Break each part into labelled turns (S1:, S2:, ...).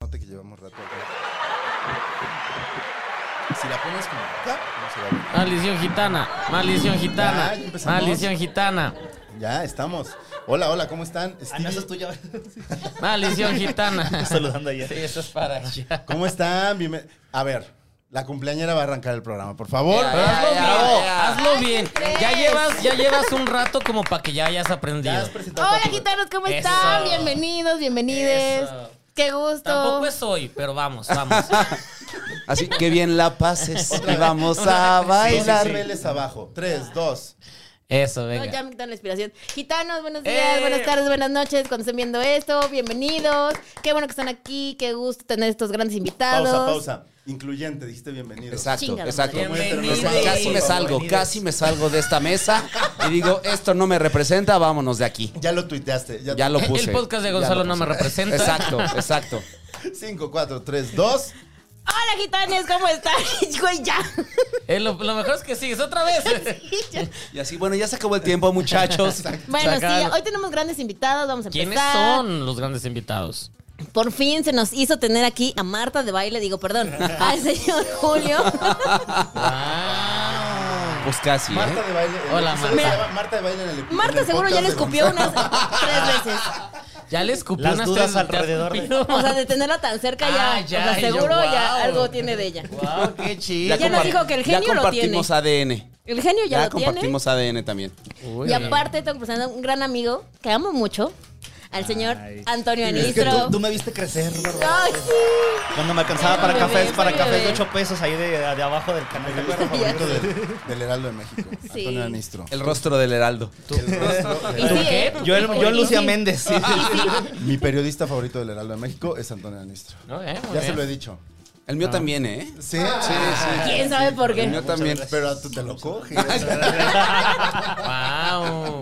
S1: Note que llevamos rato acá. Si la pones como acá, no se va a ver.
S2: Maldición gitana, maldición gitana,
S1: Ya, ya empezamos.
S2: maldición gitana,
S1: Ya, estamos. Hola, hola, ¿cómo están? Stevie,
S2: maldición gitana.
S3: saludando ayer.
S2: Sí, eso es para allá.
S1: ¿Cómo están? Bienven- A ver, la cumpleañera va a arrancar el programa, por favor.
S2: Ya, ya,
S1: ¡Bravo,
S2: ya,
S1: bravo!
S2: ya, Hazlo bien. Ya llevas, ya llevas un rato como para que ya hayas
S1: Ya
S2: aprendido.
S1: has presentado
S3: Hola,
S1: a tu-
S3: gitanos, ¿cómo
S2: Eso.
S3: están? Bienvenidos, bienvenides.
S2: Eso.
S3: Qué gusto.
S2: Tampoco es hoy, pero vamos, vamos.
S4: Así que bien la pases
S1: Otra
S4: y
S1: vez.
S4: vamos a
S1: Dos
S4: bailar.
S1: decibeles abajo. Tres, dos.
S2: Eso,
S3: No, ya
S2: venga.
S3: me quitan la inspiración. Gitanos, buenos días,
S2: Eh.
S3: buenas tardes, buenas noches, cuando estén viendo esto, bienvenidos. Qué bueno que están aquí, qué gusto tener estos grandes invitados.
S1: Pausa, pausa. Incluyente, dijiste bienvenido.
S4: Exacto,
S3: Chinga la
S4: exacto.
S2: madre.
S4: O sea,
S2: Bienvenidos.
S4: casi me salgo, casi me salgo de esta mesa y digo, esto no me representa, vámonos de aquí.
S1: Ya lo tuiteaste. Ya,
S4: Ya lo
S2: El-
S4: puse.
S2: El podcast de
S4: Ya lo
S2: Gonzalo no me
S4: puse.
S2: representa.
S4: Exacto, exacto.
S1: Cinco, cuatro, tres, dos.
S3: Hola, gitanes, ¿cómo están? Güey, ya.
S2: Eh, lo, lo mejor es que sigues otra vez.
S4: Y así, bueno, ya se acabó el tiempo, muchachos.
S3: Bueno, sí,
S2: Sacar-
S3: hoy tenemos grandes invitados, vamos a empezar.
S2: ¿Quiénes son los grandes invitados?
S3: Por fin se nos hizo tener aquí a Marta de baile, digo, perdón, al señor Julio.
S2: Ah.
S4: Pues casi, ¿eh?
S1: Marta de baile. el
S2: Hola,
S1: episodio
S2: Marta.
S1: se llama Marta de baile en el epi- en
S3: Marta
S1: el
S3: seguro ya
S1: podcast
S3: le
S1: de
S3: escupió
S1: Gonzalo.
S3: unas tres veces.
S2: Ya le escupí
S3: Las
S2: unas
S3: dudas
S2: tres-
S3: alrededor
S2: te has
S3: de-
S2: escupido.
S3: O sea, de tenerla tan cerca
S2: Ah,
S3: ya,
S2: ya,
S3: o sea,
S2: y yo,
S3: seguro ya
S2: wow.
S3: algo tiene de ella.
S2: Guau, qué chido.
S4: Ya
S3: Ella nos
S4: compart-
S3: dijo que el genio
S4: ya
S3: lo tiene.
S4: compartimos ADN.
S3: El genio ya,
S4: Ya,
S3: lo tiene.
S4: compartimos ADN también.
S2: Uy.
S3: Y aparte tengo que presentar a un gran amigo que amo mucho, al señor Antonio
S5: Es que
S3: Anistro.
S5: tú, tú me viste crecer, ¿verdad?
S3: Ay, sí.
S5: Cuando me alcanzaba para
S3: Ay,
S5: cafés,
S3: bebé,
S5: para
S3: soy
S5: cafés de
S3: bebé.
S5: 8 pesos ahí de, de abajo del canal.
S1: El libro
S3: ¿eh?
S1: favorito del, del Heraldo de México,
S3: Sí.
S1: Antonio Anistro.
S4: El rostro del heraldo.
S3: Y sí, ¿eh?
S5: Yo, el- yo
S3: Y
S5: Lucía
S3: sí.
S5: Méndez, sí.
S1: Mi periodista favorito del Heraldo de México es Antonio Anistro.
S2: No, eh, muy
S1: Ya se
S2: bien.
S1: lo he dicho.
S4: El mío también, ¿eh?
S1: Sí,
S5: Ah,
S1: sí,
S3: ¿Quién sabe por
S4: El
S3: qué?
S4: mío también.
S1: sí. Pero tú te lo coges.
S2: Wow,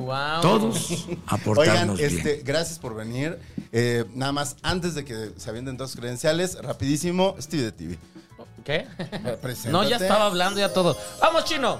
S2: wow.
S1: Oigan, este, gracias por venir. Eh, nada más, antes de que se avienten dos credenciales, rapidísimo, Steve de TV.
S2: ¿Qué?
S1: Preséntate.
S2: No, ya estaba hablando ya todo. ¡Vamos, chino!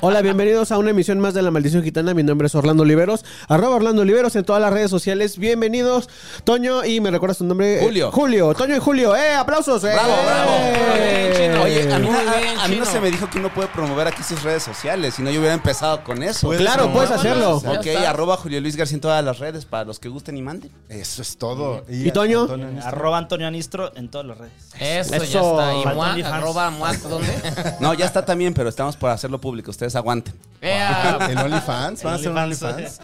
S6: Hola, bienvenidos a una emisión más de La Maldición Gitana. Mi nombre es Orlando Oliveros, arroba Orlando Oliveros en todas las redes sociales. Bienvenidos, Toño, y me recuerdas tu nombre. Eh,
S4: Julio.
S6: Julio, Toño y Julio, ¡eh! ¡Aplausos! eh.
S4: Bravo, bravo.
S6: ¡Eh!
S2: Muy bien,
S4: Oye,
S2: chino.
S4: a mí,
S2: Muy
S4: a-
S2: bien,
S4: a mí no
S2: chino.
S4: se me dijo que uno puede promover aquí sus redes sociales, si no yo hubiera empezado con eso.
S1: Puedes
S6: Claro, puedes
S1: promover.
S6: hacerlo.
S4: Ok,
S2: Ya está.
S4: arroba Julio Luis García en todas las redes para los que gusten y manden.
S1: Eso es todo.
S6: ¿Y Toño?
S1: Anistro.
S5: Arroba Antonio Anistro en todas las redes.
S2: Eso, ya
S6: Eso.
S2: está. Y
S5: Faltó
S2: mua,
S5: OnlyFans.
S2: arroba mua, ¿dónde?
S4: No, ya está también, pero estamos por hacerlo público. Ustedes aguanten.
S2: Vea.
S1: ¿El OnlyFans? ¿Van a hacer un OnlyFans?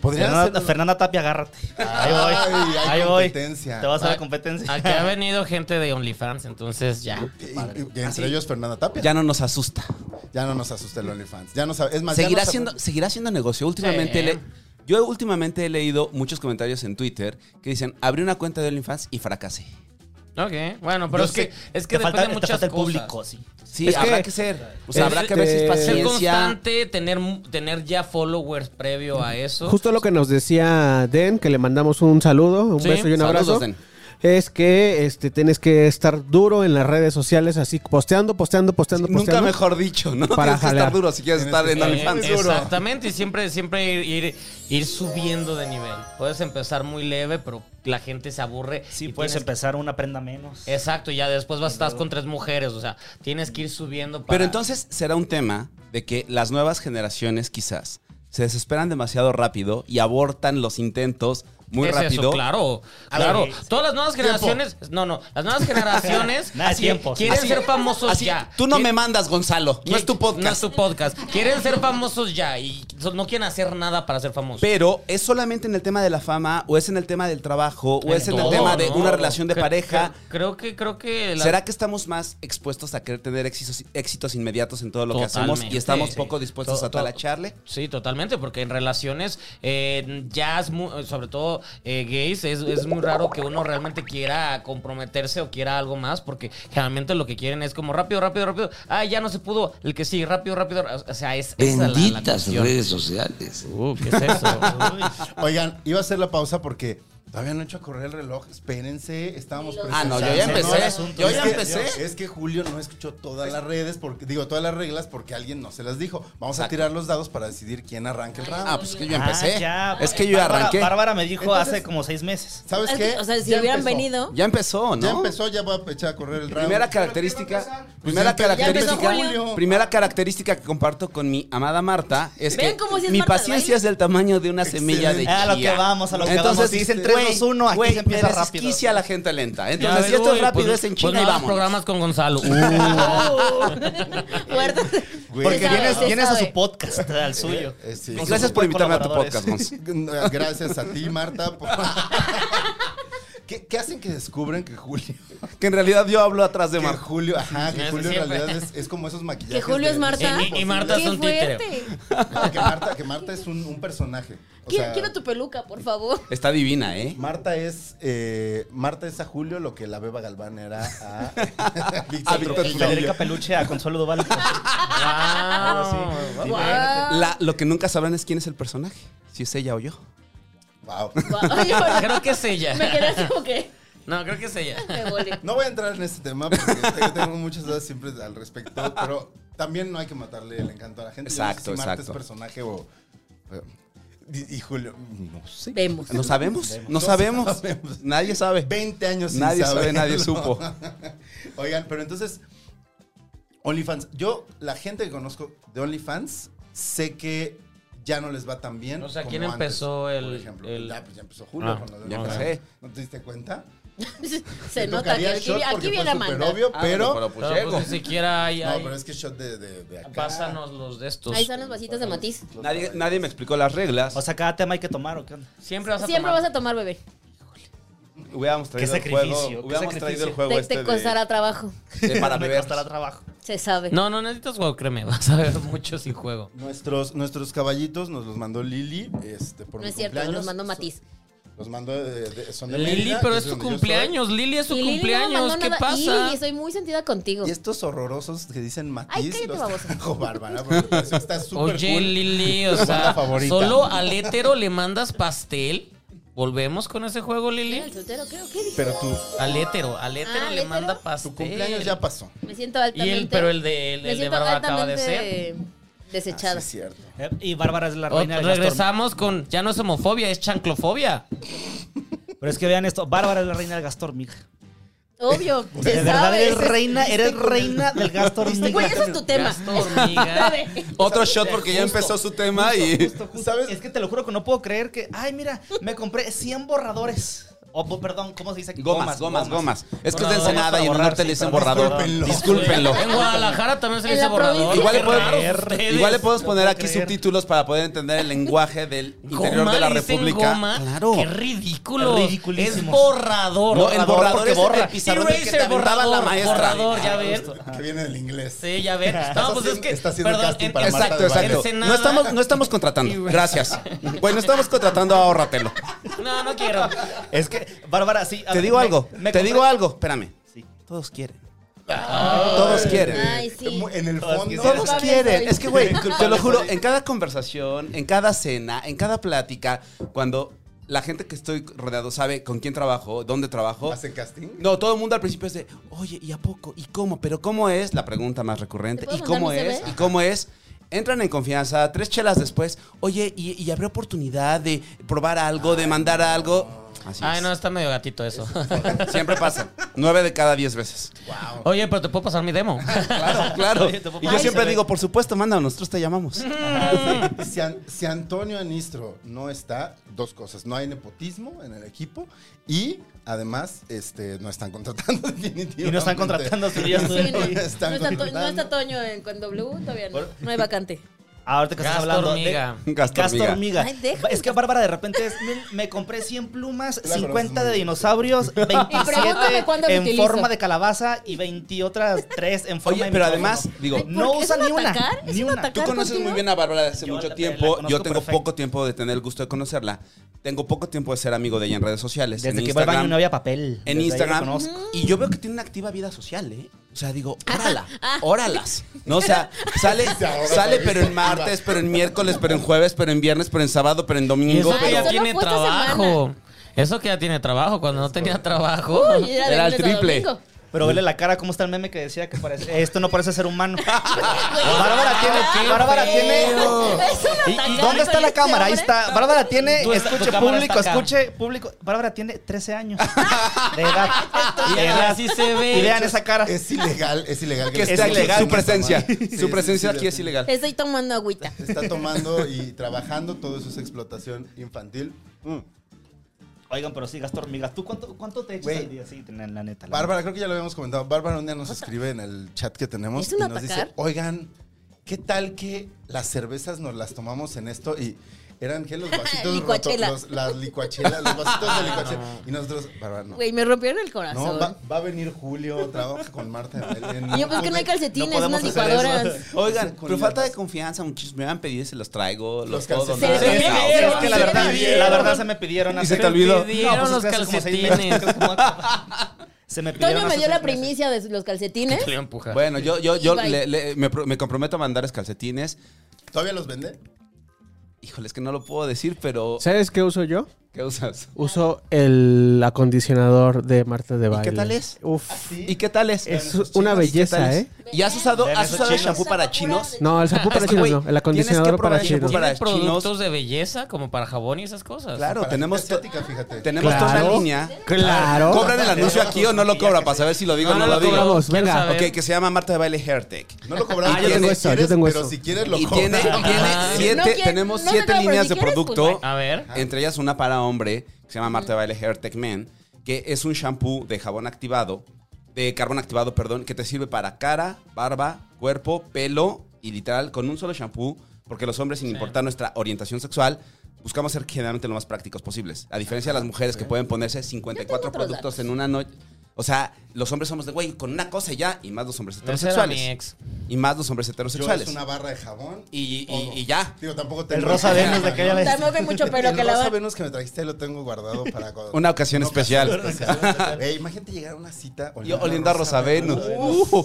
S1: Podrían
S5: Fernanda,
S1: hacer-
S5: Fernanda Tapia, agárrate. Ahí voy.
S1: Ay, hay
S5: ahí voy.
S1: competencia.
S5: Te vas a la competencia.
S2: Aquí ha venido gente de OnlyFans, entonces ya.
S1: Y- y- y entre ellos Fernanda Tapia. Ya,
S4: Ya no nos asusta.
S1: no nos asusta el OnlyFans. Ya no sabe- es más, ya
S4: Seguirá
S1: no sabe-
S4: siendo, seguirá siendo negocio. Últimamente
S2: Sí.
S4: le- yo últimamente he leído muchos comentarios en Twitter que dicen, abrí una cuenta de OnlyFans y fracasé.
S2: Ok, bueno, pero
S5: Yo
S2: es que,
S5: sé,
S2: es que depende
S5: te falta,
S2: de
S5: te
S2: muchas
S5: falta el
S2: cosas. Pues
S5: público, sí.
S4: Sí,
S6: Es
S4: habrá que,
S6: que-
S4: ser. O sea, habrá que
S6: este,
S4: ver si es
S2: Ser
S4: paciencia.
S2: constante, tener, tener ya followers previo a eso.
S6: Justo lo que nos decía Den, que le mandamos un saludo, un
S2: Sí,
S6: beso y un
S4: saludos,
S6: abrazo.
S4: Den.
S6: Es que este, tienes que estar duro en las redes sociales, así posteando, posteando, posteando,
S4: Nunca
S6: posteando.
S4: mejor dicho, ¿no?
S6: Para
S4: Tienes que estar
S6: jalar.
S4: duro si quieres estar en
S2: Eh,
S4: OnlyFans.
S2: Exactamente, y siempre, siempre ir, ir, ir subiendo de nivel. Puedes empezar muy leve, pero la gente se aburre.
S5: Sí,
S2: y
S5: puedes
S2: tienes-
S5: empezar una prenda menos.
S2: Exacto, y ya después vas estás con tres mujeres, o sea, tienes que ir subiendo para...
S4: Pero entonces será un tema de que las nuevas generaciones quizás se desesperan demasiado rápido y abortan los intentos muy
S2: es
S4: rápido.
S2: Eso, claro,
S1: A
S5: Ah,
S2: claro.
S1: ver,
S2: Todas las nuevas
S1: Tiempo.
S2: generaciones, no, no, las nuevas generaciones
S5: Nada de
S2: qui-
S5: tiempo.
S2: quieren
S5: Así-
S2: ser famosos
S4: Así,
S2: ya.
S4: tú no
S2: Qui-
S4: me mandas, Gonzalo. No es tu
S2: No es
S4: podcast.
S2: tu podcast. Quieren ser famosos ya y so- no quieren hacer nada para ser famosos.
S4: Pero es solamente en el tema de la fama, o es en el tema del trabajo, o
S2: En
S4: es en
S2: todo,
S4: el tema de
S2: ¿no?
S4: una relación de
S2: Cre-
S4: pareja.
S2: cre- Creo que, creo que. la-
S4: ¿Será que estamos más expuestos a querer tener éxitos, éxitos inmediatos en todo lo que hacemos
S2: Totalmente.
S4: y estamos
S2: Sí.
S4: poco dispuestos
S2: To-
S4: a tal a
S2: to-
S4: charle?
S2: Sí, totalmente, porque en relaciones eh, ya es mu- sobre todo eh, gays, es, es muy raro que uno realmente quiera comprometerse o quiera algo más, porque generalmente lo que quieren es como rápido, rápido, rápido. Ah, ya no se pudo. El que sí, rápido, rápido. O sea, es esa la- la
S7: Benditas
S2: cuestión.
S7: redes sociales.
S2: Uh, ¿qué es eso? Uy.
S1: Oigan, iba a hacer la pausa porque todavía no he hecho a correr el reloj. Espérense, estábamos
S4: Ah, no, yo ya
S1: presenciando,
S4: empecé,
S1: ¿no?
S4: yo
S1: Es
S4: ya
S1: que-
S4: empecé.
S1: Es que Julio no escuchó todas las redes, porque digo, todas las reglas porque alguien no se las dijo. Vamos a tirar los dados para decidir quién arranca el round.
S4: Ah, pues es que yo
S5: Ah,
S4: empecé.
S5: ya.
S4: es que yo ya
S5: Bárbara-
S4: arranqué.
S5: Bárbara me dijo
S1: Entonces-
S5: hace como seis meses.
S1: ¿Sabes
S3: Es
S1: qué?
S3: que, o sea, si
S1: Ya
S3: hubieran
S1: empezó.
S3: venido.
S4: Ya empezó, ¿no?
S1: Ya empezó, ya voy a echar a correr el round.
S4: Primera característica,
S1: Pues
S4: primera
S1: ya empezó
S4: característica,
S1: Julio.
S4: primera característica que comparto con mi amada Marta es
S3: Vean
S4: que
S3: cómo sí es
S4: mi
S3: Marta,
S4: paciencia
S3: ¿ven?
S4: es del tamaño de una semilla de chía.
S1: Excelente.
S5: A lo que vamos, a lo que vamos. Si dicen tres,
S4: güey,
S5: dos, uno, aquí
S4: güey,
S5: se empieza
S4: me
S5: rápido.
S4: desquicia la gente lenta.
S2: Ya,
S4: Entonces, si
S2: uy,
S4: esto es rápido,
S2: pues-
S4: es en
S2: pues
S4: China y
S2: nada,
S4: vamos.
S2: programas con Gonzalo. Uh.
S3: Muerto.
S5: Porque
S3: Se sabe,
S5: vienes,
S3: se
S5: vienes a
S3: Pues, sabe.
S5: su podcast, al suyo.
S1: Eh, sí.
S2: Pues
S4: Pues
S5: Con
S4: Gracias
S5: sus
S4: por invitarme a tu
S5: colaboradores.
S4: podcast, Gonz.
S1: Gracias a ti, Marta. por- ¿Qué, qué hacen que descubren que Julio?
S4: Que en realidad yo hablo atrás de
S1: Que
S4: Marco.
S1: Julio, ajá, que
S2: Sí,
S1: Julio en
S2: siempre.
S1: realidad es, es como esos maquillajes.
S5: este,
S3: Que Julio
S1: de-
S3: es Marta.
S2: Y- y- y Marta es
S3: Qué
S2: un títere.
S3: fuerte.
S1: No, que Marta, que Marta es un, un personaje. O
S3: Quiero,
S1: sea,
S3: quiero tu peluca, por favor.
S4: Está divina, ¿eh?
S1: Marta es eh, Marta es a Julio lo que la Beba Galván era a,
S4: A Víctor
S1: Trujillo.
S5: Federica Peluche a Consuelo Duval.
S2: Wow.
S3: Wow.
S4: La- lo que nunca sabrán es quién es el personaje, si es ella o yo.
S1: Wow.
S3: Wow. Oye, bueno,
S2: Creo que es ella.
S3: Me quedé así como que
S2: No, creo que es ella.
S3: me volé.
S1: No voy a entrar en este tema porque te- tengo muchas dudas siempre al respecto, pero también no hay que matarle el encanto a la gente. Yo no sé
S4: Exacto,
S1: si Marta
S4: exacto.
S1: es personaje o... o- Y, y Julio, no sé.
S3: Vemos.
S4: No sabemos, no
S1: No
S4: sabemos.
S1: sabemos.
S4: Nadie sabe.
S1: 20 años sin
S4: Nadie
S1: saberlo.
S4: sabe, nadie supo.
S1: Oigan, pero entonces, OnlyFans. Yo, la gente que conozco de OnlyFans, sé que ya no les va tan bien.
S2: O sea,
S1: como
S2: ¿quién
S1: antes,
S2: empezó
S1: por
S2: el-
S1: ejemplo.
S2: el-
S1: Ya, pues, ya empezó Julio
S2: Ah,
S1: con lo de
S4: ya
S1: OnlyFans.
S4: empecé.
S1: ¿No te diste cuenta?
S3: Se
S1: Siento
S3: nota que
S1: haría
S3: aquí,
S1: shot
S3: aquí
S1: porque
S3: viene
S1: fue súper
S3: Amanda.
S1: obvio, pero...
S4: Pero pues
S2: Pero,
S4: llego.
S2: pues, ni siquiera hay.
S1: no,
S2: hay-
S1: pero es que shot de, de, de acá.
S2: Pásanos los de estos.
S3: Ahí están los vasitos de matiz.
S4: Nadie, nadie me explicó las reglas.
S5: O sea, cada tema hay que tomar, ¿o qué onda?
S2: Siempre vas a
S3: Siempre
S2: tomar.
S3: vas a tomar, bebé.
S4: Hubiéramos traído el
S5: sacrificio,
S4: juego.
S5: qué
S4: Hubiéramos
S5: sacrificio.
S4: traído el juego
S3: Te,
S4: este
S3: te
S4: de-
S3: costará trabajo.
S4: de para
S5: Me
S4: beber.
S5: costará trabajo.
S3: Se sabe.
S2: No, no necesitas juego, créeme. Vas a ver mucho sin juego.
S1: Nuestros, nuestros caballitos nos los mandó Lili este, por
S3: No
S1: mi
S3: es cierto,
S1: cumpleaños.
S3: los mandó Matiz.
S1: Los mandó de, de- son de
S2: Lili,
S1: Mérida,
S2: pero
S1: que
S2: es tu
S1: donde yo soy.
S2: cumpleaños. Lili es tu
S3: Y Lili no me
S2: cumpleaños.
S3: mandó
S2: ¿Qué
S3: nada.
S2: pasa?
S3: Y soy muy sentida contigo.
S1: Y estos horrorosos que dicen matiz.
S3: Ay, cállate,
S1: los
S3: babosa.
S1: trajo Bárbara, porque pues está súper
S2: Oye,
S1: cool.
S2: Lili, o
S1: Tu
S2: sea,
S1: banda favorita.
S2: solo al hétero le mandas pastel. Volvemos con ese juego,
S3: ¿Era el
S2: Lili.
S3: soltero? ¿Qué, qué dijo?
S1: Pero tu,
S2: Al hétero, al hétero
S3: ¿al
S2: le
S3: hétero?
S2: manda pastel.
S1: tu cumpleaños ya pasó.
S3: Me siento
S2: Y
S3: altamente.
S2: el, pero el de, el,
S3: me
S2: el de
S3: siento
S2: barba acaba de ser.
S3: altamente desechada.
S1: Ah, Es cierto.
S5: Eh, Y Bárbara es la
S2: Ot-
S5: reina del gastón.
S2: regresamos con. Ya no es homofobia, es chanclofobia.
S5: Pero es que vean esto, Bárbara es la reina del Gastor, mija.
S3: Obvio. Se
S5: De verdad
S3: sabe.
S5: eres reina, eres reina del Gastor,
S3: Güey,
S5: mija.
S3: eso es tu tema.
S2: Gasto hormiga.
S3: Bebé.
S4: Otro shot porque ya empezó su tema y.
S5: Justo, justo.
S1: ¿Sabes?
S5: Es que te lo juro que no puedo creer que. Ay, mira, me compré 100 borradores. O, bo- perdón, ¿cómo se dice aquí?
S4: Gomas, gomas, gomas. Es que es de
S5: Borradores
S4: Ensenada
S5: para
S4: y en el
S5: borrar,
S4: norte le
S5: sí,
S4: dicen
S5: para
S4: borrador.
S5: borrar.
S4: Discúlpenlo.
S2: En Guadalajara también se
S3: En
S2: dice
S3: la
S2: borrador.
S3: provincia.
S4: Igual le,
S2: Qué
S4: podemos-
S2: raros
S5: ustedes.
S4: igual le podemos
S5: No
S4: poner
S5: puedo
S4: aquí
S5: creer.
S4: subtítulos para poder entender el lenguaje del interior
S2: Goma,
S4: de la
S2: le dicen
S4: República.
S2: goma.
S4: Claro.
S2: Qué ridículo. Es
S5: Ridiculísimo.
S2: borrador.
S4: No, el borrador
S2: porque
S4: es el
S2: borra.
S4: del pizarrón del que te
S2: Eraser,
S4: aventaba
S2: borrador,
S4: la maestra. Ah,
S2: Borrador, ya ves.
S1: Que viene del inglés.
S2: Sí, ya ves. No, pues es
S1: haciendo-
S2: que.
S1: está haciendo casting para Marta
S4: Exacto,
S1: de baile.
S4: exacto. No estamos, no estamos contratando. Gracias. Bueno, estamos contratando a Ahorratelo.
S2: No, no quiero.
S5: Es que, Bárbara, sí. a
S4: Te
S5: ver,
S4: digo
S5: me-
S4: algo,
S5: me
S4: te
S5: compré-
S4: digo algo. Espérame.
S5: Sí.
S4: Todos quieren. Todos quieren.
S3: Ay, sí.
S1: En el fondo.
S4: Todos
S3: Culpable
S4: quieren.
S3: soy.
S4: Es que, güey, te lo juro, en cada conversación, en cada cena, en cada plática, cuando la gente que estoy rodeado sabe con quién trabajo, dónde trabajo.
S1: ¿Hace casting?
S4: No, todo el mundo al principio es de, oye, ¿y a poco? ¿Y cómo? Pero ¿cómo es? La pregunta más
S3: ¿Te
S4: recurrente.
S3: puedo
S4: ¿Y cómo
S3: mandar mi
S4: es?
S3: CV?
S4: ¿Y cómo es? Entran en confianza, tres chelas después, oye, ¿y, y habrá oportunidad de probar algo, de mandar algo? Así
S2: Ay,
S4: es.
S2: no, está medio gatito eso.
S4: Siempre pasa. Nueve de cada diez veces.
S2: Oye, pero te puedo pasar mi demo.
S4: Claro, claro.
S5: Oye, te puedo
S4: Y yo
S5: pasar.
S4: siempre
S5: Ay, se
S4: digo, por supuesto, manda, nosotros te llamamos.
S1: Si, An- si Antonio Anistro no está, dos cosas. No hay nepotismo en el equipo y además este, no están contratando definitivamente.
S5: Y no están contratando, sí, ya estoy
S3: Sí, no,
S5: aquí.
S3: no
S1: Están
S3: está, To- no está
S1: contando.
S3: Toño en, con W, todavía no. No hay vacante.
S5: Ahorita que estás
S2: Gasto
S5: hablando de-
S2: hormiga.
S4: Gasto
S5: Gasto
S4: hormiga.
S5: hormiga.
S3: Ay, déjame.
S5: es que Bárbara de repente es, "Miren, me compré 100 plumas,
S1: Claro,
S5: 50
S1: es
S5: de
S1: muy-
S5: dinosaurios,
S3: pregúntame
S5: 27
S3: cuándo lo
S5: en
S3: utilizo.
S5: forma de calabaza y 20 otras 3 en forma
S4: Oye,
S5: de
S4: pero
S5: micrófono".
S4: además, digo,
S3: Ay, ¿por
S5: no
S3: qué? ¿Es
S5: usa
S3: un
S5: ni una,
S3: atacar? ¿Es
S5: ni
S3: un
S5: una.
S3: atacar
S4: Tú conoces
S3: contigo?
S4: muy bien a Bárbara de hace
S5: Yo
S4: mucho
S5: la- la
S4: tiempo.
S5: conozco
S4: Yo tengo
S5: perfecto.
S4: poco tiempo de tener el gusto de conocerla. Tengo poco tiempo de ser amigo de ella en redes sociales.
S5: Desde
S4: en
S5: que fue al baño
S4: Instagram.
S5: no había papel. Desde
S4: En
S5: ahí
S4: Instagram.
S5: lo conozco.
S4: Y yo veo que tiene una activa vida social, ¿eh? O sea, digo, órala,
S3: ah.
S4: óralas. No, o sea, sale,
S1: ahora
S4: sale
S1: soy
S4: pero en
S1: activa.
S4: martes, pero en miércoles, pero en jueves, pero en viernes, pero en sábado, pero en
S2: Y Ah,
S4: domingo.
S2: eso que
S3: Ay,
S4: pero- Ah,
S2: ya
S3: solo
S2: tiene
S3: fue esta
S2: trabajo. Eso que ya tiene trabajo. Cuando no tenía trabajo.
S3: Uy, era, de
S4: Era el
S3: lunes a
S4: triple.
S3: domingo.
S5: Pero vele la cara, cómo está el meme que decía que parece, esto no parece ser humano. Bárbara tiene,
S2: qué
S5: Bárbara
S2: feo.
S5: tiene.
S3: Es un
S5: ¿Y- y
S3: atacar
S5: ¿Dónde está
S3: con
S5: la
S3: este
S5: cámara? Ahí
S3: hombre.
S5: está. Bárbara tiene,
S2: Tú está- tu
S5: escuche
S2: cámara
S5: público,
S2: está acá.
S5: escuche público. Bárbara tiene 13 años de edad.
S2: Y
S5: De edad.
S2: así se ve.
S5: Y vean esa cara.
S1: Es ilegal, es ilegal.
S4: Que
S1: lo
S4: esté
S1: estén
S4: aquí
S1: tomando.
S4: su presencia.
S1: Sí, sí,
S4: su presencia
S1: sí,
S4: aquí
S1: lo
S4: es
S1: estén-
S4: ilegal.
S3: Estoy tomando agüita.
S1: Está tomando y trabajando, todo eso es explotación infantil. Mm.
S5: Oigan, pero sí, gasto hormigas. ¿Tú cuánto, cuánto te echas
S1: Güey.
S5: al día? Sí, la la neta. la
S1: Bárbara, creo que ya lo habíamos comentado. Bárbara un día nos escribe en el chat que tenemos
S3: ¿Es
S1: y
S3: un
S1: nos
S3: atacar?
S1: dice, oigan, ¿qué tal que las cervezas nos las tomamos en esto? Y eran, ¿qué? Los vasitos rotos,
S3: Licuachela.
S1: los- las licuachelas, los vasitos de licuachela. Y nosotros, Bárbara, no.
S3: Güey, me rompieron el
S1: No,
S3: corazón.
S1: va, va a venir Julio, trabaja con Marta. en-
S3: Y yo, pues que no hay calcetines,
S5: podemos
S3: unas
S5: hacer eso.
S3: licuadoras.
S4: Oigan,
S1: Con
S4: pero falta de
S1: hierbas.
S4: confianza, muchachos. Me han pedido y se los traigo. Los,
S1: Los
S4: puedo
S1: calcetines.
S4: donar.
S1: Se
S3: les
S4: Los
S3: pidieron,
S4: calcetines.
S5: Es que la
S3: Sí,
S5: verdad,
S3: sí,
S5: la
S3: sí.
S5: verdad se me pidieron
S4: Y se
S5: hacer-
S4: te olvidó.
S2: Pidieron
S5: No, pues,
S2: los
S5: es que hace como seis
S2: calcetines.
S5: meses, como- Se me pidieron
S3: Toño me
S5: hace
S3: dio
S5: seis
S3: la
S5: meses.
S3: primicia de los calcetines.
S2: Le empuja.
S4: Bueno, yo, yo, yo
S3: Y bye.
S4: le- le- me, pro- me comprometo a mandar calcetines.
S1: ¿Todavía los vende?
S4: Híjole, es que no lo puedo decir, pero.
S6: ¿Sabes qué uso yo?
S4: ¿Qué usas?
S6: Uso el acondicionador de Marta de Baile.
S4: qué tal es?
S6: Uf.
S4: ¿Y qué tal es?
S6: Es
S4: ¿Qué
S6: una
S4: tal
S6: belleza,
S4: es?
S6: ¿eh?
S4: ¿Y has usado,
S5: Vean
S4: has
S5: esos
S4: usado
S5: chinos.
S4: shampoo para chinos?
S6: No, el shampoo para
S4: Ah, Es que,
S6: chinos
S4: güey,
S6: no. El
S4: tienes que
S6: acondicionador
S4: probar
S6: para
S4: el shampoo
S6: chinos.
S4: para
S2: ¿Tiene productos
S4: chinos.
S2: de belleza como para jabón y esas cosas?
S4: Claro,
S1: Para
S4: tenemos,
S1: gente
S4: to-
S1: asiática, fíjate.
S4: tenemos toda
S6: Claro.
S4: una línea.
S6: Claro.
S4: ¿Cobran el anuncio aquí o no lo cobran? Para saber si lo digo o no, lo, digo.
S6: cobramos. venga.
S2: Quiero saber.
S4: Ok, que se llama Marta de Baile Hairtech.
S1: No lo cobramos.
S6: Ah, yo tengo eso, yo
S1: quieres,
S6: tengo
S1: pero
S6: eso.
S1: si quieres lo
S4: Y tiene,
S1: cobras.
S4: tiene
S2: Ah.
S4: siete,
S3: No quiere-
S4: tenemos
S3: no, no,
S4: siete
S3: no, pero
S4: líneas
S3: si
S4: de
S3: quieres, pues,
S4: producto.
S2: A ver.
S4: Entre ellas una para hombre, que se llama Marta de Baile Hair Tech Men, que es un shampoo de jabón activado, de carbón activado, perdón, que te sirve para cara, barba, cuerpo, pelo y literal con un solo shampoo, porque los hombres, sin importar nuestra orientación sexual, buscamos ser generalmente lo más prácticos posibles. A diferencia de las mujeres que pueden ponerse 54
S3: otros
S4: productos en una noche. O sea, los hombres somos de güey, con una cosa y ya, y más los hombres
S2: Ese era mi
S4: heterosexuales.
S2: ex.
S4: Y más los hombres
S1: Yo es
S4: heterosexuales.
S1: una barra de jabón.
S4: Y- y-
S1: todo.
S4: y ya.
S1: Digo, tampoco
S5: El
S1: tengo-
S5: rosa Venus de aquella vez.
S3: Tampoco hay mucho pelo
S1: el
S3: que
S1: rosa
S3: lavar.
S1: Venus que me trajiste lo tengo guardado para cuando-
S4: Una ocasión especial.
S1: Ey, imagínate llegar a una cita
S4: Y oliendo a Rosa Venus. Uh,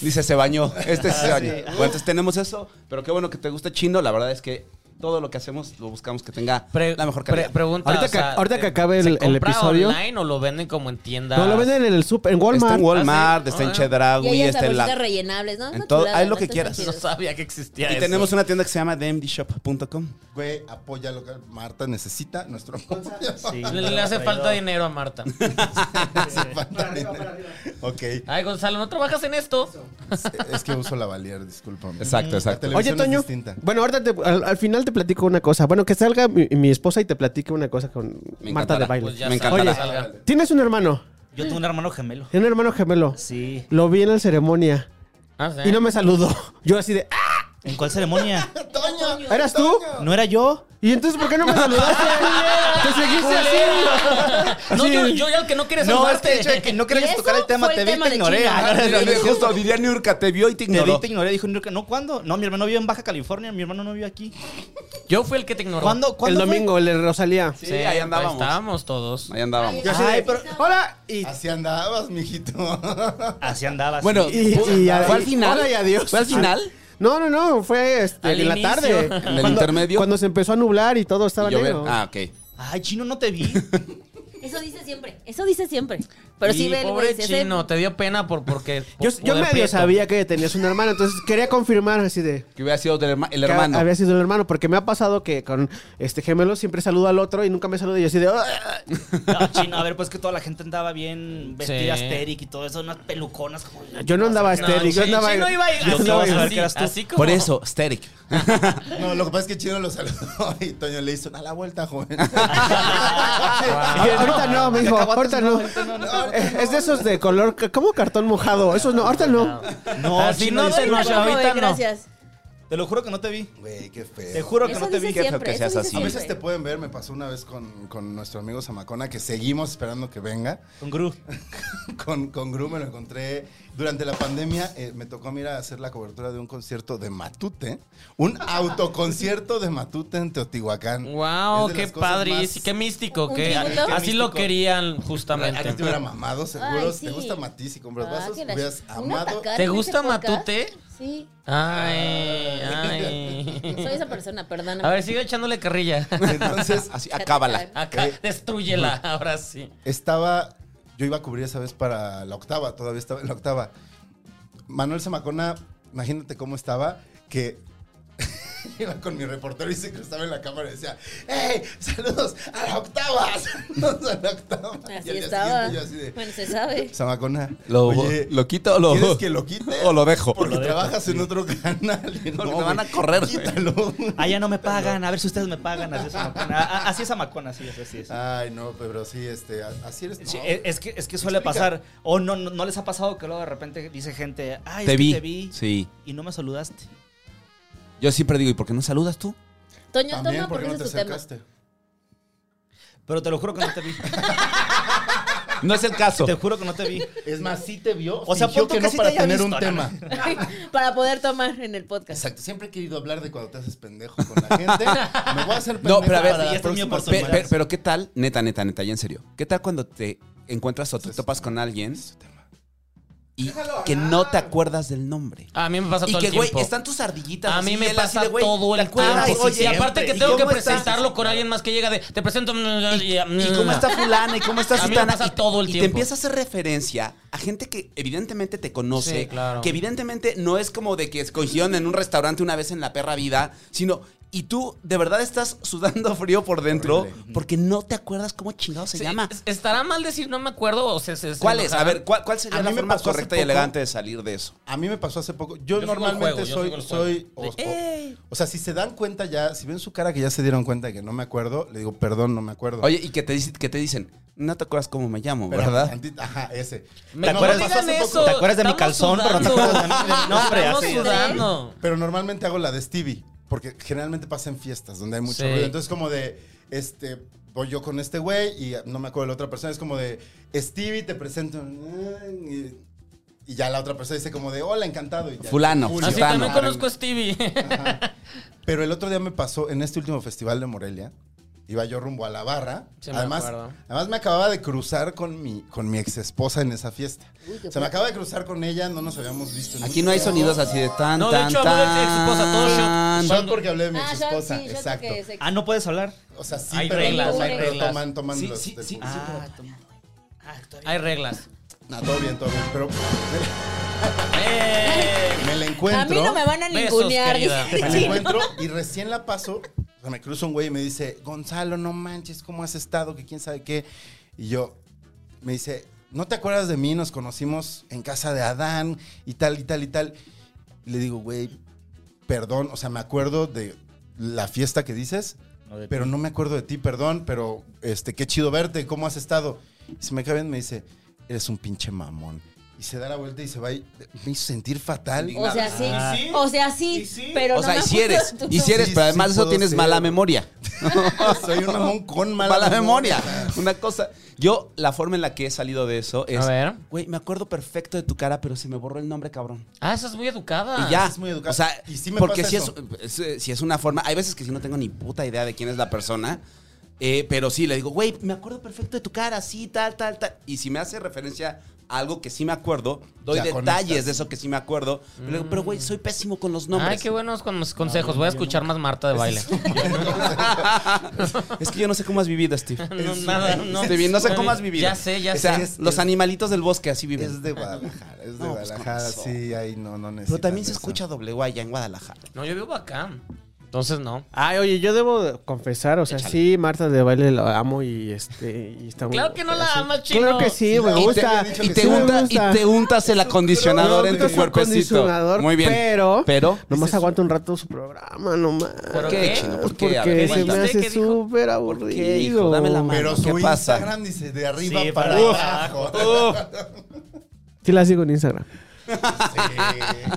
S4: Dice, se bañó. Este se bañó. Bueno, entonces tenemos eso. Pero qué bueno que te gusta chino. La verdad es que todo lo que hacemos lo buscamos que tenga
S2: Pre-
S4: la mejor
S2: pre-
S4: calidad.
S2: pregunta,
S6: Ahorita
S2: o
S6: que-
S2: sea,
S6: ahorita que acabe
S2: ¿se
S6: el- el
S2: compra
S6: episodio?
S2: online o lo venden como en tienda?
S6: No, lo venden en el super, en Walmart.
S4: Está en Walmart,
S2: Ah, sí.
S4: está en
S2: Ah.
S3: Y
S4: Chedraui,
S3: hay
S4: está
S3: hasta
S4: en
S3: bolsitas
S4: este, la...
S3: rellenables, ¿no?
S4: en
S3: Una
S4: todo-
S3: chulada,
S4: hay lo que
S3: están
S4: quieras.
S2: No
S3: chidos.
S2: sabía que existía
S4: Y
S2: eso.
S4: tenemos una tienda que se llama themdshop.com.
S1: Güey, apoya lo que Marta necesita, nuestro apoyo.
S5: Sí,
S2: Le, le hace falta dinero a Marta.
S1: Hace falta dinero. Ok.
S2: Ay, Gonzalo, ¿no trabajas en esto?
S1: Es que uso la Valier, discúlpame.
S4: Exacto,
S1: La
S4: exacto.
S6: Oye,
S1: televisión es
S6: Toño.
S1: distinta.
S6: Bueno, ahorita te- al, al final te platico una cosa. Bueno, que salga mi, mi esposa y te platique una cosa con
S4: Me
S6: Marta de
S4: encantará.
S6: Baile.
S2: Pues ya
S4: Me
S2: sabes,
S4: encantará.
S2: salga.
S6: Tienes un hermano.
S5: Yo tengo un hermano gemelo.
S6: Un hermano gemelo.
S5: Sí.
S6: Lo vi en la ceremonia.
S2: Ah, sí.
S6: Y no me saludó. Yo así de... ¡Ah!
S5: ¿En cuál ceremonia?
S1: Toño.
S6: ¿Eras tú?
S5: ¿No era yo?
S6: ¿Y entonces por qué no me saludaste? ¿Te seguiste así?
S2: No,
S6: Sí.
S2: yo, yo ya el que no quiere saludarte.
S5: no
S3: Y eso fue el tema de China.
S5: Ah, no, no, no, no,
S4: Justo diría Niurka, te vio y te
S5: Te vi,
S4: ignoró.
S5: te ignoré. Dijo, no, ¿cuándo? No, mi hermano vive en Baja California, mi hermano no vive aquí.
S2: Yo fui el que te ignoró.
S5: ¿Cuándo?
S6: El
S5: ¿Cuándo fue?
S6: domingo, el de Rosalía.
S4: Sí, ahí andábamos.
S2: Estábamos todos.
S4: Ahí andábamos.
S6: Yo así de,
S5: Ay, pero-
S6: Hola. Y...
S1: Así andabas, mijito.
S5: Así andabas.
S4: Bueno,
S5: Sí.
S6: Y- y-
S4: ¿fue al final?
S6: Hola y adiós.
S4: ¿Fue al final?
S6: No, no, no. Fue este,
S2: Al
S6: en la
S2: inicio.
S6: tarde.
S2: En el
S6: Cuando-
S4: intermedio. Ah,
S6: Cuando se empezó a nublar y todo estaba
S4: Y yo
S6: negro.
S4: ver- Ah, ok.
S5: Ay, chino, no te vi.
S3: Eso dice siempre. Eso dice siempre. Pero sí
S2: Y
S3: ve el güey,
S2: pobre
S3: se hace-
S2: chino, te dio pena por porque...
S6: Yo,
S2: por
S6: yo
S2: poder
S6: medio
S2: prieto.
S6: sabía que tenías un hermano, entonces quería confirmar así de...
S4: Que hubiera sido del herma- el
S6: que
S4: hermano.
S6: Había sido el hermano, porque me ha pasado que con este gemelo siempre saludo al otro y nunca me saluda y yo así de... "Ah".
S5: No, chino, a ver, pues que toda la gente andaba bien vestida
S2: Sí.
S5: asteric y todo eso, unas peluconas. como-
S6: Yo este no andaba
S2: No,
S6: estéril, yo
S2: el
S6: andaba...
S2: chino iba
S5: Yo
S2: así,
S5: te iba a saber
S2: así,
S5: que eras tú.
S2: así como...
S4: Por eso, Steric.
S1: No, lo que pasa es que Chino lo saludó y Toño le hizo a la vuelta, joven.
S6: Ah, Ahorita no, me dijo, ahorita no. Es de esos de color, como cartón mojado. Esos no, ahorita no.
S5: No,
S2: Así
S5: chino,
S2: no
S5: dice,
S2: se
S5: no,
S2: nos
S3: Como de
S2: ahorita no.
S3: gracias.
S5: te lo juro que no te vi.
S1: Güey, qué feo.
S5: Te juro que
S3: Eso
S5: no te vi.
S3: dice
S4: qué feo
S3: siempre.
S4: que
S3: eso
S4: seas
S3: dice
S4: así.
S1: A
S3: siempre.
S1: veces te pueden ver, me pasó una vez con, con nuestro amigo Zamacona, que seguimos esperando que venga.
S5: Con Gru.
S1: Con, con Gru me lo encontré durante la pandemia. eh, me tocó mira hacer la cobertura de un concierto de Matute, un autoconcierto de Matute en Teotihuacán. Es
S2: Wow,
S1: de
S2: qué
S1: las cosas
S2: padre, y
S1: más-
S2: sí, qué místico,
S3: Un
S2: que así
S3: tributo.
S2: lo querían
S1: A ti
S2: justamente.
S1: te hubiera mamado, seguro.
S3: Ay,
S1: Si Te
S3: sí.
S1: gusta Matiz y compras
S3: Ah,
S1: vasos,
S3: que la-
S1: hubieras
S3: Una
S1: amado.
S3: tacada
S2: ¿Te
S3: en ese
S2: gusta
S3: podcast.
S2: Matute?
S3: Sí.
S2: Ay, ay.
S3: Soy esa persona, perdona.
S2: A ver, sigue echándole carrilla.
S1: Entonces,
S4: Así, acábala.
S2: Acá, destruyela, ahora sí.
S1: estaba. Yo iba a cubrir esa vez para la octava, todavía estaba en la octava. Manuel Zamacona, imagínate cómo estaba, que iba con mi reportero y se cruzaba en la cámara y decía: ¡Hey! ¡Saludos a la octava! ¡Saludos a la octava! Y al
S3: Así
S1: día
S3: estaba.
S1: siguiente yo así de,
S3: Bueno, se sabe.
S1: Zamacona,
S4: Lo,
S1: oye,
S4: lo quito o lo.
S1: ¿quieres que lo quite?
S4: o lo dejo.
S1: Porque trabajas en otro canal. Y
S4: Porque
S1: no,
S4: me van a
S1: güey,
S4: correr, güey.
S1: Quítalo.
S5: Allá Ah, no me pagan, a ver si ustedes me pagan. Así es Amacona, A- a- ah, así es Amacona, así es, así es.
S1: Ay, no, pero sí, este, a- así eres.
S5: Sí, e,
S1: no,
S3: eh,
S5: es, es que, es que suele pasar, o no, no, no les ha pasado que luego de repente dice gente, ay, es
S4: Te
S5: que
S4: vi.
S5: te vi
S4: Sí.
S5: y no me saludaste.
S4: Yo siempre digo, ¿y por qué no saludas tú?
S3: Toño,
S1: También, ¿por
S3: toma porque
S1: qué no
S3: ese
S1: te
S3: es tu tema.
S1: acercaste?
S5: Pero te lo juro que no te vi.
S4: No es el caso.
S5: Te juro que no te vi.
S1: Es más, sí te vio.
S5: O sea,
S1: fingió
S5: pon tú
S1: que
S5: que
S1: no
S5: sí te
S1: para
S5: haya
S1: tener
S5: visto,
S1: un
S5: ¿no?
S1: tema.
S3: Para poder tomar en el podcast.
S1: Exacto, siempre he querido hablar de cuando te haces pendejo con la gente. Me voy a hacer pendejo
S4: No, pero a ver,
S1: para
S4: ya
S1: las
S5: esta es mi
S1: próximas
S4: Pe-
S5: oportunidad.
S4: pe- pero ¿qué tal? Neta, neta, neta, ya en serio. ¿Qué tal cuando te encuentras o te topas con alguien y que no te acuerdas del nombre?
S2: A mí me pasa
S4: Y
S2: todo
S4: que,
S2: el
S4: güey,
S2: tiempo.
S4: están tus ardillitas.
S2: A mí
S4: así,
S2: me
S4: él así
S2: pasa
S4: de, güey,
S2: todo el
S4: ¿te acuerdas?
S2: tiempo.
S4: Oye,
S2: y aparte que
S4: ¿y
S2: tengo que
S4: cómo estás?
S2: presentarlo con alguien más que llega de, te presento. mm, ah,
S4: ¿Y, y cómo está fulana? ¿Y cómo está
S2: A mí me
S4: sutana?
S2: pasa
S4: Y-
S2: todo el
S4: y
S2: tiempo.
S4: te empieza a hacer referencia a gente que evidentemente te conoce.
S2: Sí, claro.
S4: Que evidentemente no es como de que escogieron en un restaurante una vez en la perra vida, sino... Y tú de verdad estás sudando frío por dentro
S1: Horrible.
S4: porque no te acuerdas cómo chingado se
S2: Sí,
S4: llama.
S2: es- ¿Estará mal decir no me acuerdo o se, se- se
S4: ¿Cuál es? A
S2: enojarán?
S4: ver, ¿cuál, cuál sería
S1: A
S4: la
S1: mí me
S4: forma
S1: pasó hace
S4: correcta y
S1: poco-
S4: elegante de salir de eso?
S1: A mí me pasó hace poco. Yo,
S2: Yo sigo al
S1: normalmente
S2: juego, yo
S1: soy.
S2: sigo al
S1: soy o,
S2: juego. De,
S1: o- o sea, si se dan cuenta ya, si ven su cara que ya se dieron cuenta de que no me acuerdo, le digo, perdón, no me acuerdo.
S4: Oye, y que te, dice- que te dicen, no te acuerdas cómo me llamo,
S1: Pero
S4: ¿verdad?
S1: tantito- Ajá, ese.
S2: Me-
S1: Pero
S2: no
S1: me
S2: digan
S1: pasó hace
S2: eso.
S1: poco.
S5: ¿Te acuerdas de mi
S2: Estamos
S5: calzón? Pero no te
S2: sudando.
S5: acuerdas de mí. No, hombre,
S2: Estamos
S5: así.
S2: sudando.
S1: Pero normalmente hago la de Stevie, porque generalmente pasa en fiestas donde hay mucho
S2: Sí.
S1: ruido. Entonces, como de, este, voy yo con este güey y no me acuerdo de la otra persona. Es como de, Stevie, te presento. Y, y ya la otra persona dice como de, hola, encantado. y ya.
S4: Fulano,
S1: Julio.
S2: Así
S4: Sutano.
S2: también conozco a Stevie.
S1: Ajá. Pero el otro día me pasó en este último festival de Morelia. Iba yo rumbo a la barra.
S2: Sí, me
S1: además,
S2: acuerdo.
S1: además me acababa de cruzar con mi, con mi ex esposa en esa fiesta.
S3: Uy, qué
S1: Se me acaba de cruzar con ella, no nos habíamos visto. en
S4: Aquí
S1: mucho
S4: no hay
S1: tiempo.
S4: sonidos así de tan,
S2: No, de
S4: tan,
S2: hecho, habló de ex esposa, todo shot.
S4: tan.
S1: Shot porque hablé de mi
S3: Ah,
S1: ex
S3: yo
S1: esposa.
S3: sí, yo creo
S1: Exacto.
S3: que se-
S5: Ah, no puedes hablar.
S1: O sea, sí,
S2: Hay
S1: pero,
S2: reglas,
S1: pero
S3: hay
S2: reglas.
S1: toman, toman
S4: Sí,
S1: los
S4: sí,
S1: del
S4: sí,
S1: público.
S2: Hay reglas.
S1: No, Ah, todo bien, todo bien. Pero me,
S2: Eh,
S1: me la
S3: A mí
S1: encuentro.
S3: no me van a
S2: Besos,
S3: ningunear.
S2: querida.
S3: dice
S1: me la
S3: Chino.
S1: encuentro y recién la paso. o sea, me cruza un güey y me dice, Gonzalo, no manches, ¿cómo has estado? Que quién sabe qué. Y yo, me dice, ¿no te acuerdas de mí? Nos conocimos en casa de Adán y tal y tal y tal. Y le digo, güey, perdón, o sea, me acuerdo de la fiesta que dices, pero no me acuerdo de ti, perdón, pero este, qué chido verte, ¿cómo has estado? Y se me cae bien, me dice, eres un pinche mamón. Y se da la vuelta y se va y me hizo sentir fatal.
S3: O sea, Ah, sí.
S5: sí?
S3: O sea, sí.
S5: ¿Y sí?
S3: Pero
S4: O
S3: no
S4: sea,
S3: me
S4: y si eres,
S3: acuerdo de tu
S4: y si eres,
S1: Sí,
S4: pero
S1: sí
S4: además de eso
S1: puedo
S4: tienes
S1: ser.
S4: mala memoria.
S1: Soy un mamón con mala,
S4: Mala, memoria. Una cosa. Yo, la forma en la que he salido de eso es.
S2: A ver.
S4: Güey, me acuerdo perfecto de tu cara, pero se me borró el nombre, cabrón.
S2: ah, esa es muy educada.
S4: y ya.
S1: es muy educado.
S4: O sea,
S1: Y sí me
S4: porque
S1: pasa
S4: si
S1: eso.
S4: es, es- si es una forma. Hay veces que si no tengo ni puta idea de quién es la persona. eh, pero sí, le digo, güey, me acuerdo perfecto de tu cara, sí, tal, tal, tal. Y si me hace referencia algo que sí me acuerdo, doy
S1: Ya Mm. conectas.
S4: detalles de eso que sí me acuerdo. Pero le digo, pero güey, soy pésimo con los nombres.
S2: Ay, qué buenos con- consejos. Voy a escuchar más Marta de baile.
S4: Es que yo no sé cómo has vivido, Steve.
S2: No, nada, no.
S4: Steve, Este, no sé cómo has vivido.
S2: Ya sé, ya
S4: O sea,
S2: sé.
S4: los animalitos del bosque así viven.
S1: Es de Guadalajara, es de
S4: No, pues, con
S1: Guadalajara,
S4: eso.
S1: sí, ahí no, no necesito.
S4: Pero también se escucha doble guay allá en Guadalajara.
S2: No, yo vivo acá. Entonces, no.
S6: Ay, oye, yo debo confesar, o sea, sí, Marta de baile la amo y este y está muy-
S2: Claro que no la
S6: así.
S2: amas, chino.
S6: Claro que sí, me
S1: Y te-
S6: gusta.
S1: y
S4: Y
S1: Sí
S4: te,
S6: Sí me
S4: unta- y
S6: gusta.
S4: te untas el acondicionador
S6: No,
S4: en tu
S6: entonces,
S4: cuerpecito.
S6: acondicionador,
S4: Muy bien.
S6: Pero,
S4: Pero-
S6: nomás aguanta un rato su programa, nomás.
S2: ¿Pero qué, chino?
S4: ¿Por qué? A
S6: Porque
S4: ver,
S6: se me
S2: cuéntame. ¿Qué
S6: hace
S2: dijo?
S6: súper aburrido.
S4: ¿Por qué, hijo? Dame la mano.
S1: Pero su
S4: ¿Qué pasa?
S1: Instagram dice de arriba
S2: Sí,
S1: para,
S2: para
S1: abajo.
S6: Sí la sigo en Instagram.
S1: Eh,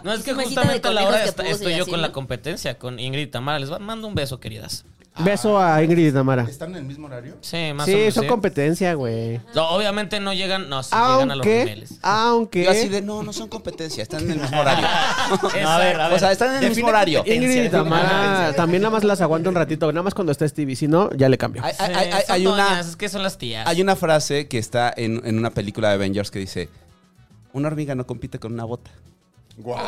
S2: No, es que
S3: Su mesita de
S2: justamente a la hora
S3: conejos que
S2: esta-
S3: puso y
S2: estoy yo
S3: así,
S2: con
S3: ¿no?
S2: la competencia, con Ingrid y Tamara. Les va- mando un beso, queridas.
S1: Ah.
S6: Beso a Ingrid y Tamara.
S1: ¿Están en el mismo horario?
S2: Sí, más o
S6: Sí,
S2: menos.
S6: son Ah,
S2: sí.
S6: competencia, güey.
S2: No, obviamente no llegan, no, sí llegan a los
S6: Aunque,
S2: niveles.
S6: aunque
S4: Yo así de, no, no son competencia, están en el mismo horario.
S2: a ver, a ver.
S4: O sea, están en el mismo horario.
S6: Ingrid y Tamara también nada más las aguanto un ratito, nada más cuando está Stevie, si no, ya le cambio.
S4: Hay,
S2: Sí,
S4: hay- hay- hay-
S2: son
S4: hay una,
S2: doñas, es que son las tías.
S4: hay una frase que está en, en una película de Avengers que dice, una hormiga no compite con una bota.
S1: Guau.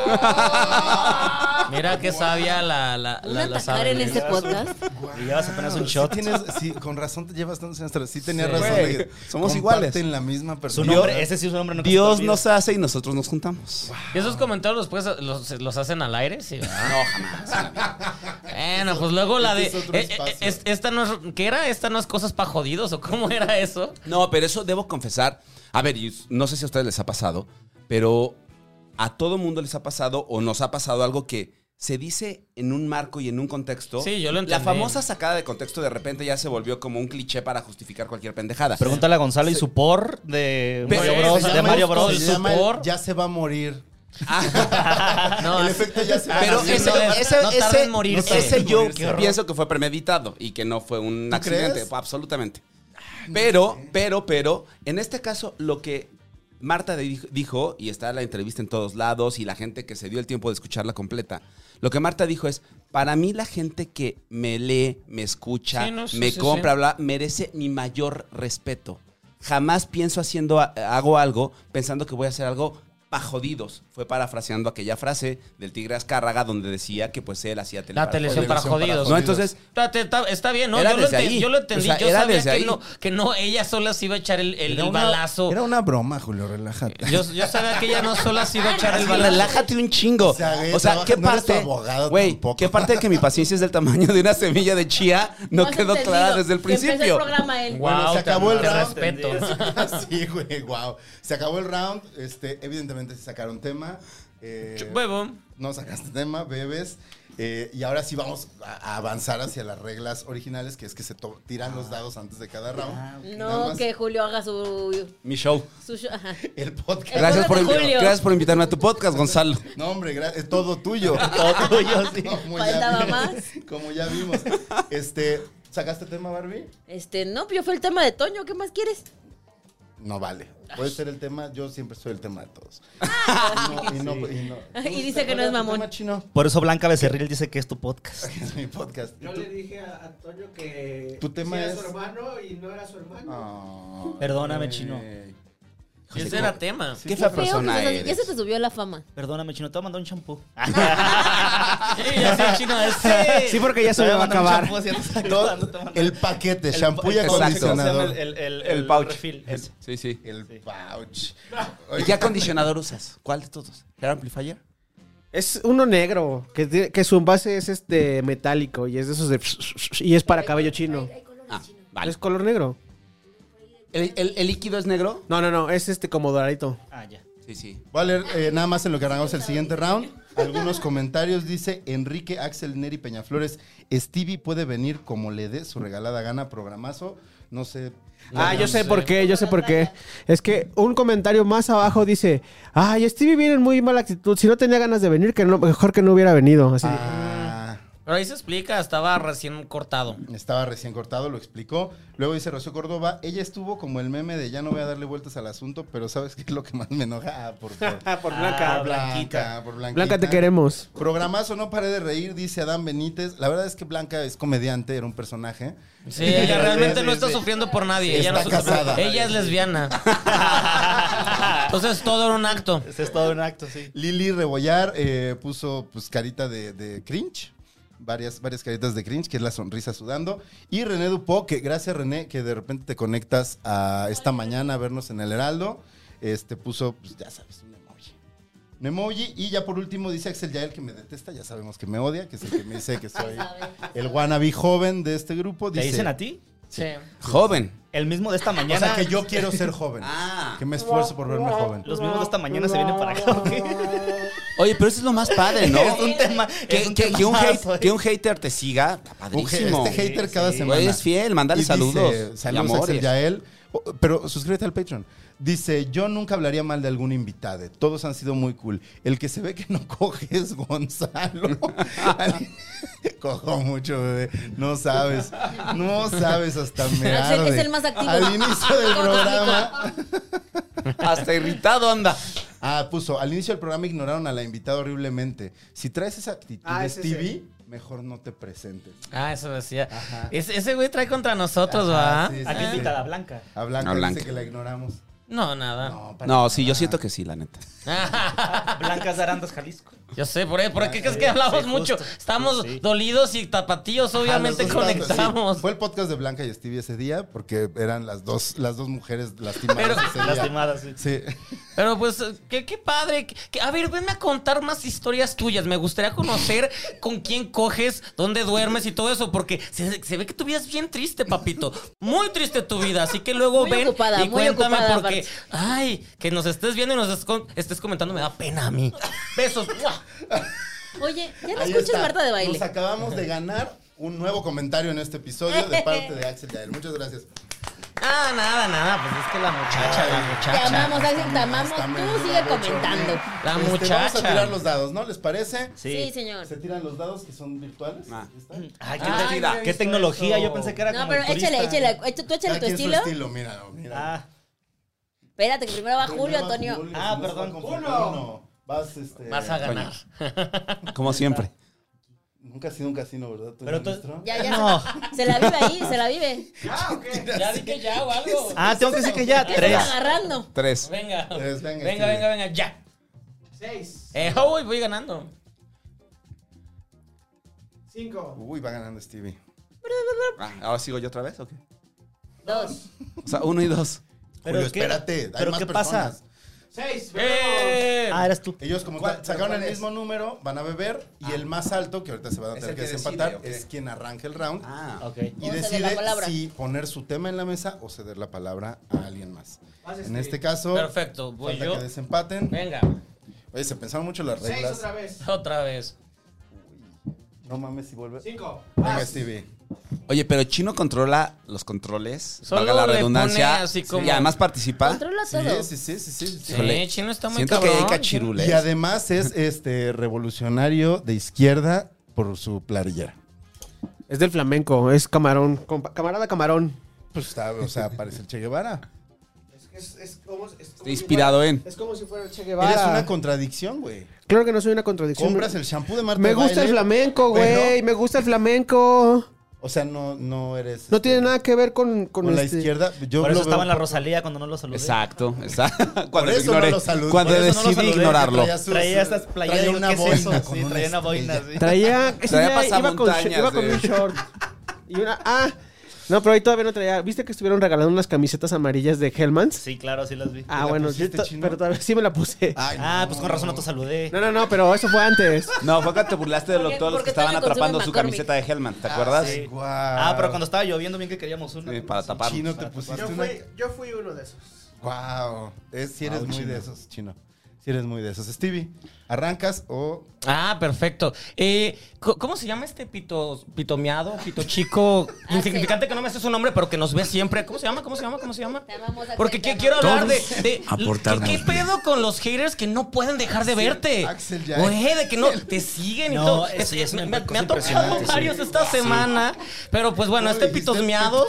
S2: Mira qué sabia la, la,
S3: Un
S2: la, la
S3: atacar
S2: sabe.
S3: en este podcast.
S5: Y llevas apenas un shot.
S1: Sí tienes- sí, con razón te llevas tantos años. Sí tenía
S2: Sí.
S1: razón.
S4: Güey,
S1: de-
S4: somos
S1: comparten
S4: iguales.
S1: la misma
S5: Su
S1: persona.
S5: nombre, ese sí es su nombre. nunca se
S4: Dios
S5: te
S4: nos hace y nosotros nos juntamos.
S2: ¿Y esos comentarios después los, los hacen al aire? Sí, ¿verdad?
S4: No, jamás.
S2: Bueno, pues luego la de.
S1: Este es otro
S2: eh, eh,
S1: espacio.
S2: es- esta no es, ¿Qué era? ¿Esta no es cosas pa' jodidos? ¿O cómo era eso?
S4: No, pero eso debo confesar. A ver, y no sé si a ustedes les ha pasado, pero a todo mundo les ha pasado o nos ha pasado algo que se dice en un marco y en un contexto.
S2: Sí, yo lo
S4: La
S2: entendí.
S4: famosa sacada de contexto de repente ya se volvió como un cliché para justificar cualquier pendejada.
S5: Pregúntale a Gonzalo y su por de
S4: Pero-
S5: Mario
S4: se
S5: Bros.
S4: llama
S5: De Mario
S4: esto,
S5: Bros.
S1: Se
S5: su
S1: llama el
S5: por.
S1: ya se va a morir.
S4: ah,
S2: No,
S1: el
S2: así-
S1: efecto ya se va
S4: Pero
S1: a morir.
S4: ese,
S2: no, es-
S4: ese-
S2: no tarda
S4: ese-
S2: en morirse.
S4: no, ese yo
S1: Morirse.
S4: pienso que fue premeditado y que no fue un
S1: ¿Tú
S4: accidente,
S1: crees? Ah,
S4: absolutamente. Pero, pero, pero, en este caso, lo que Marta de- dijo, y está la entrevista en todos lados y la gente que se dio el tiempo de escucharla completa, lo que Marta dijo es, para mí la gente que me lee, me escucha,
S2: Sí, no, sí,
S4: me
S2: sí,
S4: compra,
S2: sí.
S4: bla, merece mi mayor respeto. Jamás pienso haciendo, a- hago algo pensando que voy a hacer algo pa' jodidos. Fue parafraseando aquella frase del Tigre Azcárraga donde decía que pues él hacía tele
S2: La
S4: para
S2: televisión
S4: jodidos.
S2: para jodidos.
S4: No, entonces,
S2: Está, te- está- está bien, ¿no?
S4: Era
S2: Yo lo,
S4: desde
S2: enten-
S4: ahí.
S2: yo lo entendí.
S4: O sea,
S2: yo
S4: era
S2: sabía
S4: desde
S2: que
S4: ahí.
S2: no, que no, ella sola se iba a echar el, el- el
S1: una-
S2: balazo.
S1: Era una broma, Julio, relájate.
S2: Yo, yo sabía que ella no sola se iba a echar el
S4: Sí,
S2: balazo.
S4: relájate un chingo.
S1: O sea, güey,
S4: O sea,
S1: trabaja-
S4: ¿qué
S1: no eres
S4: parte?
S1: abogado
S4: Güey,
S1: tampoco.
S4: ¿qué parte de que mi paciencia es del tamaño de una semilla de chía no
S3: has
S4: quedó clara
S3: entendido.
S4: desde el
S3: Que empezó
S4: principio?
S3: programa él.
S2: Guau,
S1: se
S2: te-
S1: acabó el
S2: te
S1: round.
S2: respeto.
S1: sí, güey, wow. Se acabó el round. Este, evidentemente se sacaron tema. eh,
S2: Ch- Huevo.
S1: no sacaste tema, bebes. eh, y ahora sí vamos a a avanzar hacia las reglas originales, que es que se to- tiran los dados antes de cada round. Nada
S3: No,
S1: más
S3: que Julio haga su.
S4: Mi show.
S3: su show. Ajá.
S1: El podcast.
S3: El
S4: Gracias por,
S3: de
S4: invi-
S3: Julio.
S4: gracias por invitarme a tu podcast, Gonzalo.
S1: No, hombre, gra- es todo tuyo.
S5: Todo tuyo, sí.
S1: No, como
S3: Faltaba
S1: vimos-
S3: más.
S1: Como ya vimos. Este, ¿sacaste tema, Barbie?
S3: Este, no, yo fue el tema de Toño, ¿qué más quieres?
S1: No vale. Puede ser el tema, yo siempre soy el tema de todos. No, y no, y no.
S3: Ah, Y dice que no
S1: ¿Cuál era
S3: es
S1: tu
S3: mamón.
S1: tema, chino?
S5: Por eso Blanca Becerril dice que es tu podcast.
S1: Es mi podcast. ¿Y tú?
S6: dije a Antonio que
S1: Tu tema sí era es- Ah. su
S6: hermano y no era su hermano.
S1: Ay.
S5: Perdóname, chino.
S1: Eh,
S2: Ese era tema.
S4: Qué fea
S3: Feo que
S4: persona
S3: seas así, ya se
S4: eres.
S3: te subió la fama.
S5: Perdóname, chino. Te voy a mandar un champú.
S2: Sí, así el chino ese.
S6: Sí, porque ya se
S5: Te
S6: me va
S5: voy
S6: a
S5: mandar un
S6: acabar.
S5: champú, así, antes de
S1: Todo-
S5: acabar, no te voy a mandar.
S1: el paquete,
S5: El-
S1: shampoo y
S5: el- ¿cómo se llama
S1: acondicionador.
S5: El, el, el,
S4: El pouch.
S5: refil, ese.
S4: Sí, sí.
S1: El pouch.
S4: ¿Y qué acondicionador usas? ¿Cuál de todos? ¿Hair Amplifier?
S6: Es uno negro, que, tiene- que su envase es este metálico y es de esos de... Y es para cabello chino.
S4: Ah,
S6: ¿Es
S4: vale.
S6: color negro?
S4: ¿El, el- el líquido es negro?
S6: No, no, no, es este como doradito.
S5: Ah, ya.
S4: Sí, sí.
S1: Voy a leer eh, nada más en lo que arrancamos el siguiente round. Algunos comentarios dice Enrique Axel Neri Peñaflores. Stevie puede venir como le dé su regalada gana, programazo. No sé.
S6: ah,
S2: no
S6: yo sé
S2: sé.
S6: por qué, yo sé por qué. Es que un comentario más abajo dice, ay, Stevie viene en muy mala actitud. Si no tenía ganas de venir, que no, mejor que no hubiera venido. Así.
S1: Ah,
S2: Pero ahí se explica, estaba recién cortado.
S1: estaba recién cortado, lo explicó. Luego dice Rocío Córdoba, ella estuvo como el meme de ya no voy a darle vueltas al asunto, pero ¿sabes qué es lo que más me enoja? Ah, por, por-
S6: por
S1: por
S6: Blanca.
S1: Blanca, por Blanquita.
S6: Blanca, te queremos.
S1: Programazo, no paré de reír, dice Adán Benítez. La verdad es que Blanca es comediante, era un personaje.
S2: Sí, ella realmente no está sufriendo por nadie.
S1: Sí,
S2: ella no
S1: está
S2: sufre por-
S1: casada.
S2: Ella es lesbiana. Entonces todo era un acto.
S5: Ese es todo un acto, sí.
S1: Lili Rebollar eh, puso pues carita de, de cringe. Varias, varias caritas de cringe, que es la sonrisa sudando. Y René Dupont, que gracias René, que de repente te conectas a esta mañana a vernos en el Heraldo. Este puso, pues ya sabes, un emoji. Un emoji. Y ya por último dice Axel Yael, que me detesta, ya sabemos que me odia, que es el que me dice que soy el wannabe joven de este grupo.
S5: ¿Te
S1: Dice,
S5: dicen a ti?
S4: Joven.
S5: El mismo de esta
S1: O
S5: mañana.
S1: sea, que yo quiero ser joven.
S4: Ah.
S1: Que me esfuerzo por verme joven.
S5: Los mismos de esta mañana se vienen para acá, ¿ok?
S4: Oye, pero eso es lo más padre, ¿no?
S5: Es un tema.
S4: que,
S5: es un
S4: que- que un hate-
S5: temazo, ¿eh?
S4: que un hater te siga, está padrísimo.
S1: Este hater cada
S4: Sí,
S1: semana.
S4: güey, es fiel, mándale
S1: Y dice,
S4: saludos. y
S1: saludos a
S4: amores.
S1: Axel Yael. Oh, Pero suscríbete al Patreon. Dice, yo nunca hablaría mal de algún invitado. Todos han sido muy cool. El que se ve que no coge es Gonzalo. Cojo mucho, bebé. No sabes. No sabes hasta me
S3: Axel es
S1: arde.
S3: el más activo.
S1: Al inicio del programa...
S4: Hasta irritado anda.
S1: Ah, puso, al inicio del programa ignoraron a la invitada horriblemente. Si traes esa actitud
S8: Ah,
S1: de
S8: ese sí.
S1: Stevie, mejor no te presentes.
S2: Ah, eso decía. Ese, ese güey trae contra nosotros, ¿va?
S1: Ajá, sí, sí,
S5: ¿A qué
S1: sí.
S5: invitada? Blanca.
S1: A Blanca,
S4: A Blanca.
S1: dice que la ignoramos.
S2: No, nada.
S1: No, para
S4: No, sí, yo siento que sí, la neta.
S5: Blancas de Arandas, Jalisco.
S2: Yo sé, por, ahí- por qué crees que hablamos
S5: sí,
S2: mucho.
S5: justo.
S2: Estamos
S5: Sí.
S2: dolidos y tapatíos, obviamente
S1: los dos lados,
S2: conectamos.
S1: Pues, sí. Fue el podcast de Blanca y Stevie ese día porque eran las dos, las dos mujeres lastimadas.
S2: Pero-
S1: ese día.
S5: Lastimadas, sí.
S1: Sí.
S2: Pero pues, qué, qué padre. que- que- a ver, venme a contar más historias tuyas. Me gustaría conocer con quién coges, dónde duermes y todo eso, porque se, se ve que tu vida es bien triste, papito. Muy triste tu vida. Así que luego
S3: Muy
S2: ven
S3: ocupada,
S2: y
S3: muy
S2: cuéntame
S3: ocupada,
S2: porque,
S3: aparte.
S2: ay, que nos estés viendo y nos estés con- estés comentando me da pena a mí. Besos. ¡Mua!
S3: Oye, ya no
S1: Ahí
S3: escuchas
S1: está.
S3: Marta de baile.
S1: Nos acabamos de ganar un nuevo comentario en este episodio de parte de Axel Yael. Muchas gracias.
S2: Nada, nada, nada. Pues es que la muchacha, la
S3: Te
S2: muchacha.
S3: amamos, Axel, te amamos.
S1: Está
S3: Tú
S1: medio
S3: sigue
S1: bochorno.
S3: comentando.
S2: La
S1: Este, Vamos
S2: muchacha.
S1: a tirar los dados, ¿no? ¿Les parece?
S3: Sí, señor.
S1: Se tiran los dados que son virtuales.
S4: Ah.
S1: ¿Está?
S5: Ay, qué,
S2: Ay,
S5: te-
S4: mira.
S5: qué tecnología. Yo pensé que era
S3: No,
S5: como
S3: pero
S5: el turista.
S3: échale, échale. echa- Tú
S1: Cada
S3: échale tu
S1: quien su
S3: estilo.
S1: estilo, míralo, míralo.
S5: Ah,
S3: Espérate, que primero va Julio,
S1: Primero va
S3: Antonio.
S1: Julio,
S5: Ah,
S1: si no se va
S5: perdón.
S1: a confundir
S5: Uno.
S1: uno. Vas, este,
S2: Vas a ganar.
S4: Como siempre.
S1: Nunca ha sido un casino, ¿verdad? tú,
S5: Pero tú-
S1: maestro?
S3: Ya, ya. Se la vive ahí, se la vive.
S2: Ya dije ya o algo.
S5: ah, tengo que decir que ya.
S3: ¿Qué estás
S5: Tres.
S3: agarrando?
S4: Tres.
S2: Venga.
S1: Tres, venga,
S2: Pues, venga,
S1: Stevie.
S2: venga, venga, ya. Seis. Eh, oh, voy, voy ganando.
S8: Cinco.
S1: Uy, va ganando Stevie.
S4: Ah, ¿Ahora sigo yo otra vez o qué?
S3: Dos.
S4: O sea, uno y dos.
S1: Pero
S5: qué-
S1: espérate, hay
S5: pero
S1: más
S5: ¿qué
S1: personas.
S5: pasa?
S8: Seis.
S2: ¡Eh!
S5: Ah, eras tú.
S1: Ellos como
S4: ¿Cuál-
S1: ta- sacaron
S4: cuál
S1: el
S4: es?
S1: mismo número, van a beber y el más alto, que ahorita se va a
S4: ¿Es
S1: tener
S4: el que
S1: que
S4: decide,
S1: desempatar,
S4: o qué?
S1: es quien arranca el round
S4: Ah.
S5: Ok.
S1: y
S3: O ceder
S1: decide
S3: la palabra.
S1: si poner su tema en la mesa o ceder la palabra a alguien más. En este caso,
S2: Perfecto, voy
S1: falta
S2: yo.
S1: que desempaten.
S2: Venga,
S1: Oye, se pensaron mucho las
S8: Seis
S1: reglas.
S8: otra vez.
S2: otra vez.
S1: No mames si vuelve.
S8: Cinco.
S1: Venga, Stevie.
S4: Oye, pero Chino controla los controles.
S2: Solo
S4: valga la
S2: le
S4: redundancia.
S2: pone así como-
S4: Y además participa.
S3: Controla
S1: Sí,
S3: todo.
S1: sí, sí, sí, sí, sí.
S2: Sí,
S4: Híjole,
S2: Chino está muy
S4: Siento
S2: cabrón.
S4: que hay cachirules.
S1: Y además es este revolucionario de izquierda por su plarillera.
S6: Es del flamenco, es camarón. compa- camarada camarón.
S1: Pues está, o sea, parece el Che Guevara.
S8: Es que es, es como, es como
S4: Está inspirado
S8: si
S4: en.
S8: fuera- Es como si fuera el Che
S1: Eres
S8: Guevara.
S1: una contradicción, güey.
S6: Claro que no soy una contradicción.
S1: Compras el shampoo de Marta
S6: Me
S1: de
S6: gusta el
S1: Baile,
S6: flamenco,
S1: pero-
S6: güey. Me gusta el flamenco.
S1: O sea, no, no eres.
S6: No
S1: este,
S6: tiene nada que ver con, con,
S1: Con la
S6: este-
S1: izquierda. Yo lo
S5: Por eso
S1: veo
S5: estaba en la
S1: por-
S5: Rosalía cuando no lo saludé.
S4: Exacto, exacto. Cuando
S1: eso no
S4: ignoré-
S1: lo saludé.
S4: Cuando
S1: Por eso
S5: no lo
S4: decidí
S5: saludé, que
S4: ignorarlo.
S1: traía su-
S5: Traía estas playeras.
S1: traía
S5: digo,
S1: una
S5: ¿qué es
S1: boina
S5: eso?
S1: con
S5: Sí,
S1: una
S5: traía una boina.
S1: estrella.
S5: sí.
S6: Traía, ese
S4: Traía
S6: día iba con,
S4: pasamontañas, eh.
S6: iba con
S4: güey.
S6: un short. Y una, ah, no, pero ahí todavía no traía. ¿Viste que estuvieron regalando unas camisetas amarillas de Hellmans?
S5: Sí, claro, sí las vi.
S6: Ah,
S1: la
S6: bueno, yo
S1: pusiste,
S6: to-
S1: chino?
S6: pero todavía sí me la puse.
S1: Ay,
S5: Ah,
S1: no.
S5: pues con razón no te saludé.
S6: No, no, no, pero eso fue antes.
S4: No, fue cuando te burlaste de los,
S3: Porque-
S4: todos los que
S3: porque
S4: estaban
S3: todavía
S4: atrapando
S3: consume
S4: su
S3: McCormick.
S4: camiseta de Hellman, ¿te acuerdas?
S5: sí.
S1: Guau.
S5: Ah, pero cuando estaba lloviendo bien que queríamos una.
S4: Sí, para tapar.
S1: este, Chino, te pusiste
S8: Yo
S1: una.
S8: fui, yo fui uno de esos.
S1: Wow. Es, si eres
S5: Guau,
S1: muy
S5: Ah, chino.
S1: de esos, chino. Si eres muy de esos. Stevie, ¿arrancas o.?
S2: Ah, perfecto. Eh, co- ¿Cómo se llama este pito, pitomeado, pito chico? insignificante que no me hace su nombre, pero que nos ve siempre. ¿Cómo se llama? ¿Cómo se llama? ¿Cómo se llama?
S3: Te amamos, Axel,
S2: Porque
S3: te
S2: que-
S3: amamos.
S2: quiero hablar de,
S4: Todos
S2: de-
S4: aportarnos.
S2: ¿qué, qué pedo con los haters que no pueden dejar de verte?
S1: Axel ya-
S2: Güey, de que no te siguen y
S5: No,
S2: todo.
S5: eso ya es una
S2: me, me- me
S5: cosa
S2: ha tocado
S5: impresionante, sí.
S2: varios esta semana, pero pues bueno,
S1: No,
S2: este
S1: dijiste
S2: pitos meados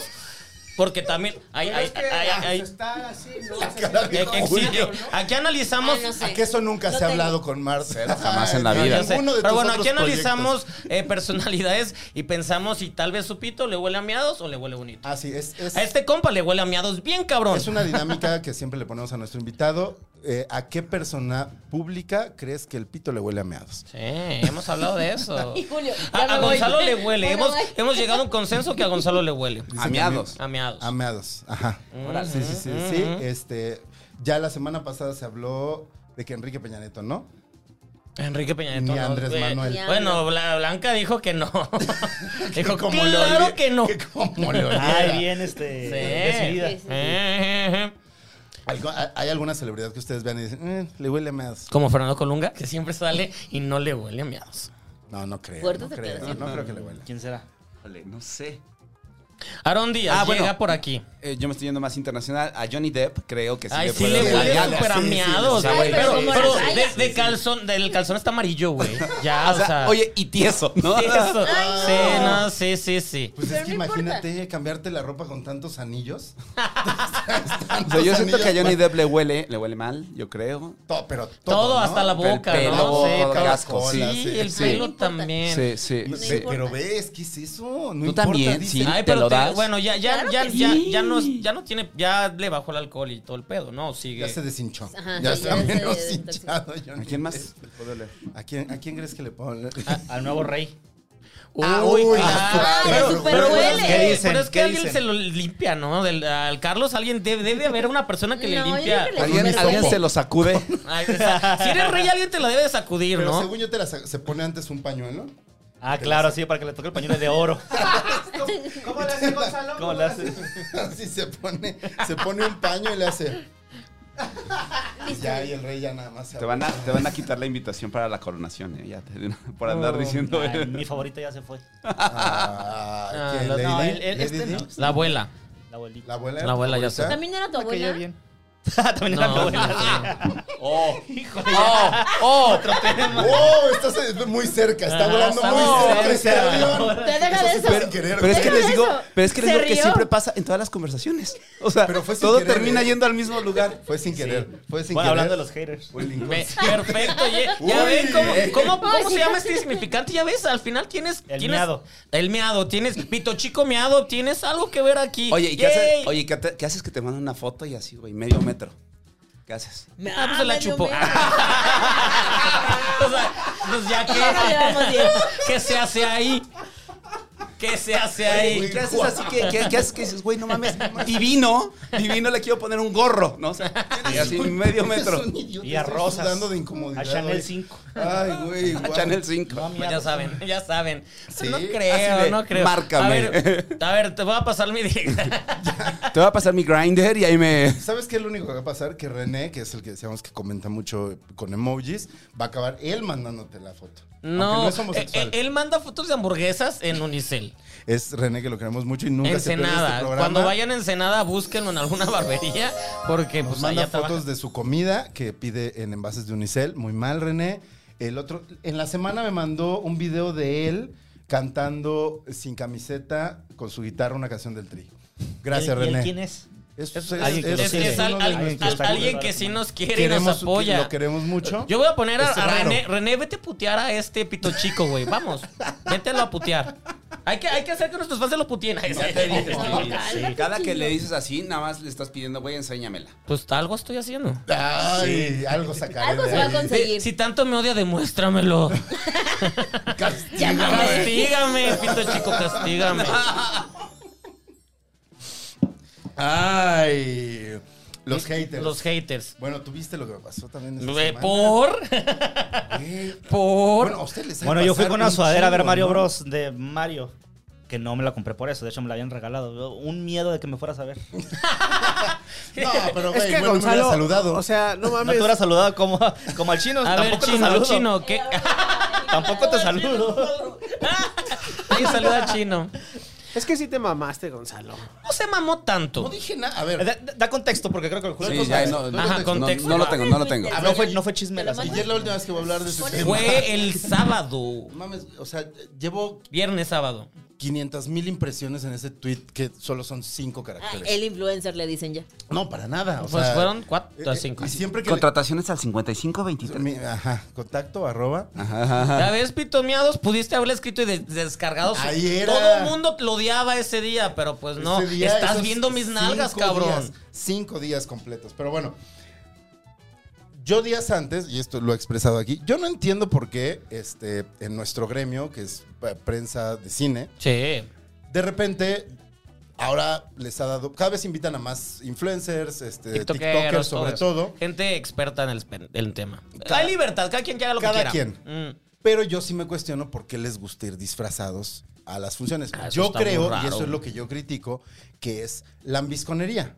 S2: porque también hay,
S8: Pero
S2: hay,
S8: es que
S2: hay, hay-
S8: ah,
S2: hay-
S8: se está así, ¿no? Se
S1: cara de
S8: siente
S2: Eh, que- que
S1: Julio.
S8: orgullo,
S2: existe. Aquí analizamos
S3: Ah, no sé.
S1: ¿A que eso nunca
S3: No
S1: se ha
S3: tengo.
S1: hablado con Marcela?
S4: jamás en la
S2: No,
S4: vida.
S2: yo sé.
S1: Ninguno de
S2: Pero
S1: tus
S2: bueno,
S1: otros
S2: aquí
S1: proyectos.
S2: analizamos eh, personalidades y pensamos si tal vez su pito le huele a miados o le huele bonito.
S1: Ah, sí, es, es-
S2: A este compa le huele a miados bien cabrón.
S1: es una dinámica que siempre le ponemos a nuestro invitado. eh, ¿a qué persona pública crees que el pito le huele a meados?
S2: Sí, hemos hablado de eso.
S3: Y Julio,
S2: A,
S3: ya
S2: a
S3: me voy.
S2: Gonzalo le huele.
S3: Bueno,
S2: hemos,
S3: bye.
S2: hemos llegado a un consenso que a Gonzalo le huele.
S1: Dice
S4: Ameados.
S1: que
S2: A meados.
S1: A meados, ajá. Sí, sí, sí.
S2: ujú.
S1: sí, este, ya la semana pasada se habló de que Enrique Peña Nieto, ¿no?
S2: Enrique Peña Nieto,
S1: Ni
S2: no,
S1: Andrés
S2: güey.
S1: Manuel.
S3: Ni
S2: Bueno, Bla- Blanca dijo que no. dijo,
S1: como le
S2: claro
S1: olí-
S2: que no.
S1: que como le oliera.
S5: Ay, bien, este.
S2: Sí.
S5: Decidida.
S3: Sí, sí, sí.
S2: Eh, eh, eh.
S1: Algo- a- ¿Hay alguna celebridad que ustedes vean y dicen, "Mm, le huele a meados?
S2: Como Fernando Colunga, que siempre sale y no le huele a miados.
S1: No, no creo.
S3: Fuertes
S1: no, creo no,
S3: declaraciones.
S1: no creo que le huela.
S5: ¿Quién será?
S4: Híjole, no sé.
S2: Aarón Díaz
S4: Ah,
S2: llega
S4: bueno.
S2: por aquí.
S4: Eh, yo me estoy yendo más internacional. A Johnny Depp creo que sí
S2: Ay,
S4: le
S2: sí
S4: puede
S2: le
S1: Sí,
S2: huele
S1: sí,
S2: a
S1: sí,
S2: súper
S1: sí, sí,
S2: amiados,
S1: sí,
S3: sí,
S2: güey.
S3: sí,
S2: Pero,
S3: sí, sí,
S2: pero
S3: sí, sí,
S2: de,
S3: sí,
S2: de calzón, del calzón está amarillo, güey. Ya,
S4: O sea, oye, y tieso, ¿no?
S2: Sí, eso.
S3: Ay,
S2: Sí,
S3: no.
S2: no, sí, sí, sí.
S1: Pues
S3: Pero
S1: es que
S3: no importa.
S1: imagínate cambiarte la ropa con tantos anillos.
S4: O sea, yo siento que a Johnny Depp le huele, le huele mal, yo creo.
S1: Todo, pero todo,
S2: Todo,
S1: ¿no?
S2: hasta la boca,
S4: El pelo,
S2: ¿no? Sí,
S4: todo
S2: todo.
S4: casco.
S1: Cola,
S2: sí,
S1: sí,
S2: el
S3: sí.
S2: pelo
S3: No importa.
S2: también.
S4: Sí, sí,
S1: Ve-
S4: sí.
S3: importa.
S1: Pero ves, ¿qué es eso? No
S4: Tú
S1: importa,
S4: también,
S1: dice.
S4: sí.
S2: Ay,
S4: ¿Te
S2: pero
S4: lo
S2: te-
S4: das?
S2: bueno, ya, ya,
S3: Claro
S2: ya,
S3: que
S2: ya,
S3: sí.
S2: ya no, ya no tiene, ya le bajó el alcohol y todo el pedo, ¿no? Sigue.
S1: Ya se deshinchó.
S3: Ajá,
S1: ya
S3: sí,
S1: está
S3: ya se
S1: menos
S3: desintoxicó.
S1: hinchado.
S4: ¿A
S1: Johnny
S4: quién más?
S1: Depp. ¿A quién, ¿A quién crees que le puedo oler?
S5: Al nuevo rey.
S2: Uy,
S1: Ah, uy,
S3: ah,
S2: pero,
S3: súper
S2: pero-
S3: huele.
S2: pero
S5: ¿Qué dicen?
S2: es que
S5: ¿Qué
S2: alguien
S5: dicen?
S2: se lo limpia, ¿no? Del, al Carlos, alguien debe, debe haber una persona que
S3: No,
S2: le
S3: yo
S2: limpia.
S3: creo que le-
S4: ¿Alguien,
S3: Pero-
S4: alguien se lo sacude?
S2: Ay, o sea, si eres rey, alguien te la debe de sacudir,
S1: Pero
S2: ¿no?
S1: según yo, te la sa- se pone antes un pañuelo.
S5: Ah, claro, sí, para que le toque el pañuelo de oro.
S8: ¿Cómo le hace Gonzalo?
S5: ¿Cómo le haces?
S1: Así se pone, se pone un paño y le hace. Y ya, y el rey ya nada más se
S4: Te van, a, te van a quitar la invitación para la coronación, ¿eh? Ya, te- por andar
S5: Oh,
S4: diciendo.
S5: Ay, Ah, mi favorita ya se fue.
S1: Ah, ¿quién?
S2: Ah,
S1: ¿Lady?
S2: no, el- el-
S1: ¿Lady
S2: este
S1: Di?
S2: no. La abuela.
S5: La abuelita.
S1: La abuela.
S2: La abuela ya
S1: favorita?
S3: También era tu abuela.
S8: bien.
S5: También era
S2: No,
S5: mi abuela.
S2: no,
S4: ¡Oh!
S5: Híjole,
S4: ¡Oh! ¡Oh!
S1: ¡Oh! Estás eh, muy cerca, está
S2: Ajá,
S1: volando
S2: Ah, está
S1: muy
S2: muy
S1: cerca este
S2: cerca.
S1: avión.
S3: Te deja
S1: Eso
S3: de
S1: sí
S3: eso.
S1: fue sin querer.
S4: Pero es que
S3: Deja
S4: les
S3: de
S4: digo,
S3: eso.
S4: pero es que les
S3: Se
S4: digo que
S3: rió.
S4: siempre pasa en todas las conversaciones. O sea,
S1: Pero fue sin
S4: todo
S1: querer,
S4: termina
S1: ¿eh?
S4: yendo al mismo lugar.
S1: Fue sin querer. Fue sin
S5: Bueno,
S1: querer.
S5: hablando de los haters.
S1: Fue el
S2: Ve-
S1: inconsciente.
S2: Perfecto, ya, ya
S1: Uy.
S2: ven cómo, cómo, cómo
S3: Ay, sí.
S2: se llama este insignificante, ya ves, al final tienes...
S5: El
S2: tienes-
S5: meado.
S2: El meado, tienes pito chico meado, tienes algo que ver aquí.
S4: Oye, ¿y qué
S2: Yay.
S4: haces? Oye, ¿qué, te- qué haces que te mandan una foto y así, güey, medio metro? ¿Qué haces?
S2: Ah, pues se la
S3: medio
S2: chupó.
S3: metro.
S2: o sea, pues ya
S3: Ya nos llevamos bien.
S2: que... ¿Qué se hace ahí? ¿Qué se hace ahí? Pues
S4: ¿Qué haces así que, que- que haces que dices, güey, no mames, divino, divino, le quiero poner un gorro, ¿no? O sea, y así medio metro.
S1: Es un idiota,
S5: Y a
S1: estoy
S5: Rosas.
S1: sudando de incomodidad.
S5: A Chanel
S1: hoy.
S5: 5.
S1: Ay, güey.
S4: A
S1: guau.
S4: Chanel 5.
S2: Pues ya saben, ya saben.
S1: Sí,
S2: No
S4: así
S2: creo,
S4: de,
S2: no creo. A
S4: márcame.
S2: ver, a ver, te voy a pasar mi
S4: Te voy a pasar mi grinder y ahí me.
S1: ¿Sabes qué es lo único que va a pasar? Que René, que es el que decíamos que comenta mucho con emojis, va a acabar él mandándote la foto. Aunque
S2: No,
S1: es homosexual.
S2: eh, eh, él manda fotos de hamburguesas en Unicel.
S1: Es René que lo queremos mucho y nunca se pierde este
S2: Ensenada.
S1: programa.
S2: Cuando vayan a Ensenada, búsquenlo en alguna barbería. Porque
S1: Nos
S2: pues
S1: manda
S2: allá
S1: fotos
S2: trabaja.
S1: de su comida que pide en envases de Unicel. Muy mal, René. El otro, en la semana me mandó un video de él cantando sin camiseta con su guitarra una canción del tri. Gracias,
S5: ¿Y el- y el
S1: René.
S5: quién es?
S1: Es, es-
S5: alguien que
S1: es-
S5: lo
S2: Es,
S5: quiere.
S2: es al-
S1: uno de
S2: al-
S1: los
S2: al- alguien,
S5: que
S1: que
S5: está muy raro.
S2: que sí nos quiere y
S1: queremos,
S2: nos apoya.
S1: Lo queremos mucho.
S2: Yo voy a poner a,
S1: Es
S2: a
S1: raro.
S2: René, René, vete a putear a este pito chico, güey. Vamos, véntelo a putear. Hay que, hay que hacer que nuestros fans se lo puteen.
S3: cálmate,
S4: Cada que
S3: chino.
S4: le dices así, nada más le estás pidiendo, güey, enséñamela.
S2: Pues algo estoy haciendo.
S1: Ay, algo sacaré
S3: Algo
S1: de
S3: se va a
S1: ahí.
S3: conseguir.
S2: Si tanto me odia, demuéstramelo. Castígame, pito chico, castígame.
S1: Ay, los haters.
S2: Los haters.
S1: Bueno, tuviste lo que me pasó también esta
S2: Eh,
S1: semana?
S2: ¿Por?
S1: Güey.
S2: ¿Por?
S1: Bueno, a usted les ha de
S5: Bueno, yo fui
S1: pasar
S5: con una
S1: un
S5: sudadera a ver
S1: chingo,
S5: Mario
S1: ¿no?
S5: Bros. de Mario. Que no me la compré por eso, de hecho me la habían regalado. Yo, Un miedo de que me fueras a ver.
S1: No,
S6: Es
S1: pero güey,
S6: que
S1: bueno, me hubiera
S6: Gonzalo.
S1: saludado.
S6: O sea, no
S5: No
S6: mames.
S5: te hubieras saludado como, como al chino.
S2: a ver,
S5: tampoco te
S2: chino,
S5: saludo.
S2: chino, ¿qué?
S5: Tampoco te saludo.
S2: Ay, saluda al chino.
S6: Es que sí te mamaste, Gonzalo.
S2: No se mamó
S1: No
S2: tanto.
S1: dije nada. A
S5: Eh,
S1: ver,
S5: Da, da contexto, porque creo que el
S4: Sí,
S5: juego
S4: ya, no, no,
S2: Ajá,
S4: no-
S2: contexto.
S4: no lo tengo, no lo tengo.
S5: No fue- no fue chisme
S3: Te
S5: la
S3: lo mando.
S1: y es la última vez que voy a hablar de ese tema.
S2: Fue el sábado.
S1: No Mames, o sea, llevo
S2: Viernes, sábado.
S1: 500 mil impresiones en ese tweet que solo son 5
S3: Ah,
S1: caracteres.
S3: el influencer le dicen ya.
S1: No, para nada. O
S2: Pues
S1: sea,
S2: fueron cuatro
S1: eh,
S2: a
S1: eh,
S2: cinco.
S1: y siempre que. le-
S4: Contrataciones al 5523.
S1: mi- ajá, contacto, arroba.
S2: Ya ves, pitomeados, pudiste haberle escrito y de- descargado. su-
S1: Ahí era.
S2: Todo el mundo lo odiaba ese día, pero pues no.
S1: Ese día,
S2: Estás
S1: esos
S2: viendo mis nalgas,
S1: cinco
S2: cabrón.
S1: días, cinco días completos. Pero bueno, Yo días antes, y esto lo he expresado aquí, yo no entiendo por qué este, en nuestro gremio, que es eh, prensa de cine,
S2: Sí.
S1: de repente ahora les ha dado, cada vez invitan a más influencers, este,
S2: TikTokers,
S1: tiktokers, sobre
S2: eso.
S1: todo,
S2: Gente experta en el, pen- el tema. Hay libertad, cada quien que haga lo
S1: cada
S2: que quiera.
S1: quien.
S2: Mm.
S1: pero yo sí me cuestiono por qué les gusta ir disfrazados a las funciones.
S2: Ah, eso
S1: yo
S2: está muy
S1: creo, y
S2: raro.
S1: eso es lo que yo critico, que es lambisconería.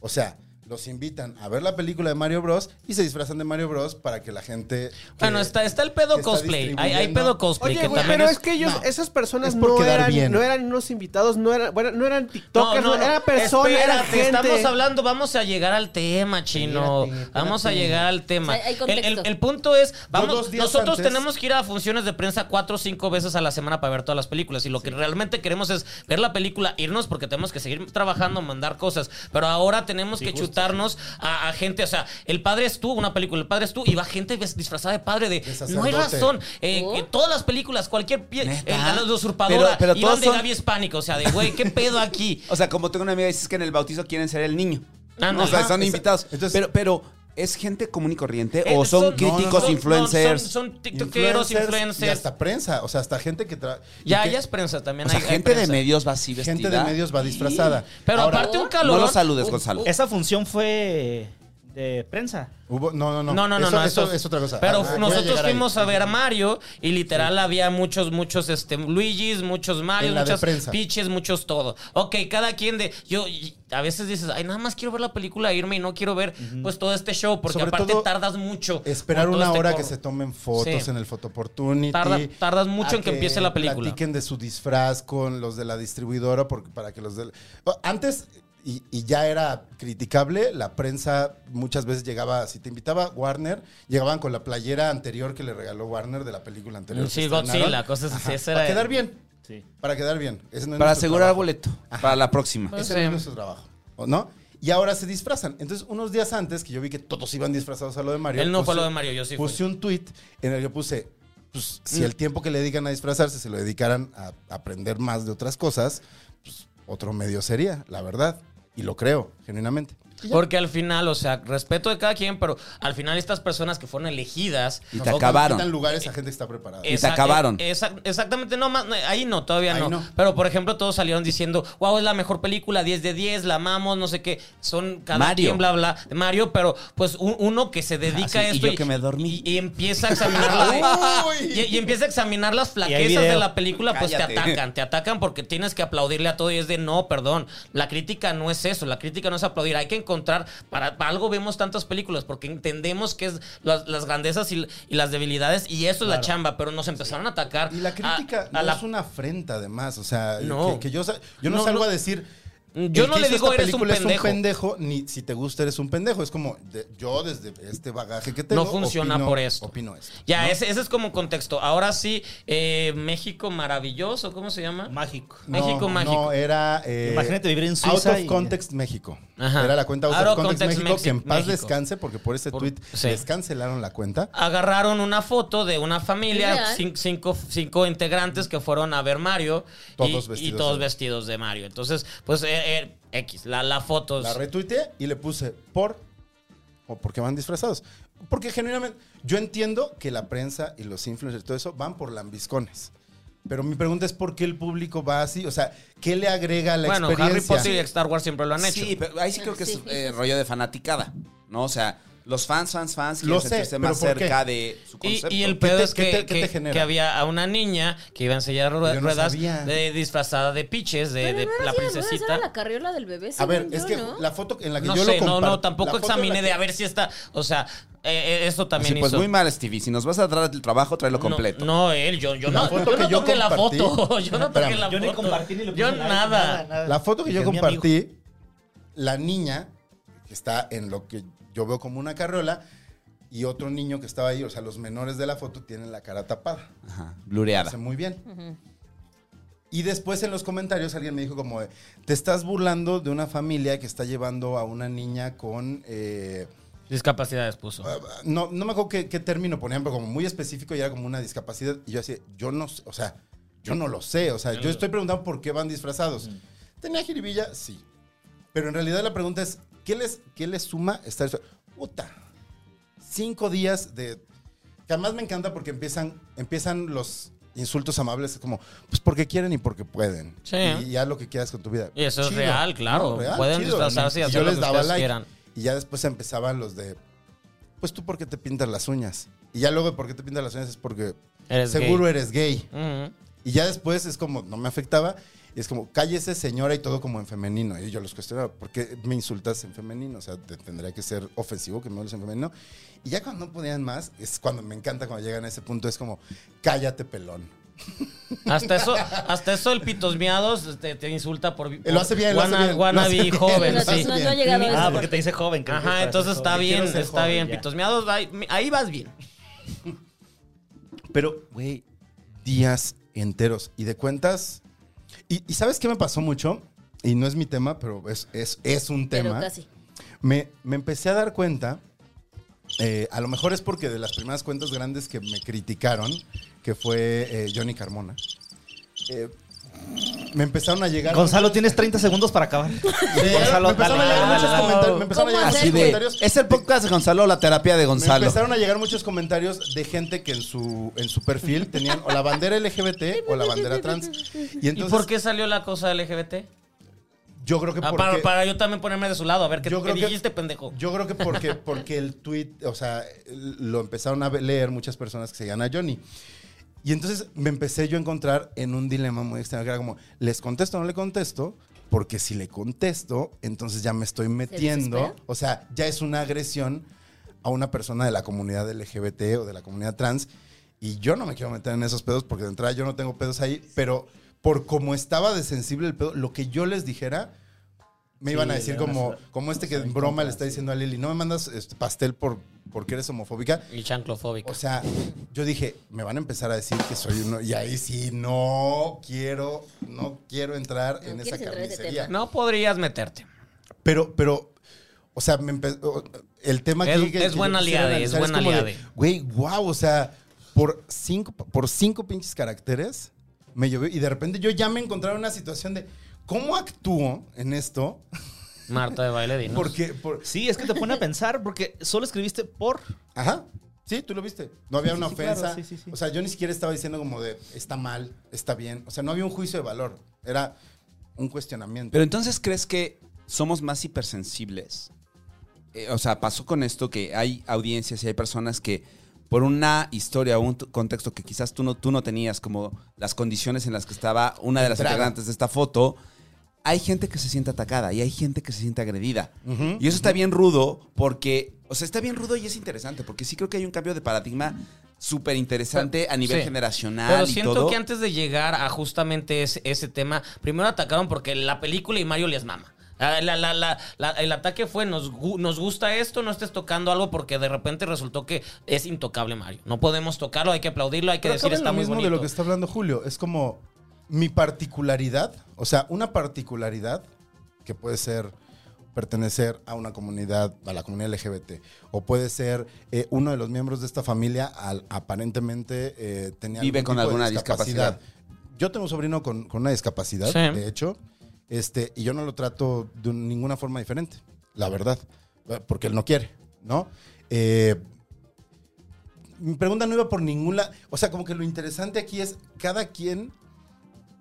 S1: O sea, los invitan a ver la película de Mario Bros y se disfrazan de Mario Bros para que la gente...
S2: Bueno,
S1: que-
S2: está, está el pedo
S1: que está
S2: cosplay. Hay, hay
S1: distribuyendo-
S2: pedo cosplay
S6: Oye,
S2: que
S6: güey,
S2: también
S6: pero es,
S2: es-
S6: que ellos,
S1: no.
S6: esas personas
S1: Es por
S6: no
S1: quedar
S6: eran,
S1: bien.
S6: no eran unos invitados, no eran, bueno, no eran tiktokers, no, era persona, era
S2: espérate,
S6: gente.
S2: estamos hablando, vamos a llegar al tema, chino.
S5: Espérate, espérate.
S2: Vamos a llegar al tema.
S3: O sea, hay
S2: el,
S3: contexto.
S2: el- el punto es, vamos,
S1: dos días
S2: nosotros
S1: antes-
S2: tenemos que ir a funciones de prensa cuatro o cinco veces a la semana para ver todas las películas. Y lo que realmente queremos es ver la película, irnos porque tenemos que seguir trabajando, mandar cosas. Pero ahora tenemos que chutarnos a, a gente. O sea, el padre es tú, una película, el padre es tú, y va gente ves- disfrazada de padre de.
S1: De
S2: no
S1: sacerdote.
S2: hay razón. Eh,
S3: Oh.
S2: que todas las películas, cualquier pie,
S4: ¿Neta?
S2: el- la usurpadora,
S4: Pero- pero
S2: iban
S4: todos
S2: de
S4: son-
S2: Gaby Hispánico. O sea, de güey, ¿qué pedo aquí?
S4: O sea, como tengo una amiga, dices que en el bautizo quieren ser el niño.
S2: Ah, no.
S4: o sea,
S2: Ajá,
S4: son
S1: exacto.
S4: invitados.
S1: Entonces-
S4: pero, pero, ¿es gente común y corriente?
S2: Eh,
S4: ¿O son, críticos,
S2: no, no, no,
S4: influencers?
S2: son, son tiktokeros,
S1: Y
S2: influencers.
S1: hasta prensa, o sea, hasta gente que trae...
S2: Ya, ya es prensa también.
S4: o sea,
S2: hay- hay
S4: gente de
S2: prensa.
S4: medios va así vestida.
S1: Gente de medios va disfrazada.
S2: Pero
S1: Ahora,
S2: aparte un
S3: No
S2: calor.
S4: lo saludes, Gonzalo.
S5: Esa función fue de prensa.
S1: hubo- no, no, no.
S2: No, no, no,
S1: Eso-
S2: no,
S1: Eso,
S2: eso-
S1: es otra cosa.
S2: Pero
S1: Ah, voy a
S2: nosotros
S1: llegar ahí.
S2: fuimos a ver a Mario y literal había muchos, muchos este, Luigis, muchos Marios,
S1: En la de
S2: muchas
S1: prensa.
S2: Piches, muchos todo. Ok, cada quien de. Yo y a veces dices, ay, nada más quiero ver la película, irme y no quiero ver pues todo este show, porque
S1: Sobre
S2: aparte
S1: todo,
S2: tardas mucho.
S1: Esperar
S2: con todo
S1: una
S2: este
S1: hora
S2: corro.
S1: que se tomen fotos
S2: Sí.
S1: en el Photo Opportunity.
S2: Tarda- tardas mucho
S1: a
S2: en que empiece la película.
S1: Platiquen de su disfraz con los de la distribuidora porque, para que los del. O- Antes, y, y ya era criticable, la prensa muchas veces llegaba, si te invitaba Warner, llegaban con la playera anterior que le regaló Warner de la película anterior. que
S2: Sí,
S1: estrenaron.
S2: Godzilla, cosas así. ese
S1: Para
S2: era-
S1: quedar bien.
S5: Sí.
S1: Para quedar bien. Ese no es
S4: Para
S1: nuestro
S4: asegurar
S1: trabajo.
S4: boleto. Para la próxima.
S2: Pues
S1: Ese
S2: sí.
S1: no es nuestro trabajo, ¿o ¿no? Y ahora se disfrazan. Entonces, unos días antes, que yo vi que todos iban disfrazados a lo de Mario.
S4: pues
S1: pues
S2: Él no fue Mm. a
S1: puse-
S2: lo de Mario, yo sí fui.
S1: Puse un tweet en el que puse, pues, si el tiempo que le dedican a disfrazarse se lo dedicaran a aprender más de otras cosas, pues, otro medio sería, la verdad. Y lo creo, genuinamente.
S2: Porque al final, o sea, respeto de cada quien, pero al final estas personas que fueron elegidas...
S4: Y te
S2: o-
S4: acabaron.
S1: Quitan lugares a gente que está preparada.
S4: te acabaron.
S2: esa- exactamente, no, más, no, ahí no, todavía
S1: Ahí
S2: no.
S1: no.
S2: Pero, por ejemplo, todos salieron diciendo, wow, es la mejor película, 10 de 10, la amamos, no sé qué. Son cada
S4: Mario.
S2: quien, bla, bla, de Mario, pero pues un- uno que se dedica
S4: Ah, sí,
S2: a
S4: y
S2: esto
S4: yo que me dormí.
S2: y- y empieza a examinar la-
S1: Uy.
S2: y, y empieza a examinar las flaquezas
S5: video.
S2: de la película, pues te
S4: Cállate.
S2: atacan, te atacan porque tienes que aplaudirle a todo y es de no, perdón. La crítica no es eso, la crítica no es aplaudir. Hay que encontrar, para, para algo vemos tantas películas, porque entendemos que es las, las grandezas y, l- y las debilidades, y eso es la chamba, pero nos empezaron a atacar.
S1: Y la crítica
S2: a, a
S1: no
S2: la-
S1: es una afrenta, además. O sea,
S2: No.
S1: que, que yo, sa- yo no,
S2: No,
S1: salgo
S2: no.
S1: a decir.
S2: Yo
S1: "El
S2: no
S1: que
S2: le
S1: hizo
S2: digo,
S1: esta
S2: "Eres un
S1: película es
S2: pendejo".
S1: ni si te gusta eres un pendejo. Es como de- yo desde este bagaje que tengo.
S2: No funciona
S1: opino-
S2: por esto.
S1: Opino esto.
S2: Ya, ese, ese es como contexto. Ahora sí, eh, México maravilloso, ¿cómo se llama?
S5: Mágico.
S1: No,
S2: México mágico.
S1: No, era. eh,
S5: Imagínate vivir en
S1: Out
S5: Suiza
S1: of
S5: y-
S1: Context México.
S2: Ajá.
S1: Era la cuenta Out,
S2: Out
S1: of
S2: of
S1: Context,
S2: Context
S1: México, que en
S2: Mexi-
S1: paz
S2: México.
S1: descanse, porque por ese
S2: Por-
S1: tweet
S2: sí.
S1: les cancelaron la cuenta.
S2: agarraron una foto de una familia,
S3: Real.
S2: cin- cinco, cinco integrantes que fueron a ver Mario y-
S1: Todos
S2: y,
S1: vestidos
S2: todos
S1: de-
S2: vestidos de Mario. Entonces, pues eh, eh, X, la, la foto.
S1: La retuiteé y le puse por. ¿O por qué van disfrazados? Porque genuinamente, yo entiendo que la prensa y los influencers y todo eso van por lambiscones. Pero mi pregunta es por qué el público va así. O sea, ¿qué le agrega a la
S2: bueno, Harry
S1: experiencia?
S2: Potter y Star Wars siempre lo han hecho.
S4: Sí, pero ahí sí creo que es
S3: Sí.
S4: eh, rollo de fanaticada, ¿no? O sea, los fans, fans, fans
S1: Lo
S4: quieren
S1: sé,
S4: sentirse
S1: pero
S4: más
S1: ¿por qué?
S4: cerca de su
S2: Y,
S4: concepto.
S2: y el
S1: ¿Qué
S2: pedo
S1: te-
S2: es
S1: qué
S2: que,
S1: te- qué
S2: que-
S1: te genera?
S2: que había a una niña que iba a enseñar
S1: Yo no
S2: ruedas
S1: sabía.
S2: de- disfrazada de piches, Eh, de,
S3: Pero
S2: de
S3: no era
S2: la
S3: así, no era así, era la
S2: princesita.
S3: carriola del bebé,
S1: A ver,
S3: según
S1: es
S3: yo,
S1: que
S3: ¿no?
S1: la foto en la que
S2: No
S1: yo
S2: sé,
S1: lo
S2: no,
S1: comparto.
S2: no, tampoco
S1: la foto en la
S2: examiné de
S1: que-
S2: a ver si está. O sea, eh, eh, eso también
S4: Así, pues
S2: hizo.
S4: muy mal, Stevie. Si nos vas a dar el trabajo, tráelo
S2: No,
S4: completo.
S2: No, él, yo, yo
S1: La
S2: no,
S1: foto
S2: yo
S1: que
S2: no
S1: yo
S2: toqué la
S1: compartí.
S2: foto. Yo no toqué
S1: Espérame.
S2: la foto.
S5: Yo ni compartí ni lo
S2: Yo
S5: puse en
S2: nada.
S1: La foto que yo
S5: Dije, "Mi
S1: compartí, la niña que está en lo que yo veo como una carriola y otro niño que estaba ahí, o sea, los menores de la foto tienen la cara tapada.
S4: Ajá,
S1: Lo
S4: blureada.
S1: hace muy bien. Y después en los comentarios alguien me dijo como, de, te estás burlando de una familia que está llevando a una niña con... eh,
S2: Discapacidades puso.
S1: Ah, no, no me acuerdo qué, qué término ponían, pero como muy específico y era como una discapacidad. Y yo así, yo no sé, o sea, yo no lo sé. O sea, yo estoy preguntando por qué van disfrazados. ¿Tenía jiribilla? Sí. Pero en realidad la pregunta es, ¿qué les, qué les suma estar disfra- Puta. cinco días de... Que además me encanta porque empiezan, empiezan los insultos amables como, pues porque quieren y porque pueden.
S2: Sí.
S1: Y ya lo que quieras con tu vida.
S2: Y eso es real, claro.
S1: real,
S2: Pueden
S1: chido.
S2: disfrazarse y hacer
S1: yo
S2: lo
S1: les
S2: que
S1: daba
S2: ustedes
S1: like.
S2: quieran.
S1: Y ya después empezaban los de, pues tú porque te pintas las uñas. Y ya luego, ¿por qué te pintas las uñas? Es porque
S2: Eres
S1: seguro
S2: gay.
S1: eres gay.
S2: Ujú.
S1: Y ya después es como, no me afectaba. Y es como, cállese señora y todo como en femenino. Y yo los cuestionaba, ¿por qué me insultas en femenino? O sea, te- tendría que ser ofensivo que me hables en femenino. Y ya cuando no podían más, es cuando me encanta cuando llegan a ese punto, es como, cállate pelón.
S2: Hasta eso, hasta eso el pitos miados este, te, te insulta por, por
S1: Eh, Lo hace bien, lo hace
S2: wanna-
S1: bien, lo
S2: wannabe
S1: hace bien,
S2: joven,
S1: lo hace
S2: sí.
S3: No,
S1: bien.
S3: no ha llegado a
S5: Ah,
S3: eso.
S5: porque te dice joven. creo que
S2: Ajá,
S5: estás
S2: entonces está
S5: joven.
S2: bien,
S5: Quiero ser
S2: está
S5: joven,
S2: bien,
S5: ya.
S2: pitos miados, ahí, ahí vas bien.
S1: Pero, güey, días enteros. Y de cuentas. Y, y ¿sabes qué me pasó mucho? Y no es mi tema, pero es, es, es un tema.
S3: Pero casi.
S1: Me, me empecé a dar cuenta. eh, a lo mejor es porque de las primeras cuentas grandes que me criticaron, que fue eh, Johnny Carmona, eh, me empezaron a llegar.
S5: Gonzalo, tienes 30 segundos para acabar.
S1: Sí, me
S5: Gonzalo,
S1: empezaron
S5: dale,
S1: a llegar
S5: dale,
S1: muchos
S5: dale.
S1: comentarios. Me empezaron a
S3: ¿Cómo
S1: llegar
S3: hacer,
S1: muchos
S4: Así
S3: güey?
S1: comentarios.
S4: de, es el podcast de Gonzalo, la terapia de
S1: Me
S4: Gonzalo.
S1: empezaron a llegar muchos comentarios de gente que en su, en su perfil tenían o la bandera LGBT o la bandera trans. Y
S2: ¿Y
S1: entonces
S2: por qué salió la cosa LGBT?
S1: yo creo que
S2: Ah,
S1: porque,
S2: para, para yo también ponerme de su lado, a ver qué,
S1: Yo
S2: qué
S1: creo que-
S2: dijiste, pendejo.
S1: yo creo que porque porque el tweet, o sea, el- lo empezaron a ve- leer muchas personas que seguían a Johnny. Y entonces me empecé yo a encontrar en un dilema muy extraño que era como, ¿les contesto o no le contesto? Porque si le contesto, entonces ya me estoy metiendo,
S3: desespera?
S1: o sea, ya es una agresión a una persona de la comunidad LGBT o de la comunidad trans. Y yo no me quiero meter en esos pedos porque de entrada yo no tengo pedos ahí, pero por como estaba de sensible el pedo, lo que yo les dijera, me iban a decir como, como este que en broma le está diciendo a Lili, no me mandas este pastel por, porque eres homofóbica.
S2: Y chanclofóbica.
S1: O sea, yo dije, me van a empezar a decir que soy uno. Y ahí sí, no quiero, no quiero entrar en
S3: No
S1: esa
S3: quieres entrar a ese
S1: carnicería.
S3: tema.
S2: no podrías meterte.
S1: Pero, pero, o sea, me empe- o- el tema
S2: Es-
S1: aquí que
S2: es buen
S1: yo quisiera
S2: aliade, es
S1: analizar
S2: buen
S1: como de,
S2: aliade.
S1: Güey, wow, o sea, por cinco, por cinco pinches caracteres me llovió. Y de repente yo ya me encontraba en una situación de, ¿cómo actúo en esto?
S2: Marta de baile, dinos.
S1: Porque, por,
S5: Sí, es que te pone a pensar porque solo escribiste por.
S1: Ajá. Sí, tú lo viste. No había
S5: Sí,
S1: una
S5: sí,
S1: ofensa.
S5: claro, sí, sí, sí.
S1: O sea, yo ni siquiera estaba diciendo como de está mal, está bien. O sea, no había un juicio de valor. Era un cuestionamiento.
S4: Pero entonces, ¿crees que somos más hipersensibles? Eh, o sea, pasó con esto que hay audiencias y hay personas que por una historia o un t- contexto que quizás tú no, tú no tenías, como las condiciones en las que estaba una de las
S1: Entrada.
S4: integrantes de esta foto, hay gente que se siente atacada y hay gente que se siente agredida. Y eso está bien rudo porque, o sea, está bien rudo y es interesante porque sí creo que hay un cambio de paradigma súper interesante a nivel
S2: Sí.
S4: generacional
S2: Pero
S4: y
S2: siento
S4: todo.
S2: que antes de llegar a justamente ese, ese tema, primero atacaron porque la película y Mario les mama. Ah, la- la- la- la- el ataque fue, nos, gu- nos gusta esto, no estés tocando algo porque de repente resultó que es intocable Mario. No podemos tocarlo, hay que aplaudirlo, hay que
S1: Pero
S2: decir
S1: acaba en
S2: está
S1: lo
S2: muy
S1: mismo de
S2: bonito.
S1: lo que está hablando Julio. Es como mi particularidad, o sea, una particularidad que puede ser pertenecer a una comunidad, a la comunidad LGBT, o puede ser eh, uno de los miembros de esta familia al- aparentemente eh, tenía
S4: Vive con
S1: tipo de
S4: alguna
S1: Yo tengo un sobrino con, con una discapacidad,
S2: Sí.
S1: de hecho, este, y yo no lo trato de ninguna forma diferente, la verdad, porque él no quiere, ¿no? Eh, mi pregunta no iba por ninguna. O sea, como que lo interesante aquí es cada quien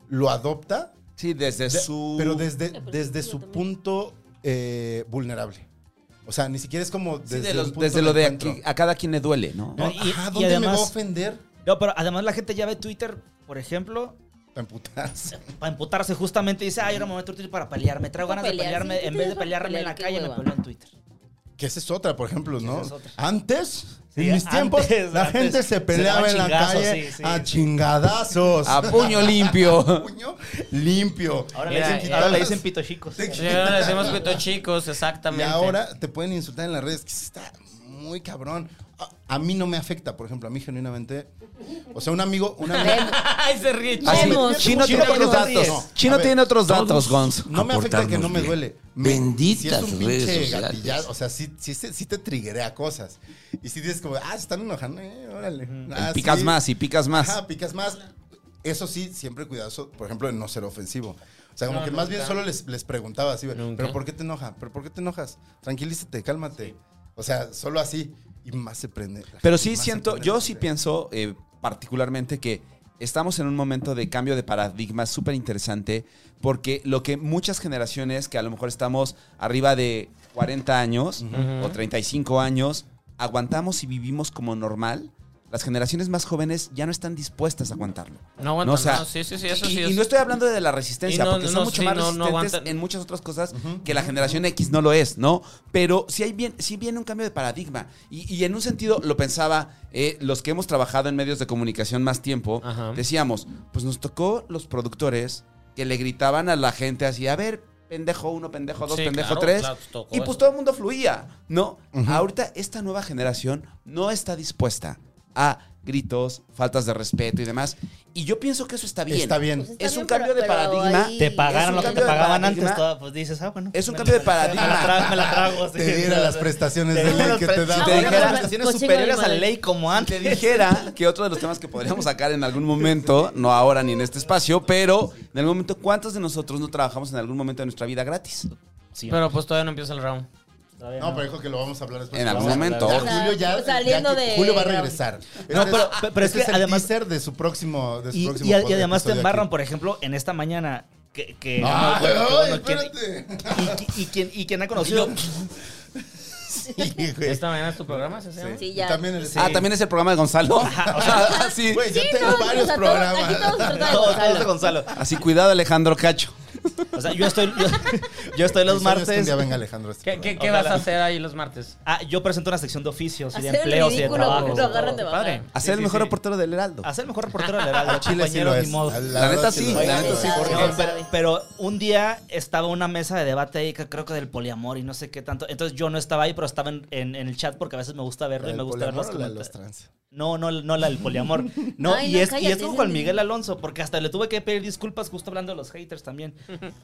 S1: lo adopta,
S4: Sí, desde
S1: de-
S4: su...
S1: pero desde,
S3: porque
S1: desde
S3: yo
S1: su
S3: también.
S1: punto eh, vulnerable. O sea, ni siquiera es como
S4: Sí, de
S1: desde,
S4: los-
S1: un punto
S4: desde lo de
S1: encuentro.
S4: aquí, Ah, a cada quien le duele, ¿no?
S1: No,
S7: No, y-
S1: ajá,
S7: y
S1: ¿dónde me va a
S7: además-
S1: ofender?
S7: No, pero además la gente ya ve Twitter, por ejemplo,
S1: Tan putas.
S7: para emputarse justamente. Dice, ay, ahora me voy a meter a Twitter para pelearme. Traigo
S3: Para
S7: ganas de
S3: pelear,
S7: pelearme.
S3: sí,
S7: En
S3: te
S7: vez de
S3: dejo
S7: pelearme en
S3: pelear,
S7: la
S3: qué
S7: calle, me
S3: hueva.
S7: peleo en Twitter.
S1: Que esa es otra, por ejemplo, ¿no?
S7: esa es otra.
S1: Antes,
S7: Sí,
S1: en mis
S7: antes,
S1: tiempos, la
S7: antes
S1: gente se
S7: se
S1: peleaba
S7: daban
S1: en la
S7: chingazos,
S1: calle
S7: sí, sí,
S1: a
S7: sí.
S1: chingadazos.
S4: A puño limpio.
S1: puño limpio.
S7: Ahora,
S2: Mira,
S7: le, dicen,
S2: eh,
S7: ahora le dicen pito chicos.
S1: Sí.
S2: Sí, ahora decimos que estos chicos,
S1: Y
S2: exactamente.
S1: ahora te pueden insultar en las redes, que sí está muy cabrón. A, a mí no me afecta, por ejemplo, a mí genuinamente. O sea, un amigo, un amigo.
S2: Ay, se ríe.
S4: Así,
S3: Vemos.
S4: Chino,
S1: Chino
S4: tiene otros
S1: tiene
S4: datos.
S1: otros
S4: Chino
S1: A ver,
S4: tiene otros datos, Gonz.
S1: No me afecta que no me duele. Me-
S9: Benditas
S1: si es un
S9: redes
S1: pinche
S9: sociales.
S1: gatillazo, O sea, sí, sí, se- sí te triguea cosas. Y si dices como, ah, se están enojando, eh, órale. Ah,
S4: Picas
S1: sí.
S4: más y picas más.
S1: Ajá, picas más. Eso sí, siempre cuidadoso, por ejemplo, de no ser ofensivo. O sea, como
S2: No,
S1: que más bien
S2: nunca.
S1: solo les, les preguntaba así,
S2: Nunca.
S1: pero ¿por qué te enoja? ¿Pero por qué te enojas? Tranquilízate, cálmate. O sea, solo así. Y y más se prende. la
S4: Pero
S1: gente,
S4: sí
S1: más se
S4: siento,
S1: prende
S4: yo
S1: la
S4: sí
S1: gente.
S4: pienso eh, particularmente que estamos en un momento de cambio de paradigma súper interesante porque lo que muchas generaciones que a lo mejor estamos arriba de 40 años o 35 años aguantamos y vivimos como normal, las generaciones más jóvenes ya no están dispuestas a aguantarlo.
S2: No aguantan,
S4: O sea,
S2: no, sí, sí, sí, eso
S4: y,
S2: sí
S4: y
S2: es-
S4: no estoy hablando de la resistencia,
S2: Y no,
S4: porque
S2: no,
S4: son
S2: no,
S4: mucho
S2: sí,
S4: más
S2: no, no
S4: resistentes
S2: aguantan.
S4: en muchas otras cosas que la generación X no lo es, ¿no? Pero sí, hay bien, sí viene un cambio de paradigma. Y, y en un sentido, lo pensaba, eh, los que hemos trabajado en medios de comunicación más tiempo,
S2: Ajá.
S4: decíamos, pues nos tocó los productores que le gritaban a la gente así, a ver, pendejo uno, pendejo dos,
S2: Sí,
S4: pendejo
S2: claro,
S4: tres.
S2: claro, tocó
S4: y pues
S2: eso.
S4: todo el mundo fluía, ¿no? Ahorita esta nueva generación no está dispuesta a gritos, faltas de respeto y demás. Y yo pienso que eso está bien.
S1: Está bien.
S3: Pues está
S4: Es un
S3: bien,
S4: cambio de
S3: pero- pero
S4: paradigma.
S3: ahí-
S5: Te
S4: Es un
S5: pagaron lo que te
S4: cambio de
S5: pagaban
S4: paradigma.
S5: antes, toda, pues dices, ah, bueno.
S4: Es un
S5: me
S4: cambio
S5: la-
S4: de paradigma.
S5: Me la trago, me la trago. sí.
S1: Te diera las prestaciones
S5: Te
S1: de
S5: diera
S1: ley
S5: las
S1: que te da.
S5: prestaciones.
S4: Te
S5: Ahora
S4: dijera-
S5: las prestaciones
S3: Pues chingo
S5: superiores
S3: mi
S5: a la
S3: madre.
S5: ley como
S4: Te
S5: antes.
S4: dijera que otro de los temas que podríamos sacar en algún momento, no ahora ni en este espacio, pero en algún momento, ¿cuántos de nosotros no trabajamos en algún momento de nuestra vida gratis?
S2: Pero pues todavía no empieza el round. Todavía
S1: No, pero dijo que lo vamos a hablar después.
S4: En
S1: Lo
S4: algún
S1: vamos a
S4: momento.
S1: hablar.
S3: O sea,
S1: Ya Julio ya.
S3: saliendo
S1: ya que
S3: de-
S1: Julio va a regresar.
S5: No,
S1: Este
S5: pero- pero es
S1: este
S5: que
S1: el
S5: además-
S1: teaser de su próximo. De su
S7: Y,
S1: próximo
S7: y- y
S1: podcast
S7: además te
S1: episodio
S7: embarran,
S1: aquí.
S7: por ejemplo, en esta mañana. Que, que
S1: Ah,
S7: no me acuerdo,
S1: ay,
S7: no, ¿quién-
S1: espérate.
S7: y, y- y quien, y quien ha conocido.
S1: Sí, güey.
S2: ¿Esta mañana es tu programa? ¿Se llama?
S3: Sí,
S1: Y
S3: ya.
S1: También el.
S4: Ah, también es el programa de Gonzalo. Ah, sí.
S1: Güey, yo
S3: Sí,
S1: tengo
S3: no,
S1: varios
S3: o sea, todos-
S1: programas.
S3: aquí todos se trata de
S5: Todos,
S3: Gonzalo.
S5: todos de Gonzalo.
S4: Así, cuidado, Alejandro Cacho.
S5: O sea, yo estoy, yo, yo estoy
S1: Mi sueño es
S5: los
S1: que un
S5: martes.
S1: día venga Alejandro. a este
S2: ¿Qué, qué,
S1: programa.
S2: qué vas a hacer ahí los martes?
S5: Ah, yo presento una sección de oficios y de
S3: Hacer el
S5: empleos y de
S3: ridículo,
S5: trabajos.
S3: lo agarran de bajar.
S5: Padre.
S4: Hacer el
S5: Sí, sí,
S4: mejor
S5: sí.
S4: reportero del Heraldo.
S5: Hacer el mejor reportero del Heraldo,
S1: A Chile sí
S5: compañeros,
S1: lo
S5: ni
S1: es.
S5: modo.
S1: A
S4: La neta sí, la
S1: lo es.
S4: neta sí.
S3: Oigan,
S5: No,
S3: Oigan,
S5: pero,
S3: oigan.
S5: pero un día estaba una mesa de debate ahí, que creo que del poliamor y no sé qué tanto. Entonces yo no estaba ahí, pero estaba en, en- en el chat porque a veces me gusta verlo y me
S1: ¿El
S5: gusta ver
S1: poliamor
S5: los
S1: o la de
S5: comentarios.
S1: los trans.
S5: No, no, no la del poliamor. No,
S3: Ay,
S5: y,
S3: no,
S5: es, y
S3: cállate,
S5: estuvo
S3: ese
S5: con
S3: es-
S5: Miguel Alonso, porque hasta le tuve que pedir disculpas justo hablando de los haters también.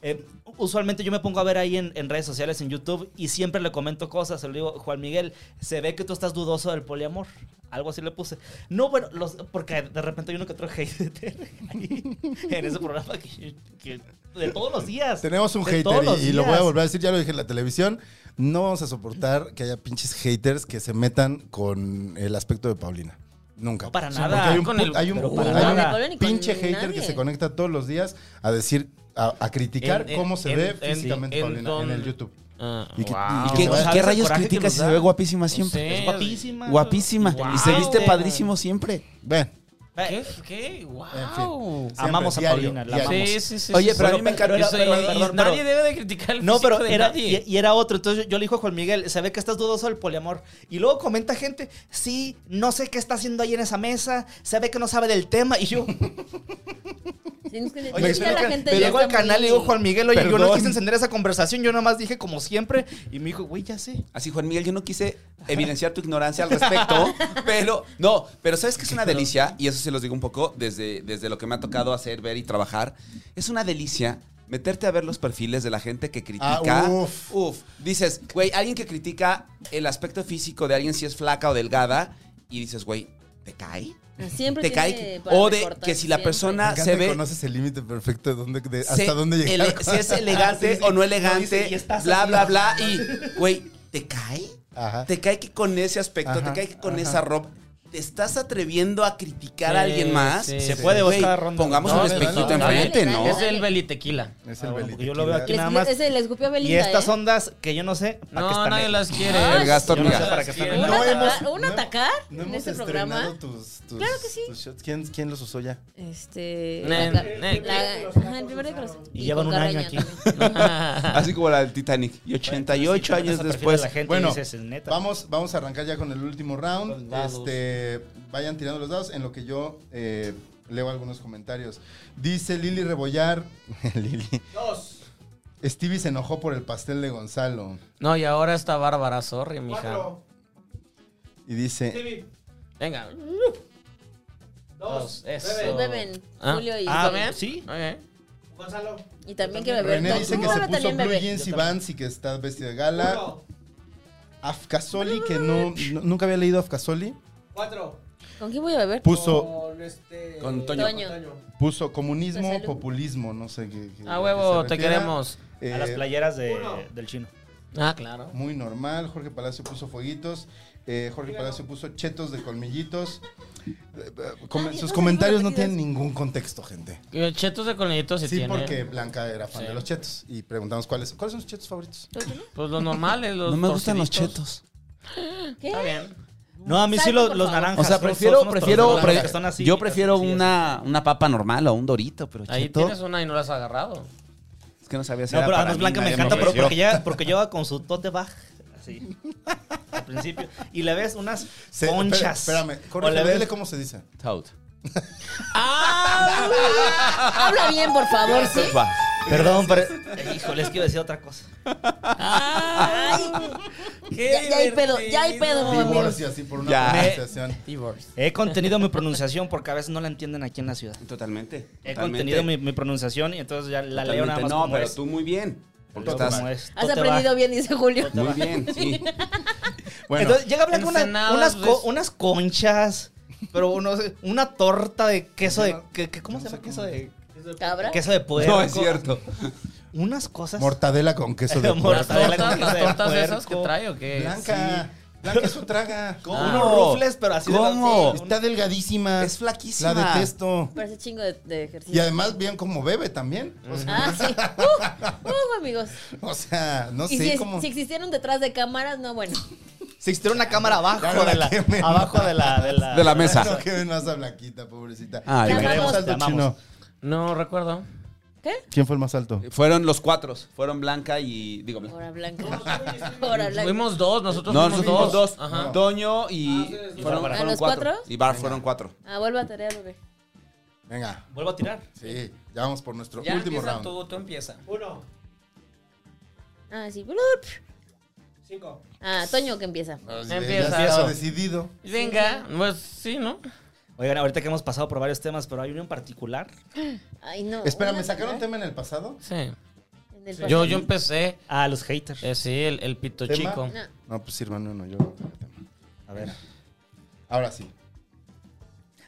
S5: Eh, usualmente yo me pongo a ver ahí en, en redes sociales, en YouTube, y siempre le comento cosas. Le digo, Juan Miguel, se ve que tú estás dudoso del poliamor. Algo así le puse. No, bueno, los, porque de repente hay uno que otro hater ahí, en ese programa que, que- de todos los días.
S1: Tenemos un
S5: De
S1: hater
S5: todos los
S1: y, y lo voy a
S5: días.
S1: volver a decir, ya lo dije en la televisión. No vamos a soportar que haya pinches haters que se metan con el aspecto de Paulina. Nunca.
S5: No, para
S1: Sí,
S5: nada.
S1: Porque hay un,
S2: Con
S1: put-
S2: el-
S1: hay un,
S5: pero
S1: put-
S5: para
S1: hay
S5: nada.
S1: un
S5: Ni con
S3: Paulina ni con
S1: pinche hater
S3: nadie.
S1: que se conecta todos los días a decir, a, a criticar
S2: En- en-
S1: cómo se
S2: en-
S1: ve
S2: en-
S1: físicamente
S2: en
S1: Paulina
S2: don-
S1: en el YouTube.
S2: Ah,
S1: Y que-
S2: wow.
S1: y
S4: ¿Qué,
S1: que- ¿sabes
S4: qué
S5: el
S4: rayos
S5: coraje que
S4: critica
S5: nos
S4: si se
S5: da?
S4: ve guapísima siempre?
S2: Sí.
S5: Guapísima.
S4: Guapísima. Y se
S2: Wow.
S4: viste padrísimo siempre.
S1: Ven.
S5: Eh,
S2: ¿Qué? ¿Qué?
S1: En
S2: ¡Wow!
S1: fin. Siempre,
S5: amamos a
S1: diario,
S5: Paulina, la
S1: diario.
S5: amamos.
S2: Sí, sí, sí.
S4: Oye,
S2: sí,
S4: pero a
S2: sí.
S4: mí me encanta-
S2: Eso,
S5: pero-
S2: y- y
S5: perdón,
S2: nadie
S5: pero-
S2: debe de criticar el
S5: No, pero
S2: físico de
S5: era,
S2: nadie.
S5: y, y era otro. Entonces yo, yo le dije a Juan Miguel, se ve que estás dudoso del poliamor. Y luego comenta gente, sí, no sé qué está haciendo ahí en esa mesa, se ve que no sabe del tema. Y yo
S3: Tienes que
S5: Oye,
S3: decirle a la
S5: pero-
S3: gente
S5: pero
S3: ya
S5: llego al
S3: está muy-
S5: canal y digo, Juan Miguel, oye, yo no
S4: Perdón.
S5: quise encender esa conversación, yo nada más dije como siempre. Y me dijo, güey, ya sé.
S4: Así, Juan Miguel, yo no quise evidenciar tu ignorancia al respecto, pero no, pero sabes que es una delicia, y eso se los digo un poco desde, desde lo que me ha tocado hacer, ver y trabajar. Es una delicia meterte a ver los perfiles de la gente que critica.
S1: Ah, uf.
S4: Uf. Dices, güey, alguien que critica el aspecto físico de alguien si es flaca o delgada, y dices, güey, ¿te cae?
S3: Ah, Siempre
S4: ¿Te
S3: tiene
S4: cae?
S3: para
S4: O de
S3: recortar,
S4: que si la
S3: siempre.
S1: Me
S4: persona
S1: encanta
S4: se
S1: que
S4: ve
S1: conoces el límite perfecto de dónde, de
S4: se-
S1: hasta dónde llegar.
S4: ele- si es elegante
S5: Ah, sí, sí.
S4: o no
S5: No dice,
S4: elegante,
S5: y estás
S4: bla,
S5: así.
S4: bla, bla. Y, güey, ¿te cae?
S1: Ajá.
S4: Te cae que con ese aspecto,
S1: Ajá,
S4: te cae que con
S1: ajá.
S4: esa ropa. ¿Te estás atreviendo a criticar a
S2: Sí,
S4: alguien más?
S2: sí, Se sí.
S5: puede
S4: Güey,
S5: Oscar Ronda.
S4: Pongamos
S2: No,
S4: un
S2: dale,
S4: espejito
S2: dale,
S4: enfrente,
S3: dale,
S4: ¿no?
S3: dale.
S2: Es el Beli Tequila.
S1: Es
S5: Ah,
S1: el
S5: bueno,
S1: Beli
S5: porque yo lo veo
S1: Tequila.
S5: aquí.
S3: Le
S5: nada
S3: escri-
S5: más.
S3: Ese le escupió a
S5: Y
S3: Belinda.
S5: estas
S3: ¿eh?
S5: ondas que yo no sé. ¿para qué
S2: No,
S5: están
S2: nadie
S5: ahí?
S2: las quiere.
S3: Ah,
S4: El gasto
S5: Yo no sé
S4: hormiga.
S5: para qué están ahí.
S3: ¿Uno
S1: No hemos-
S3: atacar? ¿Uno
S1: no-
S3: atacar
S1: No
S3: en
S1: hemos
S3: este
S1: estrenado
S3: programa?
S1: Tus, tus-
S3: Claro que sí.
S1: tus shots. ¿Quién, ¿Quién los usó ya?
S3: Este.
S2: Ne-
S3: la-
S2: ne-
S3: la- ajá, el primer de corazón.
S5: Y llevan
S3: con
S5: un año
S3: Carraña
S5: aquí.
S3: también.
S4: Así como la del Titanic. Y 88
S5: Ves el
S4: años
S5: perfil de
S4: después.
S5: la gente y
S1: Bueno,
S5: dices, "Es neta".
S1: Vamos, vamos a arrancar ya con el último round.
S5: Los dados.
S1: Este, vayan tirando los dados en lo que yo eh, leo algunos comentarios. Dice Lili Rebollar. Lili. Stevie se enojó por el pastel de Gonzalo.
S2: No, y ahora está Bárbara, sorry, mija. Eh,
S1: Y dice.
S2: Venga. Dos,
S3: Pues
S2: eso.
S3: Beben,
S2: Ah.
S3: Julio y
S5: Ah,
S3: Beben.
S5: sí.
S2: Ok.
S3: Y también que beber.
S1: René
S3: Tú,
S1: dice que
S3: Bárbara,
S1: se puso
S3: también
S1: blue
S3: bebe.
S1: jeans y Vans y que está vestida de gala. Afkasoli, que no, no- nunca había leído Afkasoli.
S3: ¿Con quién voy a beber?
S1: Puso,
S4: Con Toño.
S3: Toño.
S1: puso comunismo,
S3: Pues, salud.
S1: populismo, no sé qué. qué-
S2: A
S1: qué
S2: huevo,
S1: se
S2: te
S1: refiera.
S2: queremos.
S1: Eh,
S7: A las playeras de- del chino.
S2: Ah, claro.
S1: Muy normal. Jorge Palacio puso fueguitos. Eh, Jorge Palacio puso chetos de colmillitos. Eh, eh, com-
S3: Ay,
S1: sus
S3: no,
S1: comentarios no
S3: no, no,
S1: tienen ningún contexto, gente.
S2: Eh, Chetos de colmillitos sí,
S1: Sí,
S2: tiene.
S1: porque Blanca era fan
S2: Sí.
S1: de los chetos. Y preguntamos cuáles, cuáles son sus chetos favoritos.
S2: Pues los normales, los
S9: No me gustan los
S2: torciditos.
S9: chetos.
S3: ¿Qué?
S2: Está bien.
S5: No, a mí sí
S3: Salto,
S5: lo-
S3: por
S5: los
S3: favor.
S5: naranjas.
S9: O sea,
S5: son los-
S9: prefiero,
S5: son los
S9: prefiero,
S5: torcidos,
S9: pre-
S5: que están Ah, así,
S9: yo prefiero
S5: torcidas.
S9: una, una papa normal o un dorito, pero
S2: Ahí
S9: cheto,
S2: tienes una y no la has agarrado.
S9: es que no sabía si
S5: No,
S9: era
S5: pero
S9: para
S5: además
S9: mí,
S5: Blanca me
S9: nadie
S5: encanta, pero
S9: ofreció.
S5: porque ya, porque lleva con su tote bag, así, al principio. Y le ves unas
S1: Se-
S5: conchas.
S1: espera- Espérame,
S5: O le
S1: Jorge,
S5: ves-
S1: dile cómo se dice.
S9: Toad.
S3: Habla bien, por favor, ¿sí?
S9: Va. Perdón, pero...
S5: Eh, Híjole, es que iba a decir otra cosa.
S3: Ay, ya, ya hay pedo, ya hay pedo, amigos.
S1: Divorcio así por una
S9: Ya.
S1: pronunciación.
S5: He contenido mi pronunciación porque a veces no la entienden aquí en la ciudad.
S4: Totalmente.
S5: He
S4: totalmente,
S5: contenido mi, mi pronunciación y entonces ya la leo nada
S4: totalmente.
S5: más
S4: No,
S5: como
S4: pero
S5: es.
S4: tú muy bien. Porque
S5: Como
S4: estás
S5: es,
S3: Has
S5: tote bag.
S3: aprendido bien, dice Julio.
S4: muy bien, sí.
S1: Bueno,
S5: Entonces llega Blanca una-
S2: Ensenadas,
S5: unas, co-
S2: pues.
S5: unas conchas, pero uno- una torta de queso de... ¿qué- qué- ¿Cómo se llama queso de...?
S3: Cabra.
S5: Queso de puerco.
S4: No, es cierto.
S5: Unas cosas...
S1: mortadela con queso de puerco.
S2: Las
S5: Mortadela con
S2: tortas, las
S5: queso de
S2: tortas esas que
S5: puerco.
S2: trae o qué.
S1: Blanca, Blanca es su traga.
S5: eh, unos rufles, pero así de-
S9: ¿Cómo?
S5: sí, un-
S1: Está delgadísima.
S9: Es flaquísima.
S1: La detesto.
S3: Parece chingo de,
S1: Y
S3: de ejercicio.
S1: además, bien como bebe también. O sea,
S3: Ah, sí. Uh, uh, amigos.
S1: o sea, no
S3: Y
S1: sé
S3: si, es-
S1: cómo.
S3: si existieron detrás de cámaras, no, bueno.
S5: Se instaló una cámara abajo
S1: Claro,
S5: de la,
S1: qué menos.
S5: abajo de la, de la,
S9: De la mesa.
S1: No quemen más a Blanquita, pobrecita.
S9: Ay,
S1: ¿Quién fue el
S3: amamos,
S1: más
S5: te
S1: alto,
S5: amamos.
S1: chino?
S2: No recuerdo.
S1: ¿Quién fue el más alto?
S4: Fueron los cuatro. Fueron Blanca y. Digo, Blanca.
S3: Hora blanca. Hora blanca.
S2: Fuimos dos, nosotros
S4: No,
S2: fuimos
S4: nosotros
S2: dos.
S4: dos.
S2: Ajá.
S4: Toño y. fueron,
S3: ¿A
S4: fueron
S3: los
S4: cuatro.
S3: cuatro?
S4: Y Bar fueron cuatro.
S3: Ah, vuelve a tarea, bebé.
S1: Venga,
S5: Vuelvo a tirar.
S1: sí, ya vamos por nuestro
S2: Ya
S1: último
S2: empieza
S1: round.
S2: tú, tú empieza.
S3: Ah, sí. Blup.
S5: Cinco.
S3: Ah, Toño que empieza.
S1: Así
S2: Ya
S1: de-
S2: empieza.
S1: ya estaba decidido.
S2: Venga, pues sí, ¿no?
S5: Oigan, ahorita que hemos pasado por varios temas, pero hay uno en particular.
S3: Ay, no.
S1: Espérame,
S3: Una
S1: ¿sacaron
S3: tarea
S1: tema en el pasado?
S2: Sí.
S3: en el
S2: Yo,
S3: pasado.
S2: yo empecé,
S5: Ah, los haters.
S2: eh, sí, el, el pito
S1: ¿Tema?
S2: chico.
S3: No.
S1: No, pues sirvan uno, yo no tengo tema.
S5: A ver.
S1: Ahora sí.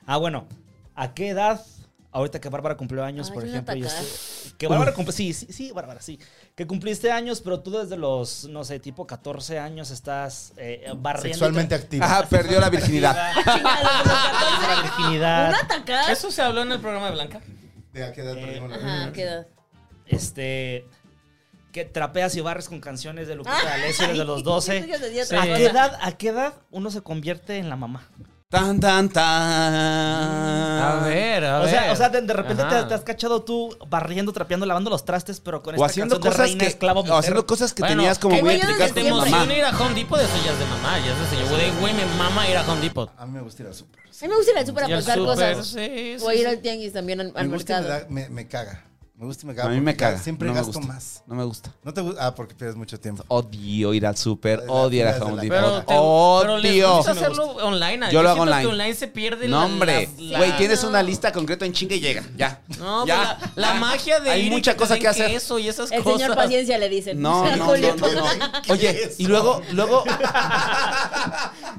S5: Ah, bueno. ¿A qué edad? Ahorita que Bárbara cumplió años,
S3: Ay,
S5: por
S3: yo iba a
S5: ejemplo. yo
S3: atacar.
S5: estoy- que Bárbara cumplió. Sí, sí, sí, Bárbara, sí. Que cumpliste años, pero tú desde los, no sé, tipo 14 años estás eh, barriendo.
S1: Sexualmente activo.
S9: Ah,
S4: Ajá, perdió la virginidad.
S5: Perdió la virginidad.
S3: ¿Una atacada?
S2: Eso se habló en el programa de Blanca.
S1: ¿De a qué edad perdimos la
S3: Ajá, quedó.
S5: Este. Que trapeas y barres con canciones de Lupita
S3: Ah.
S5: D'Alessio desde los 12.
S3: Yo te di otra
S5: ¿A
S3: cosa.
S5: qué edad, a qué edad uno se convierte en la mamá?
S9: Tan, tan, tan.
S2: A ver, a
S5: o
S2: ver.
S5: sea, o sea, de, de repente te,
S2: Ajá.
S5: te has cachado tú barriendo, trapeando, lavando los trastes, pero con
S9: O
S5: esta
S9: haciendo
S5: canción de
S9: cosas
S5: reina,
S9: que.
S5: esclavo,
S9: O
S5: mujer.
S9: haciendo cosas que
S2: Bueno,
S9: tenías como
S3: que
S9: muy
S3: yo desde
S9: explicadas
S2: Te
S9: con tu mamá.
S2: emociona ir a Home Depot, eso ya es de mamá, ya es de señor. Güey, güey, me mama ir a Home Depot.
S1: A mí me gusta ir al súper.
S3: A mí me gusta ir al súper a
S2: Y al
S3: pensar
S2: súper,
S3: cosas.
S2: sí, sí,
S3: o ir
S2: sí.
S3: al tianguis también al, al
S1: me gusta y me,
S3: mercado.
S1: da- me, me caga. Me gusta y me
S9: A
S1: caga.
S9: mí me
S1: porque
S9: caga.
S1: Siempre
S9: no me
S1: gasto
S9: gusta.
S1: más.
S9: No me gusta.
S1: ¿No te gusta? Ah, porque pierdes mucho tiempo.
S9: Odio ir al súper,
S1: Desde la
S9: odio ir a
S1: fila, desde
S9: Home
S1: la
S9: Depot.
S2: Pero,
S1: Pero-
S2: te, pero les
S9: Odio.
S2: gusta hacerlo online.
S9: Yo lo hago
S2: siento
S9: online.
S2: que online se pierde la-
S9: No, hombre.
S2: la-
S9: Güey, tienes
S3: no.
S9: una lista concreta en chinga y llega. Ya.
S2: No,
S9: ya.
S2: pues, la, la magia de
S9: Hay
S2: ir y
S9: mucha
S2: te
S9: cosa
S2: den
S9: que hacer.
S2: queso y esas
S3: El
S2: cosas.
S3: señor paciencia le dicen.
S9: No,
S3: Al
S9: no,
S3: Julio.
S9: no, no, no. Oye, y luego, luego,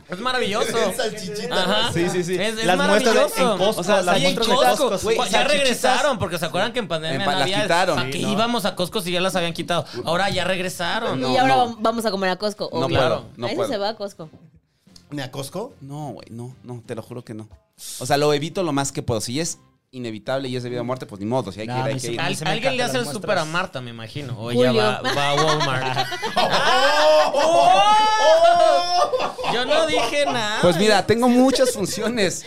S2: Es maravilloso.
S1: Es salchichita.
S2: Ajá.
S5: Sí, sí, sí.
S2: Es, es
S5: Las muestras de-
S2: maravilloso.
S5: en Costco,
S2: o sea,
S5: las
S2: sí, en
S5: muestras de
S2: Costco.
S5: Costco, sí.
S2: Güey, ya
S5: Salchichitas.
S2: regresaron porque se acuerdan que en pandemia
S9: En
S2: no
S9: pa- las
S2: había-
S9: quitaron.
S2: ¿Para
S9: Sí,
S2: qué
S9: no.
S2: íbamos a Costco si ya las habían quitado? Ahora ya regresaron.
S3: y
S9: No,
S3: ahora
S9: no.
S3: vam- vamos a comer a Costco.
S9: No
S3: obvio.
S9: puedo, no
S3: a eso
S9: puedo.
S3: se va a Costco.
S1: ¿Me acosco?
S9: No, güey, no, no, te lo juro que no. O sea, lo evito lo más que puedo. Si es inevitable y es debido a muerte, pues ni modo. Si hay que
S5: No,
S9: ir, hay
S5: me
S9: que ir.
S5: suena-
S2: Al-
S5: se me
S2: alguien le
S5: encantan
S2: hace el
S5: las
S2: súper a
S5: muestras.
S2: Marta, me imagino. O
S3: Julio.
S2: ella va, va a Walmart. Yo no dije nada.
S9: Pues mira, tengo muchas funciones.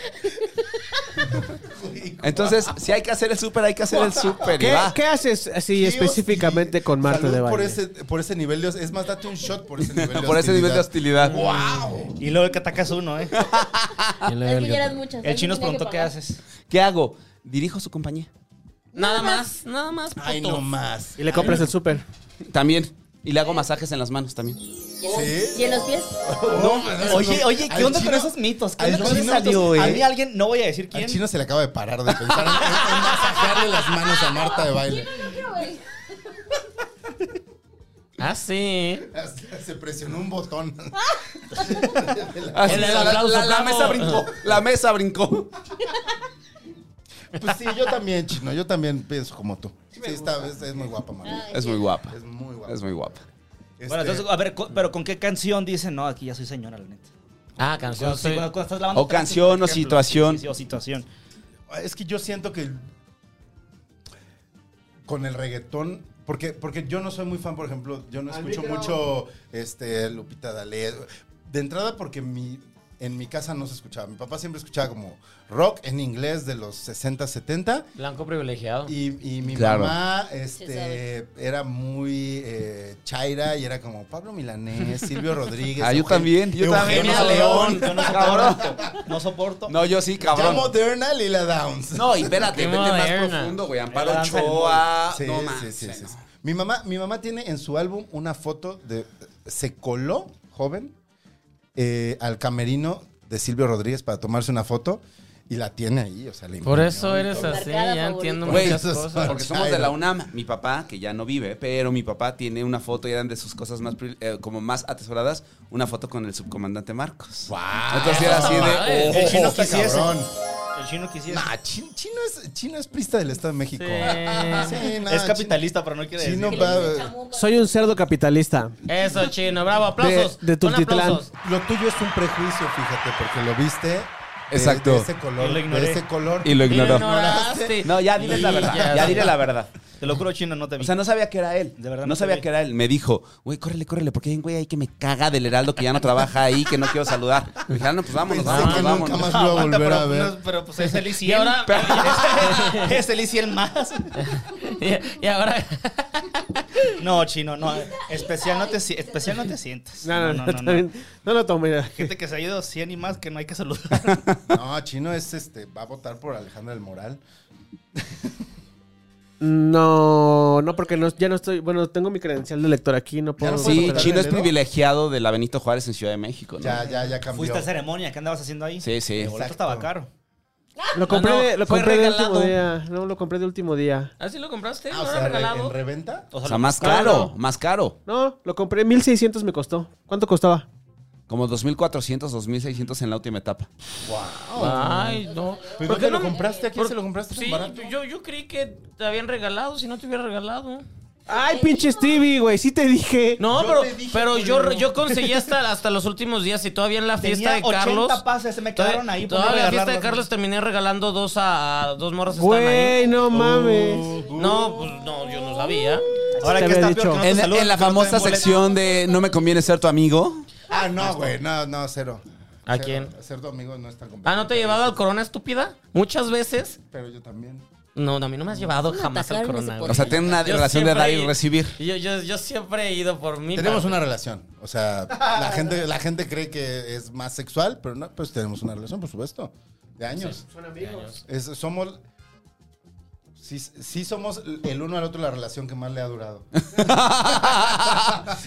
S9: Entonces, si hay que hacer el súper, hay que hacer el súper. y
S6: ¿Qué,
S9: va.
S6: qué haces así
S1: Dios,
S6: específicamente
S1: sí.
S6: con Marta
S1: Salud
S6: de Baile?
S1: Por ese, por ese nivel de... Es más, date un shot por ese nivel de
S9: Por ese nivel de
S1: hostilidad.
S9: hostilidad.
S5: Y luego que atacas uno, ¿eh?
S3: Es que ya eran muchas.
S5: El
S3: alguien
S5: chino
S3: tenía que
S5: nos preguntó qué
S3: pagar.
S5: haces.
S9: ¿Qué hago? Dirijo su compañía.
S2: Nada más, nada más.
S1: Ay,
S2: puto.
S1: no más.
S6: Y le compras el súper.
S9: También. Y le hago masajes en las manos también.
S1: ¿Sí?
S3: ¿Y en los pies?
S1: No, pues,
S5: Oye,
S1: no.
S5: oye, ¿qué
S1: Al
S5: onda con
S1: chino-
S5: esos mitos? ¿Qué
S1: al
S5: onda con esos
S1: chino
S5: mitos?
S1: salió,
S5: A
S1: ¿eh?
S5: mí alguien, no voy a decir
S1: Al
S5: quién.
S1: chino se le acaba de parar de pensar en, en- en masajearle las manos a Marta de Baile.
S2: Ah, sí.
S1: Se presionó un botón.
S9: Así,
S2: El- el
S9: Ah, la,
S2: aplauso,
S9: la- la
S2: bravo.
S9: mesa brincó. La mesa brincó.
S1: Pues sí, yo también, chino. Yo también pienso como tú. Sí, está, es, es muy guapa, Marta.
S9: Es muy guapa.
S1: Es muy guapa. Este,
S9: Es muy guapa.
S5: Bueno, entonces, a ver, co- pero ¿con qué canción dicen? No, aquí ya soy señora, la neta.
S2: Ah, canción.
S5: Cuando- sí,
S2: soy-
S5: cuando- cuando estás lavando
S4: O
S5: trastes,
S4: canción,
S5: por
S4: o
S5: ejemplo.
S4: situación.
S5: Sí, sí, o situación.
S1: Es que yo siento que con el reggaetón, porque, porque yo no soy muy fan, por ejemplo, yo no
S6: Al
S1: escucho
S6: micro.
S1: mucho este, Lupita Dalé. De entrada porque mi, en mi casa no se escuchaba. Mi papá siempre escuchaba como rock en inglés de los 60, 70.
S2: Blanco privilegiado.
S1: Y, y mi
S4: Claro.
S1: mamá
S3: Sí
S1: este,
S3: sabe.
S1: era muy eh, chaira y era como Pablo Milanés, Silvio Rodríguez.
S4: Ah, yo
S1: Eugenio-
S4: también, yo también.
S1: Eugenia León.
S5: Yo no soporto. No soporto.
S4: No, yo sí,
S1: Ya
S4: cabrón.
S1: moderna Lila Downs.
S4: No, y espérate,
S2: Qué
S4: vete más
S2: moderna.
S4: profundo, güey. Amparo
S5: Era danza del
S4: Ochoa.
S1: Sí,
S4: no
S1: sí,
S4: más.
S1: sí, sí, sí. Mi mamá, mi mamá tiene en su álbum una foto de. Se coló, joven, eh, al camerino de Silvio Rodríguez para tomarse una foto y la tiene ahí, o sea, la
S2: Por
S1: imprimió
S2: eso
S1: y
S2: eres
S1: todo.
S2: así,
S3: Marcada
S2: ya
S3: favorita.
S2: entiendo
S4: Güey,
S2: muchas
S1: esos
S2: cosas.
S1: son-
S4: Porque somos de la UNAM. Mi papá, que ya no vive, pero mi papá tiene una foto y eran de sus cosas más pri- eh, como más atesoradas, una foto con el subcomandante Marcos.
S1: ¡Wow!
S4: Entonces era así de.
S2: Madre.
S4: oh,
S5: El chino
S1: está
S5: quisiese.
S1: cabrón.
S5: El chino quisiera.
S1: Nah, chin- chino, es, chino es prista del Estado de México.
S2: Sí.
S1: Sí, nah,
S5: es capitalista, pero no
S1: chin-
S5: quiere decir.
S1: Chino,
S3: Que le
S1: va- eh,
S3: dice chamuco.
S6: Soy un cerdo capitalista.
S2: Eso, chino, bravo, aplausos.
S6: De- de
S2: Pon
S6: Tultitlán.
S2: aplausos.
S1: lo tuyo es un prejuicio, fíjate, porque lo viste. de-
S4: Exacto.
S1: De, ese color.
S5: Yo lo
S1: de
S5: ignoré.
S1: ese color.
S4: Y lo ignoró.
S2: ignoraste.
S4: No, ya diles la
S2: Y
S4: verdad.
S2: ya-
S4: Ya dile la verdad.
S5: Te lo juro, chino, no te vi.
S4: O sea, no sabía que era él.
S5: De verdad,
S4: No
S5: no
S4: sabía
S5: te vi.
S4: que era él. Me dijo, güey, córrele, córrele, porque hay un güey ahí que me caga del Heraldo que ya no trabaja ahí, que no quiero saludar. Me dijeron, no, pues vámonos,
S1: Pensé
S4: vámonos,
S1: que
S4: vámonos.
S1: nunca más lo iba a
S5: Aguanta,
S1: volver
S5: pero,
S1: a ver.
S5: no, pero pues es el ICL.
S2: Y ahora-
S5: es el ICL más.
S2: Y ahora.
S5: No, chino, no. Especial no te, si- especial no te sientas.
S6: No, no, no. No, no, mira.
S5: Gente que se ha ido 100 y más que no hay que saludar.
S1: No, Chino es este, va a votar por Alejandra del Moral.
S6: No, no, porque no, ya no estoy. Bueno, tengo mi credencial de lector aquí, no puedo.
S1: no puedes
S4: Sí,
S1: votar
S4: Chino es
S1: Heraldo?
S4: privilegiado de la Benito Juárez en Ciudad de México, ¿no?
S1: Ya, ya, ya cambió.
S5: Fuiste a ceremonia, ¿qué andabas haciendo ahí?
S4: Sí, sí.
S5: El boleto estaba caro.
S6: Lo compré,
S2: Ah, no,
S6: de- lo
S2: fue
S6: compré de último
S2: regalado.
S6: día. No, lo compré de último día.
S2: ¿Así lo compraste?
S1: Ah,
S2: ¿No
S1: o
S2: lo
S1: sea, re-
S2: regalado?
S1: ¿en reventa?
S4: O sea, más caro, más caro.
S6: No, lo compré. 1600 me costó. ¿Cuánto costaba?
S4: Como 2.400, 2.600 en la última etapa.
S1: Ah,
S2: Ay, no.
S1: ¿Pero
S2: ¿Por
S1: dónde
S2: qué
S1: lo
S2: no me-
S1: compraste? ¿A quién se lo compraste?
S2: Sí,
S1: ¿Barato?
S2: yo, yo creí que te habían regalado, si no te hubiera regalado.
S6: Ay, pinche Stevie, güey. Sí te dije.
S2: No,
S1: Yo
S2: pero,
S1: te dije,
S2: pero yo,
S1: culero.
S2: yo conseguí hasta, hasta los últimos días y todavía en la fiesta
S5: Tenía
S2: de Carlos.
S5: 80 pases, se me quedaron ahí. pues, por
S2: Todavía en la fiesta de
S5: regalarlos.
S2: Carlos terminé regalando dos a, a dos morras están ahí.
S6: Güey, no mames.
S2: No, pues no, yo no sabía.
S5: Ahora
S6: Te
S5: que
S6: había
S5: está peor
S6: dicho.
S5: que no
S1: pues
S5: te
S4: En,
S5: saludan,
S4: en la
S5: que no te
S4: famosa
S5: den boleto.
S4: sección de No me conviene ser tu amigo.
S1: Ah, no, güey, no, no, cero.
S2: ¿A
S1: Cero.
S2: quién?
S1: Ser tu amigo no es tan complicado.
S2: Ah, ¿no te he llevado al corona estúpida? Muchas veces.
S1: Pero yo también.
S2: No, a mí no me has llevado jamás al
S3: atacaron ese
S2: corona.
S3: podcast.
S2: güey.
S4: O sea, tiene una
S2: Yo
S4: relación de
S2: siempre
S4: dar
S2: he-
S4: y recibir.
S2: Yo, yo, yo siempre he ido por mí.
S1: Tenemos una relación. O sea, la gente, la gente cree que es más sexual, pero no, pues tenemos una relación, por supuesto. De años.
S6: Son amigos.
S1: Es- somos. Sí, sí somos el uno al otro la relación que más le ha durado.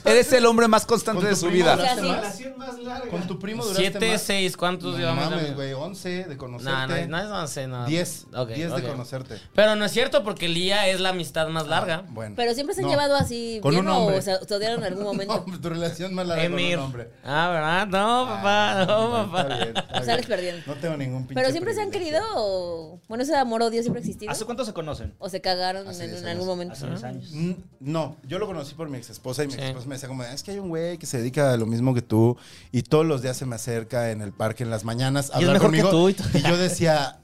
S4: Eres el hombre más constante
S1: Con
S4: de
S1: tu
S4: su
S1: primo
S4: vida.
S1: duraste
S3: O sea, sí.
S1: más. Con tu primo duraste
S2: Siete,
S1: más.
S2: seis, ¿cuántos
S1: No
S2: llevamos?
S1: mames, güey, 11 de
S2: No, no,
S1: conocerte.
S2: no, no sé, no.
S1: 10.
S2: Ok,
S1: 10
S2: ok.
S1: de conocerte.
S2: Pero no es cierto porque Lía es la amistad más larga.
S1: Bueno.
S3: Pero siempre se han
S1: No.
S3: llevado así.
S1: Con
S3: bien,
S1: un hombre.
S3: o se, se odiaron en algún momento.
S1: No, tu relación más larga con
S2: Emir.
S1: un hombre. Ah,
S2: Ah, ¿verdad? No, papá, no, papá.
S3: O sea, les perdieron.
S1: No tengo ningún pinche
S3: Pero siempre se han
S1: privilegio.
S3: querido. o- Bueno, ese amor-odio siempre ha existido.
S5: ¿Hace cuánto se conocen?
S3: O se cagaron
S1: Hace
S3: en,
S1: diez
S3: en
S1: años.
S3: algún momento. Ah.
S5: Hace unos años.
S1: Mm, No, yo lo conocí por mi ex esposa y mi
S2: Sí.
S1: ex esposa me decía como, es que hay un güey que se dedica a lo mismo que tú y todos los días se me acerca en el parque en las mañanas a
S2: Y es
S1: hablar
S2: mejor que
S1: conmigo.
S2: tú y tú.
S1: y yo decía,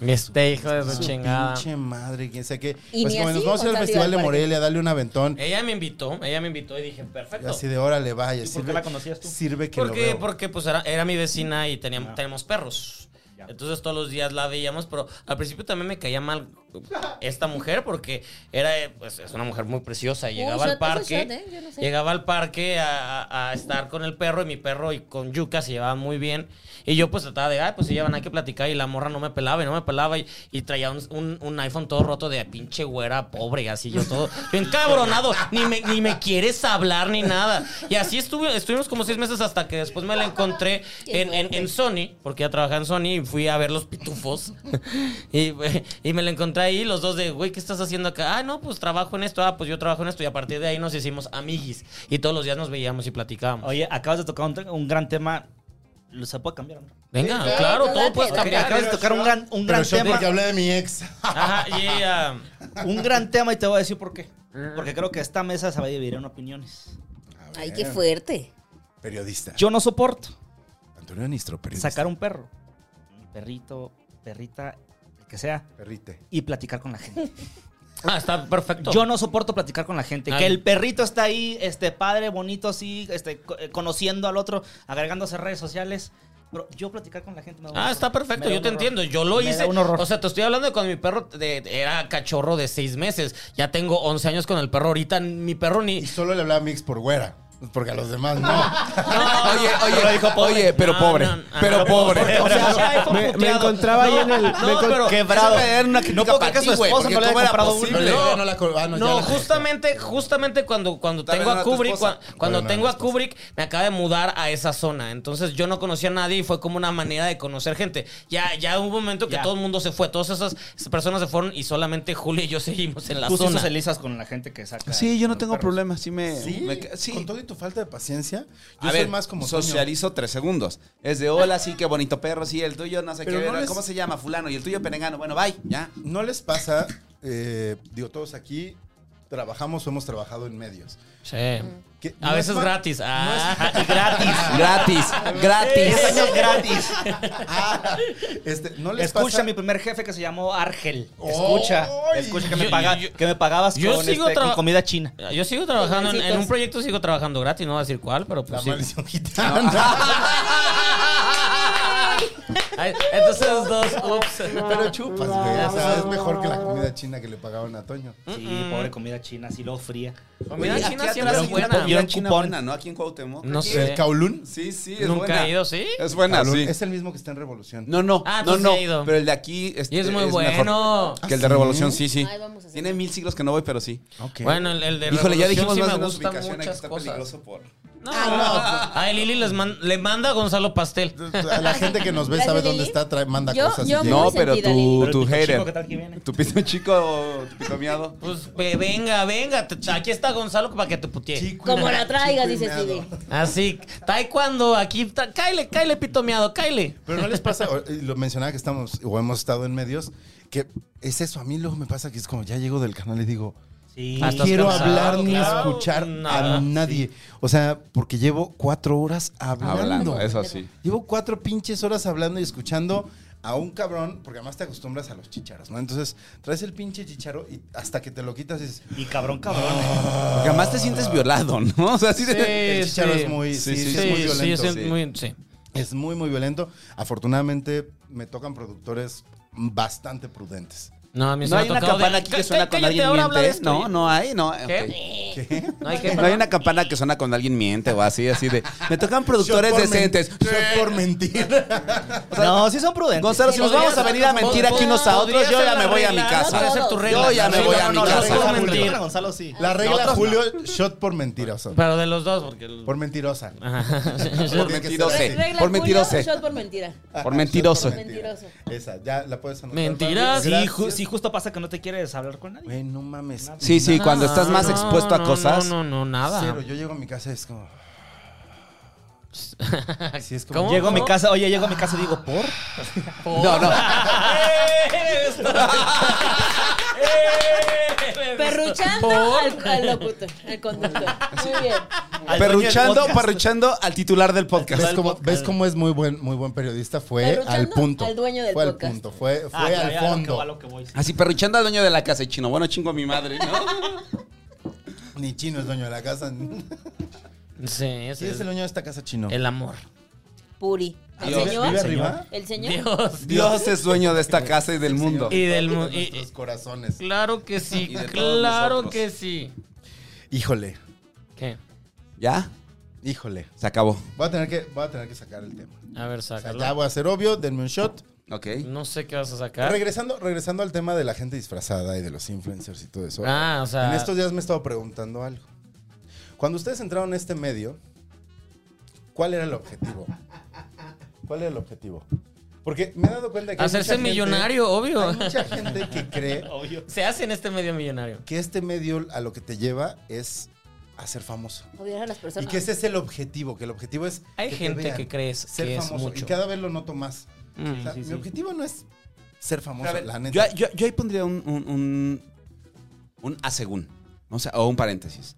S2: Este hijo de su
S1: su
S2: chingada.
S1: pinche madre, quién sabe qué.
S3: Y
S1: Pues
S3: ni
S1: como
S3: así,
S1: nos vamos a ir al festival
S3: Gonzalo,
S1: de
S3: iba al parque.
S1: Morelia, darle un aventón.
S2: Ella me invitó, ella me invitó y dije,
S1: Y
S2: perfecto.
S1: así de órale, vaya.
S5: ¿Y por qué la conocías tú?
S1: Sirve que lo
S2: Porque,
S1: veo.
S2: porque pues era, era mi vecina y teníamos, tenemos perros. Entonces todos los días la veíamos, pero al principio también me caía mal esta mujer porque era, eh, pues, es una mujer muy preciosa. y
S3: Un
S2: Llegaba al
S3: shot, es un
S2: parque,
S3: shot, ¿eh? Yo no sé.
S2: llegaba al parque a, a- a estar con el perro y mi perro y con Yuka se llevaban muy bien. Y yo pues trataba de, ay, pues se llevan, hay que platicar y la morra no me pelaba y no me pelaba y, y traía un, un- un iPhone todo roto de pinche güera pobre y así yo todo, yo encabronado, ni me, ni me quieres hablar ni nada. Y así estuve, estuvimos como seis meses hasta que después me la encontré
S3: Qué
S2: en, en- en Sony, porque ya trabajaba en Sony y fui a ver los pitufos. y, y me la encontré ahí, los dos de, güey, ¿qué estás haciendo acá? Ah, no, pues trabajo en esto, ah, pues yo trabajo en esto. Y a partir de ahí nos hicimos amiguis. Y todos los días nos veíamos y platicábamos.
S5: Oye, acabas de tocar un, un gran tema. ¿Lo se puede cambiar? o no?
S2: Venga,
S3: Sí,
S2: claro,
S3: claro,
S2: todo puedes
S3: claro.
S2: cambiar.
S5: Acabas de tocar un gran, un gran
S1: Pero yo
S5: tema.
S1: porque hablé de mi ex.
S2: Ajá, y ah, ella.
S5: Un gran tema y te voy a decir por qué. Porque creo que esta mesa se va a dividir en opiniones.
S3: Ay,
S1: Eh.
S3: qué fuerte.
S1: Periodista.
S5: Yo no soporto
S1: Antonio Nistro, periodista.
S5: sacar un perro, un perrito, perrita, el que sea,
S1: Perrite.
S5: y platicar con la gente.
S2: Ah, está perfecto.
S5: Yo no soporto platicar con la gente.
S2: Ay.
S5: Que el perrito está ahí, este padre, bonito, así, este, co- eh, conociendo al otro, agregándose redes sociales. Pero yo platicar con la gente me da un
S2: Ah,
S5: horror.
S2: está perfecto,
S5: Me da
S2: yo
S5: un
S2: te
S5: horror.
S2: entiendo. Yo lo
S5: Me da
S2: hice.
S5: un horror.
S2: O sea, te estoy hablando de cuando mi perro de- era cachorro de seis meses. Ya tengo 11 años con el perro. Ahorita mi perro
S1: Y
S2: ni.
S1: solo le hablaba Mix por güera. pues, Porque a los demás no.
S4: Oye,
S2: Pero
S4: oye,
S2: dijo pobre.
S4: oye, pero
S2: No,
S4: pobre.
S2: no, no.
S4: Pero pobre.
S6: O sea, me, me encontraba ahí en el. me encon-
S4: Quebrado. No puedo creer que su esposa no le haya comprado
S1: No,
S4: un.
S1: le-
S2: No.
S1: no la co- ah, no, ya
S2: No,
S1: la conozco.
S2: justamente, justamente cuando, cuando
S4: Tal vez
S2: tengo
S4: no
S2: a
S4: era tu
S2: Kubrick,
S4: esposa.
S2: cua- cuando
S1: Bueno, no
S2: tengo
S1: era
S2: a
S1: tu esposa.
S2: Kubrick, me acaba de mudar a esa zona. Entonces yo no conocía a nadie y fue como una manera de conocer gente. Ya, ya hubo un momento que
S5: Ya.
S2: todo el mundo se fue, todas esas personas se fueron y solamente Julia y yo seguimos en la
S5: Tú sí
S2: zona.
S5: socializas con la gente que saca.
S4: Sí, yo no
S5: los
S4: tengo
S5: perros.
S4: problema. Sí me.
S1: Sí,
S4: me ca-
S1: Con
S4: sí.
S1: todo y tu falta de paciencia, yo
S4: A
S1: soy
S4: ver,
S1: más como Toño.
S4: socializo tres segundos. Es de hola, sí, qué bonito perro, sí, el tuyo no sé
S1: Pero
S4: qué,
S1: no
S4: era,
S1: les-
S4: ¿cómo se llama? Fulano, y el tuyo perengano. Bueno, bye, ya.
S1: ¿No les pasa, eh, digo, todos aquí trabajamos o hemos trabajado en medios?
S2: Sí.
S1: que no
S2: A
S1: es
S2: veces
S1: fa-
S2: gratis. Ah,
S1: no es-
S2: gratis.
S4: Gratis, gratis.
S5: Diez años gratis.
S1: Ah, este, no les
S5: Escucha
S1: pasa.
S5: a mi primer jefe que se llamó Ángel.
S1: ¡Ay!
S5: Escucha, escucha que me,
S2: Yo-
S5: paga-
S2: yo- yo-
S5: que me pagabas
S2: yo
S5: con,
S2: sigo
S5: este, con
S2: traba-
S5: comida china.
S2: Yo sigo trabajando, en, en un
S3: Pobrecitos.
S2: proyecto sigo trabajando gratis, no voy a decir cuál, pero
S1: La
S2: pues sí.
S1: maldición gitana.
S2: Ay, Entonces dos, ups.
S1: Pero chupas, güey. O sea, es mejor que la comida china que le pagaban a Toño.
S2: Mm,
S5: Sí, pobre comida china, así lo fría.
S2: Comida
S4: Oye,
S2: china
S4: aquí
S2: siempre
S4: atrás
S2: es
S4: hay una
S2: buena.
S4: comida
S5: Yo-
S4: china
S5: cupón.
S4: buena, ¿no? Aquí en Cuauhtemoc.
S2: No sé.
S1: ¿El Kowloon?
S4: Sí, sí, es
S2: Nunca
S4: buena.
S2: he ido, ¿sí?
S4: Es buena,
S1: Kowloon
S4: sí.
S1: Es el mismo que está en Revolución.
S4: No, no,
S2: Ah,
S4: no,
S2: entonces
S4: no.
S2: sí he ido.
S4: Pero el de aquí este,
S2: Y es muy
S4: mejor
S2: bueno.
S4: Que el de Revolución, sí, sí.
S3: Ay, vamos a hacer.
S4: Tiene mil siglos que no voy, pero sí.
S1: Ok.
S2: Bueno, el, el de
S4: Híjole, ya
S2: Revolución
S4: dijimos
S2: sí
S4: más
S2: me
S4: de una
S2: gustan
S4: ubicación aquí
S2: muchas
S4: está
S2: cosas.
S4: peligroso por.
S2: No. Ay, Lili les man- le manda a Gonzalo pastel.
S1: A la gente que nos ve sabe
S3: Gracias,
S1: dónde
S3: Lili.
S1: está, trae- manda
S3: Yo-
S1: cosas.
S3: yo
S1: y
S3: me-
S1: llega.
S4: No,
S3: muy
S4: pero
S3: sentida, Lili.
S4: tu,
S5: Pero el
S4: tu
S5: pito chico,
S4: hater.
S5: ¿qué tal que viene?
S4: Tu pito chico o tu pito miado.
S2: Pues ve, venga, venga. te- aquí está Gonzalo para que te putee.
S1: Chico y-
S3: Como la traigas,
S1: chico y
S3: dice
S1: meado.
S3: Stevie.
S2: Así, taekwondo, aquí. ta- cáele, cáele, pitomeado, cáele.
S1: Pero no les pasa, o- y lo mencionaba que estamos o hemos estado en medios, que es eso. A mí luego me pasa que es como ya llego del canal y digo,
S5: Sí.
S1: no
S2: Ah, Estás
S1: quiero
S2: cansado,
S1: hablar ni
S2: claro.
S1: escuchar
S2: Nada,
S1: a nadie. O sea, porque llevo cuatro horas hablando.
S4: Hablando, eso sí.
S1: Llevo cuatro pinches horas hablando y escuchando a un cabrón, porque además te acostumbras a los chicharos, ¿no? Entonces traes el pinche chicharo y hasta que te lo quitas dices,
S5: Y cabrón, cabrón.
S4: Porque además te sientes violado, ¿no? O sea, sí, te-
S1: "Eh, el chicharo es muy- sí, sí, es muy violento,
S2: es
S1: sí.
S2: muy- sí.
S1: es muy, muy violento. Afortunadamente me tocan productores bastante prudentes.
S2: No, a mí se
S4: No
S2: me
S4: hay
S2: ha
S4: una
S2: tocado
S4: campana
S2: de-
S4: aquí que
S2: Cá-
S4: suena con
S2: cállate,
S4: alguien
S2: ahora habla de
S4: miente.
S2: esto,
S4: No,
S2: ¿eh?
S4: no hay, no.
S2: ¿Qué?
S4: ok.
S2: No hay que
S4: No hay una campana que suena con alguien miente o así, así de. Me tocan productores
S1: Shot por
S4: decentes.
S1: men- shot por mentir.
S5: no, sí son prudentes.
S4: Gonzalo, si nos vamos a venir a mentir aquí unos a otros, yo ya me voy a mi
S3: Podría ser
S4: casa.
S3: tu
S4: regla. Yo ya me voy a mi casa.
S2: No
S5: Gonzalo,
S2: puedo
S5: sí,
S2: mentir.
S5: Gonzalo, Gonzalo, sí.
S1: La regla, Julio, shot por mentiroso.
S2: Pero Ah. de los dos, porque. el-
S1: Por mentirosa.
S2: Ajá.
S4: Por mentiroso.
S3: Regla
S4: Por
S3: Julio,
S4: mentiroso.
S3: shot por mentira.
S4: Por mentiroso.
S1: Shot por
S3: Mentiroso.
S1: Esa, ya la puedes anotar. Fabio.
S2: Mentiras.
S5: Sí,
S1: Gracias.
S5: ju- sí, justo pasa que no te quieres hablar con nadie.
S1: Güey, no mames.
S4: Sí, sí, cuando estás más
S2: No,
S4: expuesto a
S2: no,
S4: cosas.
S2: No, no, no,
S1: Cero.
S2: nada.
S1: Yo llego a mi casa y es como. Sí, es como.
S2: ¿Cómo?
S5: Llego a mi casa, oye, llego a mi casa y digo, ¿por?
S4: No, no.
S2: Eh,
S3: Perruchando al, al locutor, al conductor. Muy bien.
S4: Perruchando, parruchando al titular del podcast.
S1: ¿Ves cómo, ves cómo es muy buen, muy buen periodista? Fue
S3: Perruchando
S1: al punto.
S3: al dueño del
S1: fue
S3: podcast.
S1: al punto. Fue, fue
S5: Ah, claro,
S1: al
S5: ya,
S1: fondo.
S5: que va lo que voy, sí.
S4: Así perruchando al dueño de la casa y chino. Bueno, chingo a mi madre, ¿no?
S1: Ni chino es dueño de la casa. ¿Quién
S2: Sí, ese
S1: es
S2: es
S1: el dueño de esta casa chino?
S2: el amor.
S3: Puri. ¿El
S4: Dios,
S3: señor?
S1: ¿Vive arriba?
S3: ¿El señor?
S2: Dios.
S4: Dios es dueño de esta casa y del mundo.
S2: Y del mu-
S1: De
S2: y-
S1: nuestros corazones.
S2: Claro que sí,
S4: Y de todos
S2: claro
S4: nosotros.
S2: que sí.
S1: Híjole,
S2: ¿Qué?
S4: ¿Ya?
S1: híjole.
S4: Se acabó.
S1: Voy a tener que, voy a tener que sacar el tema.
S2: A ver,
S1: O sea, ya
S2: sácalo.
S1: voy a ser obvio, denme un shot.
S4: Ok.
S2: No sé qué vas a sacar.
S1: Regresando, regresando al tema de la gente disfrazada y de los influencers y todo eso.
S2: Ah, o sea.
S1: En estos días me he estado preguntando algo. Cuando ustedes entraron a este medio, ¿cuál era el objetivo? ¿Cuál era el objetivo? Porque me he dado cuenta que. hay
S2: Hacerse
S1: mucha gente-
S2: millonario, obvio.
S1: Hay mucha gente que cree
S5: Obvio.
S2: Se hace en este medio millonario.
S1: que este medio a lo que te lleva es a ser famoso.
S3: Odiar a las
S1: Y
S3: personas.
S1: que ese es el objetivo, que el objetivo es.
S2: Hay
S1: que te
S2: gente
S1: vean,
S2: que crees
S1: ser
S2: que es
S1: famoso.
S2: mucho.
S1: Y cada vez lo noto más.
S2: Mm.
S1: O sea, mi objetivo no es ser famoso,
S4: A ver,
S1: la
S4: yo,
S1: neta.
S4: yo- yo ahí pondría un, un, un, un asegún, o sea, o un paréntesis.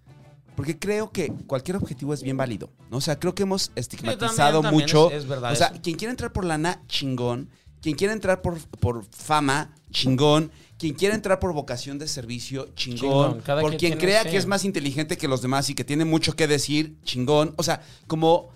S4: Porque creo que cualquier objetivo es bien válido. ¿no? O sea, creo que hemos estigmatizado
S2: también
S4: mucho.
S2: es- es verdad
S4: O sea,
S2: eso.
S4: quien quiere entrar por lana, chingón. Quien quiere entrar por, por fama, chingón. Quien quiere entrar por vocación de servicio, chingón.
S2: Chingón, cada
S4: por
S2: quien
S4: quien,
S2: tiene-
S4: crea
S2: sí.
S4: que es más inteligente que los demás y que tiene mucho que decir, chingón. O sea, como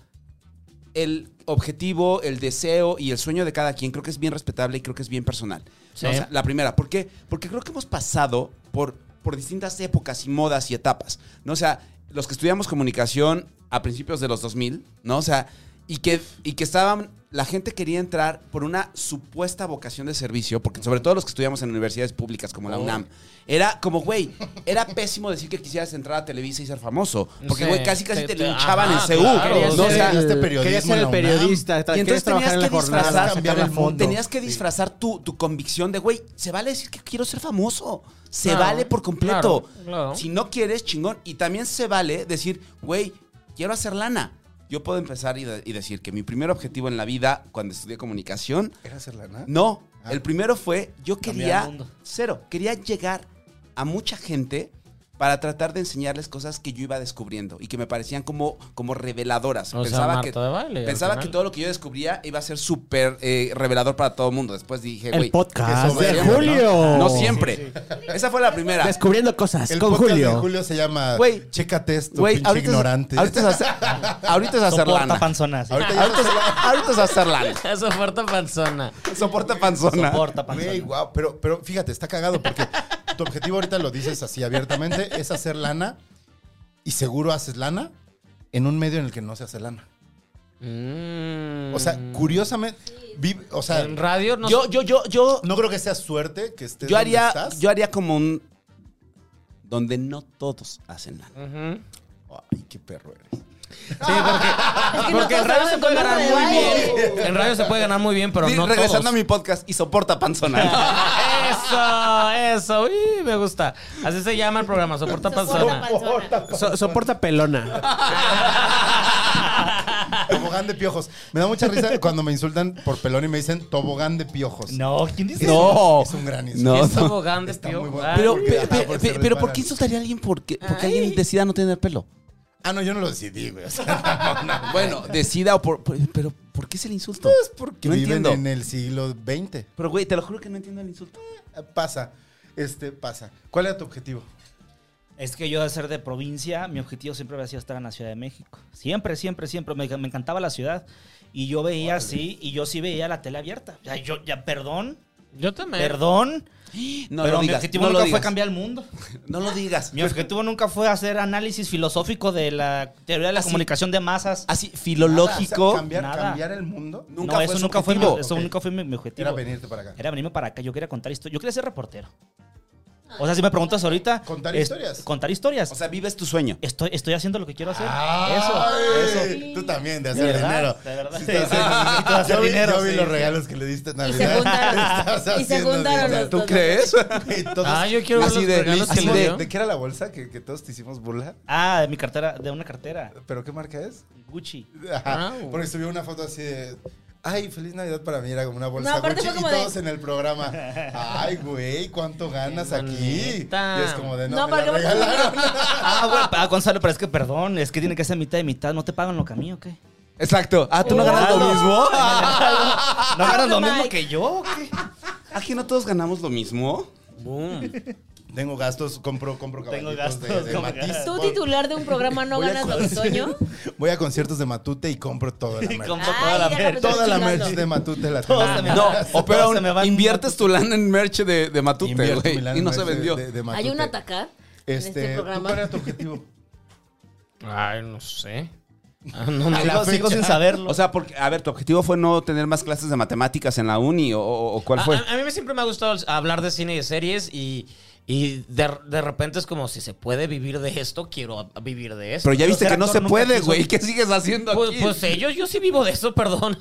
S4: el objetivo, el deseo y el sueño de cada quien creo que es bien respetable y creo que es bien personal.
S2: Sí.
S4: O sea, la primera, ¿por qué? Porque creo que hemos pasado por, por distintas épocas y modas y etapas, ¿no? O sea, los que estudiamos comunicación a principios de los 2000, ¿no? O sea, y que, y que estaban, la gente quería entrar por una supuesta vocación de servicio, porque sobre todo los que estudiamos en universidades públicas como la
S2: Oh.
S4: UNAM, era como, güey, era pésimo decir que quisieras entrar a Televisa y ser famoso, porque,
S2: Sí.
S4: güey, casi casi
S2: Te-
S4: te,
S2: te-
S4: linchaban en
S2: ajá,
S4: CEU,
S2: claro.
S4: ¿no? O sea,
S1: estudiaste periodismo
S6: quería ser
S1: en
S6: el
S1: la UNAM.
S6: periodista, tra-
S4: y
S6: quieres
S4: entonces
S6: trabajar
S4: tenías
S6: en la
S4: que
S6: jornada,
S4: disfrazar,
S6: sacar la foto.
S4: tenías que disfrazar tu, tu convicción de, güey, se vale decir que quiero ser famoso. Se
S2: Claro,
S4: vale por completo.
S2: claro, claro.
S4: Si no quieres, chingón. Y también se vale decir, güey, quiero hacer lana. Yo puedo empezar y, de- y decir que mi primer objetivo en la vida, cuando estudié comunicación,
S1: ¿Era hacer lana?
S4: no.
S1: Ah.
S4: El primero fue, yo
S5: Cambiar el
S4: quería,
S5: mundo.
S4: cero, quería llegar a mucha gente para tratar de enseñarles cosas que yo iba descubriendo y que me parecían como, como reveladoras.
S2: O sea,
S4: Pensaba
S2: Marta
S4: que,
S2: de baile, al
S4: Pensaba
S2: final.
S4: que todo lo que yo descubría iba a ser súper eh, revelador para todo el mundo. Después dije, güey.
S6: El podcast
S1: que
S6: de
S1: eso-
S6: Julio.
S4: No, siempre. Esa fue la primera.
S6: Descubriendo cosas
S1: El
S6: con
S1: podcast
S6: Julio.
S1: de Julio se llama
S4: Güey.
S1: Chécate esto,
S4: Güey,
S1: pinche
S4: ahorita,
S1: ignorante.
S4: es, ahorita es hacer, ahorita es hacer
S5: Soporta
S4: lana.
S5: panzonas.
S1: Ahorita ya
S4: Ahorita es, ahorita es hacer lana.
S2: Esa oferta panzona.
S4: Soporta panzona.
S5: Soporta
S1: Güey,
S5: panzonas.
S1: guau, pero, pero fíjate, está cagado porque tu objetivo ahorita lo dices así abiertamente, es hacer lana y seguro haces lana en un medio en el que no se hace lana. O sea, curiosamente, vive- o sea,
S2: Mm. en radio no
S4: Mm. Yo, yo, yo, yo,
S1: no creo que sea suerte que estés
S4: yo
S1: donde
S4: haría,
S1: estás.
S4: yo haría como un donde no todos hacen lana.
S2: Ujú.
S1: Ay, qué perro eres.
S2: Sí, porque, porque en radio se puede ganar muy
S3: ¿eh?
S2: bien. En radio se puede ganar muy bien, pero
S4: Di-
S2: no
S4: regresando
S2: todos.
S4: a mi podcast y soporta panzona.
S2: Eso, eso, uy, me gusta. Así se llama el programa, Soporta Panzona.
S6: So- soporta pelona.
S1: Tobogán de piojos. Me da mucha risa cuando me insultan por pelón y me dicen tobogán de piojos.
S5: No, ¿quién dice eso?
S4: no.
S1: Es un gran
S4: No,
S1: insulto.
S2: Es tobogán de
S1: Está
S2: tío.
S1: muy bueno.
S2: Ay,
S4: Pero,
S1: Porque
S4: pe-
S1: ajá,
S4: pe-
S1: porque
S4: pe-
S1: se
S4: pero ¿por
S1: resbalan.
S4: qué insultaría a alguien porque, porque alguien decida no tener pelo?
S1: Ah, no, yo no lo decidí, güey. O sea,
S4: Bueno, decida o por, por- pero ¿por qué es el insulto?
S5: Pues,
S1: porque
S4: no
S1: viven
S4: entiendo.
S1: en el siglo XX.
S4: Pero güey, te lo juro que no entiendo el insulto.
S1: Pasa. Este, pasa. ¿Cuál era tu objetivo?
S5: Es que yo de ser de provincia, mi objetivo siempre había sido estar en la Ciudad de México. Siempre, siempre, siempre. Me, me encantaba la ciudad. Y yo veía así, y yo sí veía la tele abierta. Ya, yo, ya, perdón,
S2: Yo también.
S5: perdón.
S4: No
S5: pero
S4: lo
S5: mi
S4: digas.
S5: objetivo
S4: no lo
S5: nunca fue
S4: digas.
S5: cambiar el mundo.
S4: No lo digas.
S5: Mi objetivo nunca fue hacer análisis filosófico de la teoría de la
S4: Así.
S5: comunicación de masas.
S4: Así
S1: Nada, Ah, o
S4: filológico.
S1: sea, cambiar,
S5: nada.
S1: cambiar el mundo
S4: nunca
S5: no,
S4: fue
S5: eso,
S4: su
S5: nunca fue mi,
S4: objetivo.
S5: eso
S1: Ok.
S5: nunca fue mi, mi objetivo.
S1: era venirte para acá.
S5: Era venirme para acá. Yo quería contar historias. Yo quería ser reportero. O sea, si me preguntas ahorita.
S1: Contar
S5: es-
S1: historias.
S5: Contar historias.
S4: O sea, vives tu sueño.
S5: estoy, estoy haciendo lo que quiero hacer.
S1: Eso,
S5: Eso, eso.
S1: Tú también, de
S5: De
S1: hacer
S5: verdad,
S1: dinero.
S5: de verdad.
S1: Sí, estás haciendo-
S5: Sí, tú haces
S1: yo vi,
S5: dinero,
S1: yo vi
S5: sí,
S1: los
S5: sí.
S1: regalos que le diste en
S3: Y
S1: Navidad.
S3: se juntaron-
S1: Estás
S3: y se
S1: haciendo
S3: juntaron
S1: dinero.
S3: los dos.
S1: Y todos-
S2: Ah, yo quiero ver
S4: Así
S2: los
S4: de-
S2: regalos que
S1: así
S2: le
S1: de,
S2: dio.
S1: ¿De qué era la bolsa que, que todos te hicimos burla?
S5: Ah, de mi cartera, de una cartera.
S1: ¿Pero qué marca es?
S5: Gucci.
S1: Ajá,
S2: Ah,
S1: Porque subió una foto así de. Ay, feliz Navidad para mí, era como una bolsa
S3: No, aparte
S1: Gucci
S3: fue
S1: y
S3: como de-
S1: todos en el programa. Ay, güey, ¿cuánto ganas aquí? Y
S2: bonita.
S1: es como de no,
S3: No,
S1: me la
S3: porque-
S1: regalaron.
S5: Ah, bueno, ah, Gonzalo, pero es que perdón, es que tiene que ser mitad y mitad. ¿No te pagan lo que a mí o qué?
S4: Exacto. Ah, tú no ganas lo
S5: Claro.
S4: mismo. Ah,
S5: ¿No ganas lo
S3: Mike.
S5: mismo que yo? o qué?
S4: Aquí no todos ganamos lo mismo.
S2: Boom.
S1: Tengo gastos, compro, compro
S5: Tengo
S1: caballitos
S5: gastos,
S1: de, de
S5: como
S1: Matiz.
S5: gastos.
S3: Tú
S1: Voy-
S3: titular de un programa no
S1: voy a
S3: ganas lo que
S1: conciertos-
S3: Toño.
S1: Voy a conciertos de Matute y compro toda la merch.
S5: Como
S3: Ay,
S5: toda la
S3: ya
S5: merch.
S3: me
S1: Toda la
S3: Ah, chingando.
S1: merch de Matute la
S5: Todo
S1: tengo.
S5: se me
S4: No,
S5: va.
S4: o peor
S5: Todo
S4: aún,
S5: se me va en
S4: inviertes tu lana en merch de, de Matute,
S1: Invierto mi lana
S4: güey. Y
S1: en
S4: no
S1: merch
S4: se
S1: de-
S4: vendió.
S1: de- de
S3: Hay
S1: Matute.
S3: un atacar
S1: Este,
S3: en este
S1: ¿tú ¿Cuál
S3: programa.
S1: era tu objetivo?
S2: Ay, no sé. Ah, no me
S5: Sigo, sigo sin saberlo.
S4: O sea, porque, a ver, tu objetivo fue no tener más clases de matemáticas en la uni o, o- o cuál
S5: Ah,
S2: A-
S4: fue.
S2: A, a mí me siempre me ha gustado hablar de cine y de series y, y de, de repente es como si se puede vivir de esto, quiero vivir de esto.
S4: Pero ya viste
S5: Pero
S4: que no
S5: ser
S4: se
S5: actor nunca
S4: puede,
S5: quiso.
S4: güey. ¿Qué sigues haciendo
S2: pues,
S4: aquí?
S2: pues ellos, yo sí vivo de eso, perdón.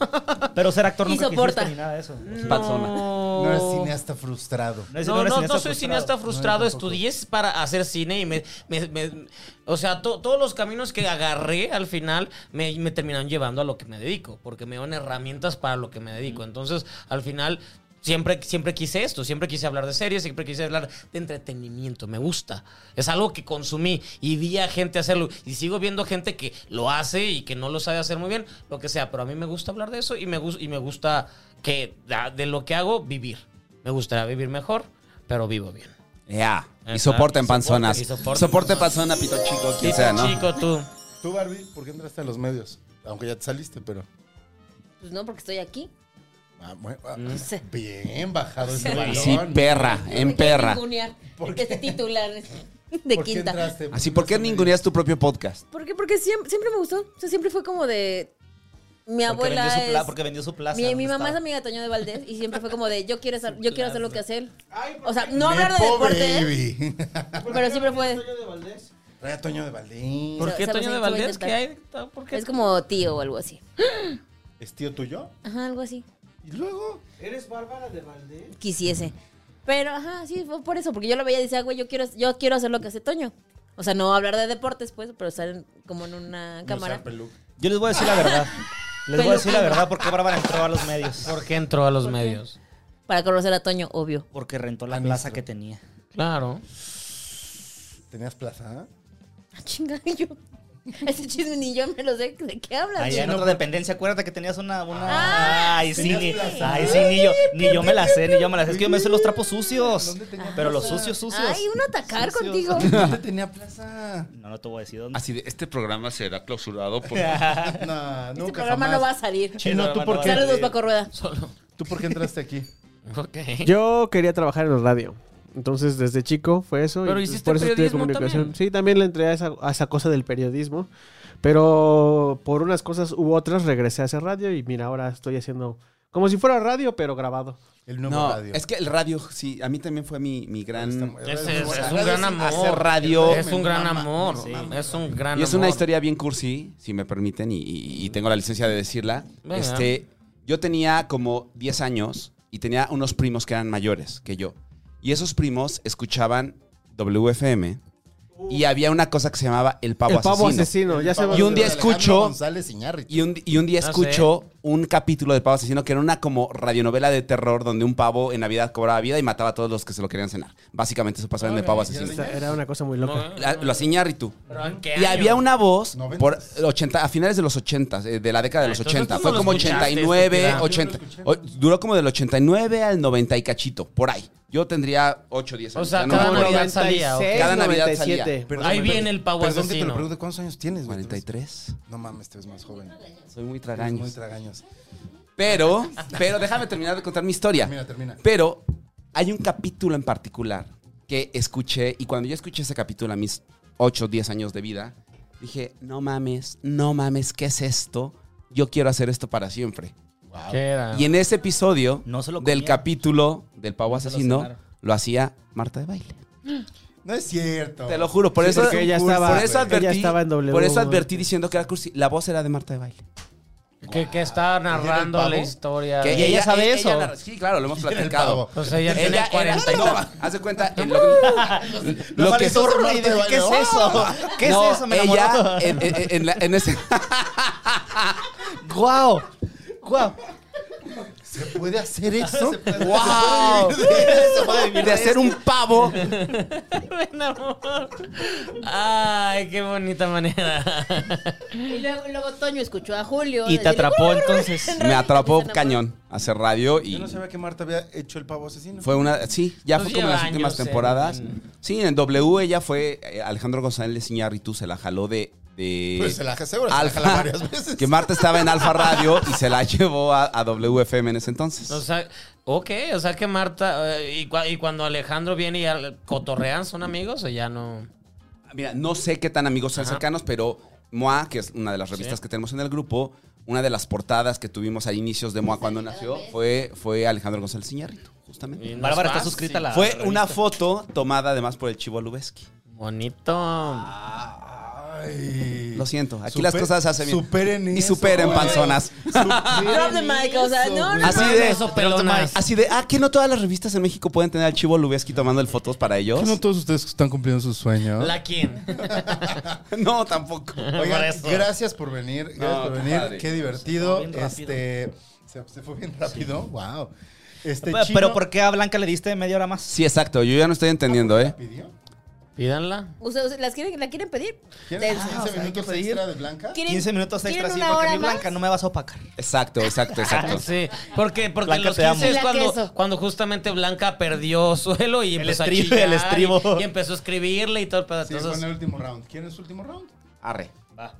S5: pero ser actor
S3: Y
S5: nunca
S3: soporta.
S5: quisiste ni nada de eso.
S4: Panzona.
S1: No eres cineasta frustrado.
S5: No, ese
S2: No,
S5: eres
S2: no,
S5: cineasta
S2: no soy
S5: frustrado.
S2: cineasta frustrado.
S1: No, yo tampoco.
S2: Estudié para hacer cine y me. me- me- o sea, to- todos los caminos que agarré al final me, me terminaron llevando a lo que me dedico, porque me dieron herramientas para lo que me dedico. Entonces, al final. Siempre, siempre quise esto, siempre quise hablar de series, siempre quise hablar de entretenimiento, me gusta. Es algo que consumí y vi a gente hacerlo y sigo viendo gente que lo hace y que no lo sabe hacer muy bien, lo que sea, pero a mí me gusta hablar de eso y me, gus- y me gusta que da- de lo que hago vivir. Me gustaría vivir mejor, pero vivo bien.
S4: Ya.
S2: Exacto.
S4: Y soporten
S2: Soporte,
S4: panzonas.
S2: y soporte.
S4: Soporte panzona, pito chico, quien
S2: Pito
S4: sea, ¿no?
S2: chico, tú.
S1: Tú, Barbie, ¿por qué entraste a los medios? Aunque ya te saliste, pero.
S3: Pues no, porque estoy aquí.
S1: Ah, bueno, ah,
S4: Mm.
S3: No sé.
S1: Bien bajado ese
S3: Sí,
S1: balón.
S4: Así perra, en
S3: Me quieren
S4: perra.
S3: ningunear.
S1: ¿Por qué?
S3: Este titular es de
S1: ¿Por qué
S3: quinta.
S1: entraste?
S4: Así, ¿por qué ninguneas tu propio podcast?
S3: ¿Por qué? Porque siempre, siempre me gustó. O sea, siempre fue como de. Mi
S5: Porque vendió,
S3: abuela
S5: su pla-
S3: es.
S5: porque vendió su plaza.
S3: Mi, mi
S5: ¿dónde
S3: mamá es
S5: estaba?
S3: amiga de Toño de Valdés y siempre fue como de yo quiero hacer, yo quiero hacer lo que hace él. O sea, no hablar de
S1: Nepo
S3: deporte,
S1: Baby.
S3: pero siempre fue.
S1: Trae ¿eh? a Toño de Valdín.
S2: ¿Por qué
S3: Se- se
S2: Toño de
S3: los he- se los he
S2: Valdés? ¿Qué hay? ¿Por qué?
S3: Es como tío o algo así.
S1: ¿Es tío tuyo?
S3: Ajá, algo así.
S1: Y luego.
S3: Quisiese. Pero ajá, sí, fue por eso, porque yo lo veía y decía, güey, yo quiero, yo quiero hacer lo que hace Toño. O sea, no hablar de deportes, pues, pero estar en- como en una cámara.
S5: Yo les voy a decir la verdad. Les voy a decir la verdad porque Bárbara entró a los medios.
S2: ¿Por qué entró a los medios?
S3: Para conocer a Toño, obvio.
S5: Porque rentó
S1: Ah,
S5: la plaza que tenía.
S2: Claro.
S1: ¿Tenías plaza?
S3: Ah, chinga, yo. Ese chisme ni yo me lo sé. ¿De qué hablas?
S5: Allá
S3: güey?
S5: en otra
S1: pues.
S5: dependencia, acuérdate que tenías una. una...
S3: Ah,
S5: ay, sí, ni, ay, sí, ni yo, ni yo me la sé, ni yo me la sé. Es que yo me sé los trapos sucios. Pero los sucios, sucios.
S3: Ay, un atacar
S5: Sucios.
S3: contigo. Este
S1: ¿Dónde tenía plaza?
S5: No, no te voy a decir dónde.
S9: Así de, este programa será clausurado por...
S1: No,
S3: Este
S1: nunca
S3: programa
S1: jamás.
S3: no va a salir.
S5: Chino, ¿tú por qué?
S3: Saludos, Paco Rueda.
S2: Solo.
S1: ¿Tú por qué entraste aquí?
S2: Ok.
S6: Yo quería trabajar en la radio. Entonces, desde chico fue eso.
S2: Pero
S6: y pues,
S2: hiciste
S6: por eso estudié
S2: periodismo también.
S6: Sí, también le entré a esa, a esa cosa del periodismo. Pero por unas cosas u otras regresé a hacer radio y mira, ahora estoy haciendo como si fuera radio, pero grabado.
S1: El nuevo
S4: No,
S1: radio.
S4: es que el radio, sí, a mí también fue mi, mi gran...
S2: Ese es,
S1: Hacer
S2: es un gran amor.
S4: hacer radio.
S2: Es un gran
S1: Mamá,
S2: amor.
S1: sí.
S2: Es un gran Ah, amor.
S4: Y es una historia bien cursi, si me permiten, y, y- y tengo la licencia de decirla.
S2: Venga.
S4: Este, yo tenía como 10 años y tenía unos primos que eran mayores que yo. Y esos primos escuchaban WFM
S2: Uh.
S4: y había una cosa que se llamaba El Pavo,
S6: el pavo
S4: Asesino.
S6: asesino, ya se va.
S4: Y un día
S1: Alejandro
S4: escucho-
S1: González Iñárritu.
S4: Y un, y un día
S2: Ah,
S4: escucho un capítulo de Pavo Asesino que era una como radionovela de terror donde un pavo en Navidad cobraba vida y mataba a todos los que se lo querían cenar. Básicamente eso pasaba en El Pavo Asesino.
S6: Esta- Era una cosa muy
S2: eh.
S6: loca.
S4: La- Lo hacía Iñárritu.
S2: Pero ¿en qué
S4: Y
S2: año?
S4: había una voz
S1: Noventas.
S4: por 80, a finales de los 80, eh, de la década de
S2: Ah,
S4: los
S2: entonces
S4: 80.
S2: tú
S4: Fue
S2: no
S4: como
S2: lo escuchaste,
S4: 89,
S2: estúpida.
S4: 80. o- duró como del 89 al 90 y cachito, por ahí. Yo tendría 8, 10
S2: O
S4: años.
S2: sea,
S4: ya
S2: cada
S4: me acuerdo.
S2: Navidad salía, ok.
S4: Cada Navidad
S1: Perdón,
S2: Ahí
S1: perdón.
S2: viene el pavo
S1: Perdón que te
S2: asesino.
S1: lo pregunte, ¿cuántos años tienes, güey?
S4: 43.
S1: No mames, te ves más joven.
S4: Soy muy
S1: Te ves muy
S4: tragaños.
S1: tragaños.
S4: Pero, pero déjame terminar de contar mi historia.
S1: Termina, termina.
S4: Pero hay un capítulo en particular que escuché y cuando yo escuché ese capítulo a mis 8 10 años de vida, dije, no mames, no mames, ¿qué es esto? Yo quiero hacer esto para siempre.
S2: ¿Qué era?
S4: Y en ese episodio
S5: No se lo
S4: del
S5: comían.
S4: capítulo del pavo
S5: se lo
S4: asesino lo,
S5: cenaron.
S4: hacía Marta de baile.
S1: No es cierto.
S4: Te lo juro, por
S6: Sí,
S4: eso
S6: porque ella estaba-
S4: por eso
S6: ella
S4: advertí,
S6: estaba en W,
S4: por eso advertí
S6: güey.
S4: diciendo que era cursi. La voz era de Marta de baile.
S2: Que, que está narrando la historia.
S4: Que
S2: de- E-,
S4: ella- ella narra- sí, claro, lo hemos platicado.
S1: pavo?
S2: Pues ella tiene
S4: Ella era
S2: 40 y
S4: no, haz de cuenta en lo, lo que
S1: Normalizó su Marta de
S5: ¿Qué es
S1: baile.
S5: eso? ¿Qué
S4: No,
S5: es eso? Me
S4: ella
S5: enamoró.
S4: en, en- en la- en ese
S5: ¡Guau! ¡Guau!
S1: ¿Se puede hacer eso?
S4: wow de hacer un pavo
S2: Buen amor. Ay, qué bonita manera.
S3: Y luego, luego Toño escuchó a Julio.
S5: Y te
S3: decirle,
S5: atrapó entonces.
S4: me atrapó
S3: enamoró.
S4: cañón hacer radio y
S1: Yo no sabía que Marta había hecho el pavo asesino.
S4: Fue una, sí, ya
S2: Pues
S4: fue como en
S2: lleva
S4: las últimas
S2: años en-
S4: temporadas.
S2: en-
S4: Sí, en W ella fue, eh, Alejandro González Iñárritu se la jaló de... de
S1: Pues se la seguro, se la
S4: Alfa,
S1: jala varias veces.
S4: Que Marta estaba en Alfa Radio y se la llevó a, a WFM en ese entonces.
S2: O sea, ok, o sea que Marta. eh, y, cua- y cuando Alejandro viene y al- cotorrean, ¿son amigos o ya no?
S4: Mira, no sé qué tan amigos sean
S2: Ajá.
S4: cercanos, pero MOA, que es una de las revistas
S2: Sí.
S4: que tenemos en el grupo, una de las portadas que tuvimos a inicios de MOA cuando nació fue, fue Alejandro González Iñárritu, justamente.
S2: Y no
S5: Bárbara
S2: es
S5: está
S2: fácil.
S5: suscrita a la.
S4: Fue una foto tomada además por el Chivo Lubeski.
S2: Bonito.
S1: Ay.
S4: Lo siento, aquí
S1: Super-
S4: las cosas se hacen bien.
S1: Superen
S4: y
S1: eso,
S4: superen
S1: güey.
S4: panzonas.
S3: Drop the mic, o sea, no, no.
S4: Así de,
S2: Eso, pelonas.
S4: así de, ah, que no todas las revistas en México pueden tener al Chivo Lubeski tomando fotos para ellos.
S1: ¿Qué no todos ustedes están cumpliendo sus sueños?
S2: ¿La quién?
S4: no, tampoco.
S1: Oigan,
S2: Por eso.
S1: gracias por venir, gracias
S4: No,
S1: por
S4: qué
S1: venir,
S4: padre.
S1: qué divertido.
S5: Bien rápido.
S1: Este, Se, se fue bien rápido. Wow. Este
S5: Pero,
S1: chino-
S5: pero ¿por qué a Blanca le diste media hora más?
S4: Sí, exacto. Yo ya no estoy entendiendo, ¿eh?
S1: ¿Pidió?
S2: Pídanla.
S3: ¿Ustedes las quieren, la quieren pedir?
S1: ¿Quieres
S3: Ah,
S1: 15
S3: o sea, hay
S1: minutos
S5: que pedir.
S1: extra de Blanca?
S3: ¿Quieren-
S5: 15 minutos
S3: quieren
S5: extra, sí,
S3: una
S5: porque
S3: hora
S5: mi
S3: más?
S5: Blanca no me vas a opacar.
S4: Exacto, exacto, exacto.
S2: Sí, porque, porque
S5: Blanca,
S2: los
S5: te amo.
S2: 15 es
S3: La
S2: cuando,
S3: queso.
S2: cuando justamente Blanca perdió suelo y empezó
S5: estribo,
S2: a chillar
S5: el estribo.
S2: Y, y empezó a escribirle y todo el pedo.
S1: Sí,
S2: Entonces,
S1: fue en el último round. ¿Quieren su último round?
S4: Arre.
S5: Va.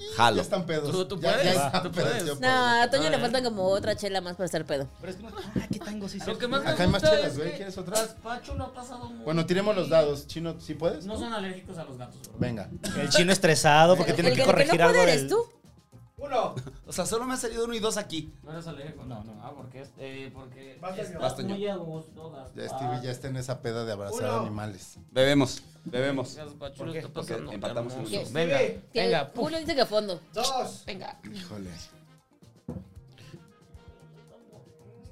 S1: Ya
S4: Jalo.
S1: están pedos.
S2: Tú- tú
S1: Ya-
S2: puedes,
S1: ya
S2: va,
S1: están
S2: tú
S1: pedos,
S2: puedes.
S1: yo
S3: No,
S1: puedo.
S3: a Toño
S2: Ah,
S3: le
S2: eh.
S3: faltan como otra chela más para hacer pedo.
S5: Pero es que no, ah, aquí tengo, sí, sí.
S2: lo que más me
S1: Acá hay más
S2: gusta
S1: chelas,
S2: es
S1: güey.
S2: que
S1: ¿Quieres otra?
S2: Gazpacho lo ha pasado muy
S1: Bueno, tiremos los dados. Chino, ¿sí puedes?
S2: No son alérgicos a los gatos. bro.
S1: Venga.
S5: El chino estresado porque tiene
S3: el,
S5: que
S3: el
S5: corregir
S3: no
S5: algo
S3: puede
S5: del-
S3: eres tú.
S4: Uno. O sea, solo me ha salido uno y dos aquí.
S2: No eres alérgico. No, no. Ah, porque es. Eh, porque. está
S4: Basta,
S2: muy
S4: yo.
S2: a gusto, Gazpacho.
S1: Ya Stevie ya está en esa peda de abrazar animales.
S4: Bebemos, bebemos.
S2: Gazpacho lo está
S4: Porque
S2: pasando
S4: empatamos en
S2: hermoso.
S4: uno.
S2: Venga,
S3: Que
S2: venga. puf.
S3: Julio dice que a fondo.
S6: Dos,
S3: Venga.
S1: Híjole.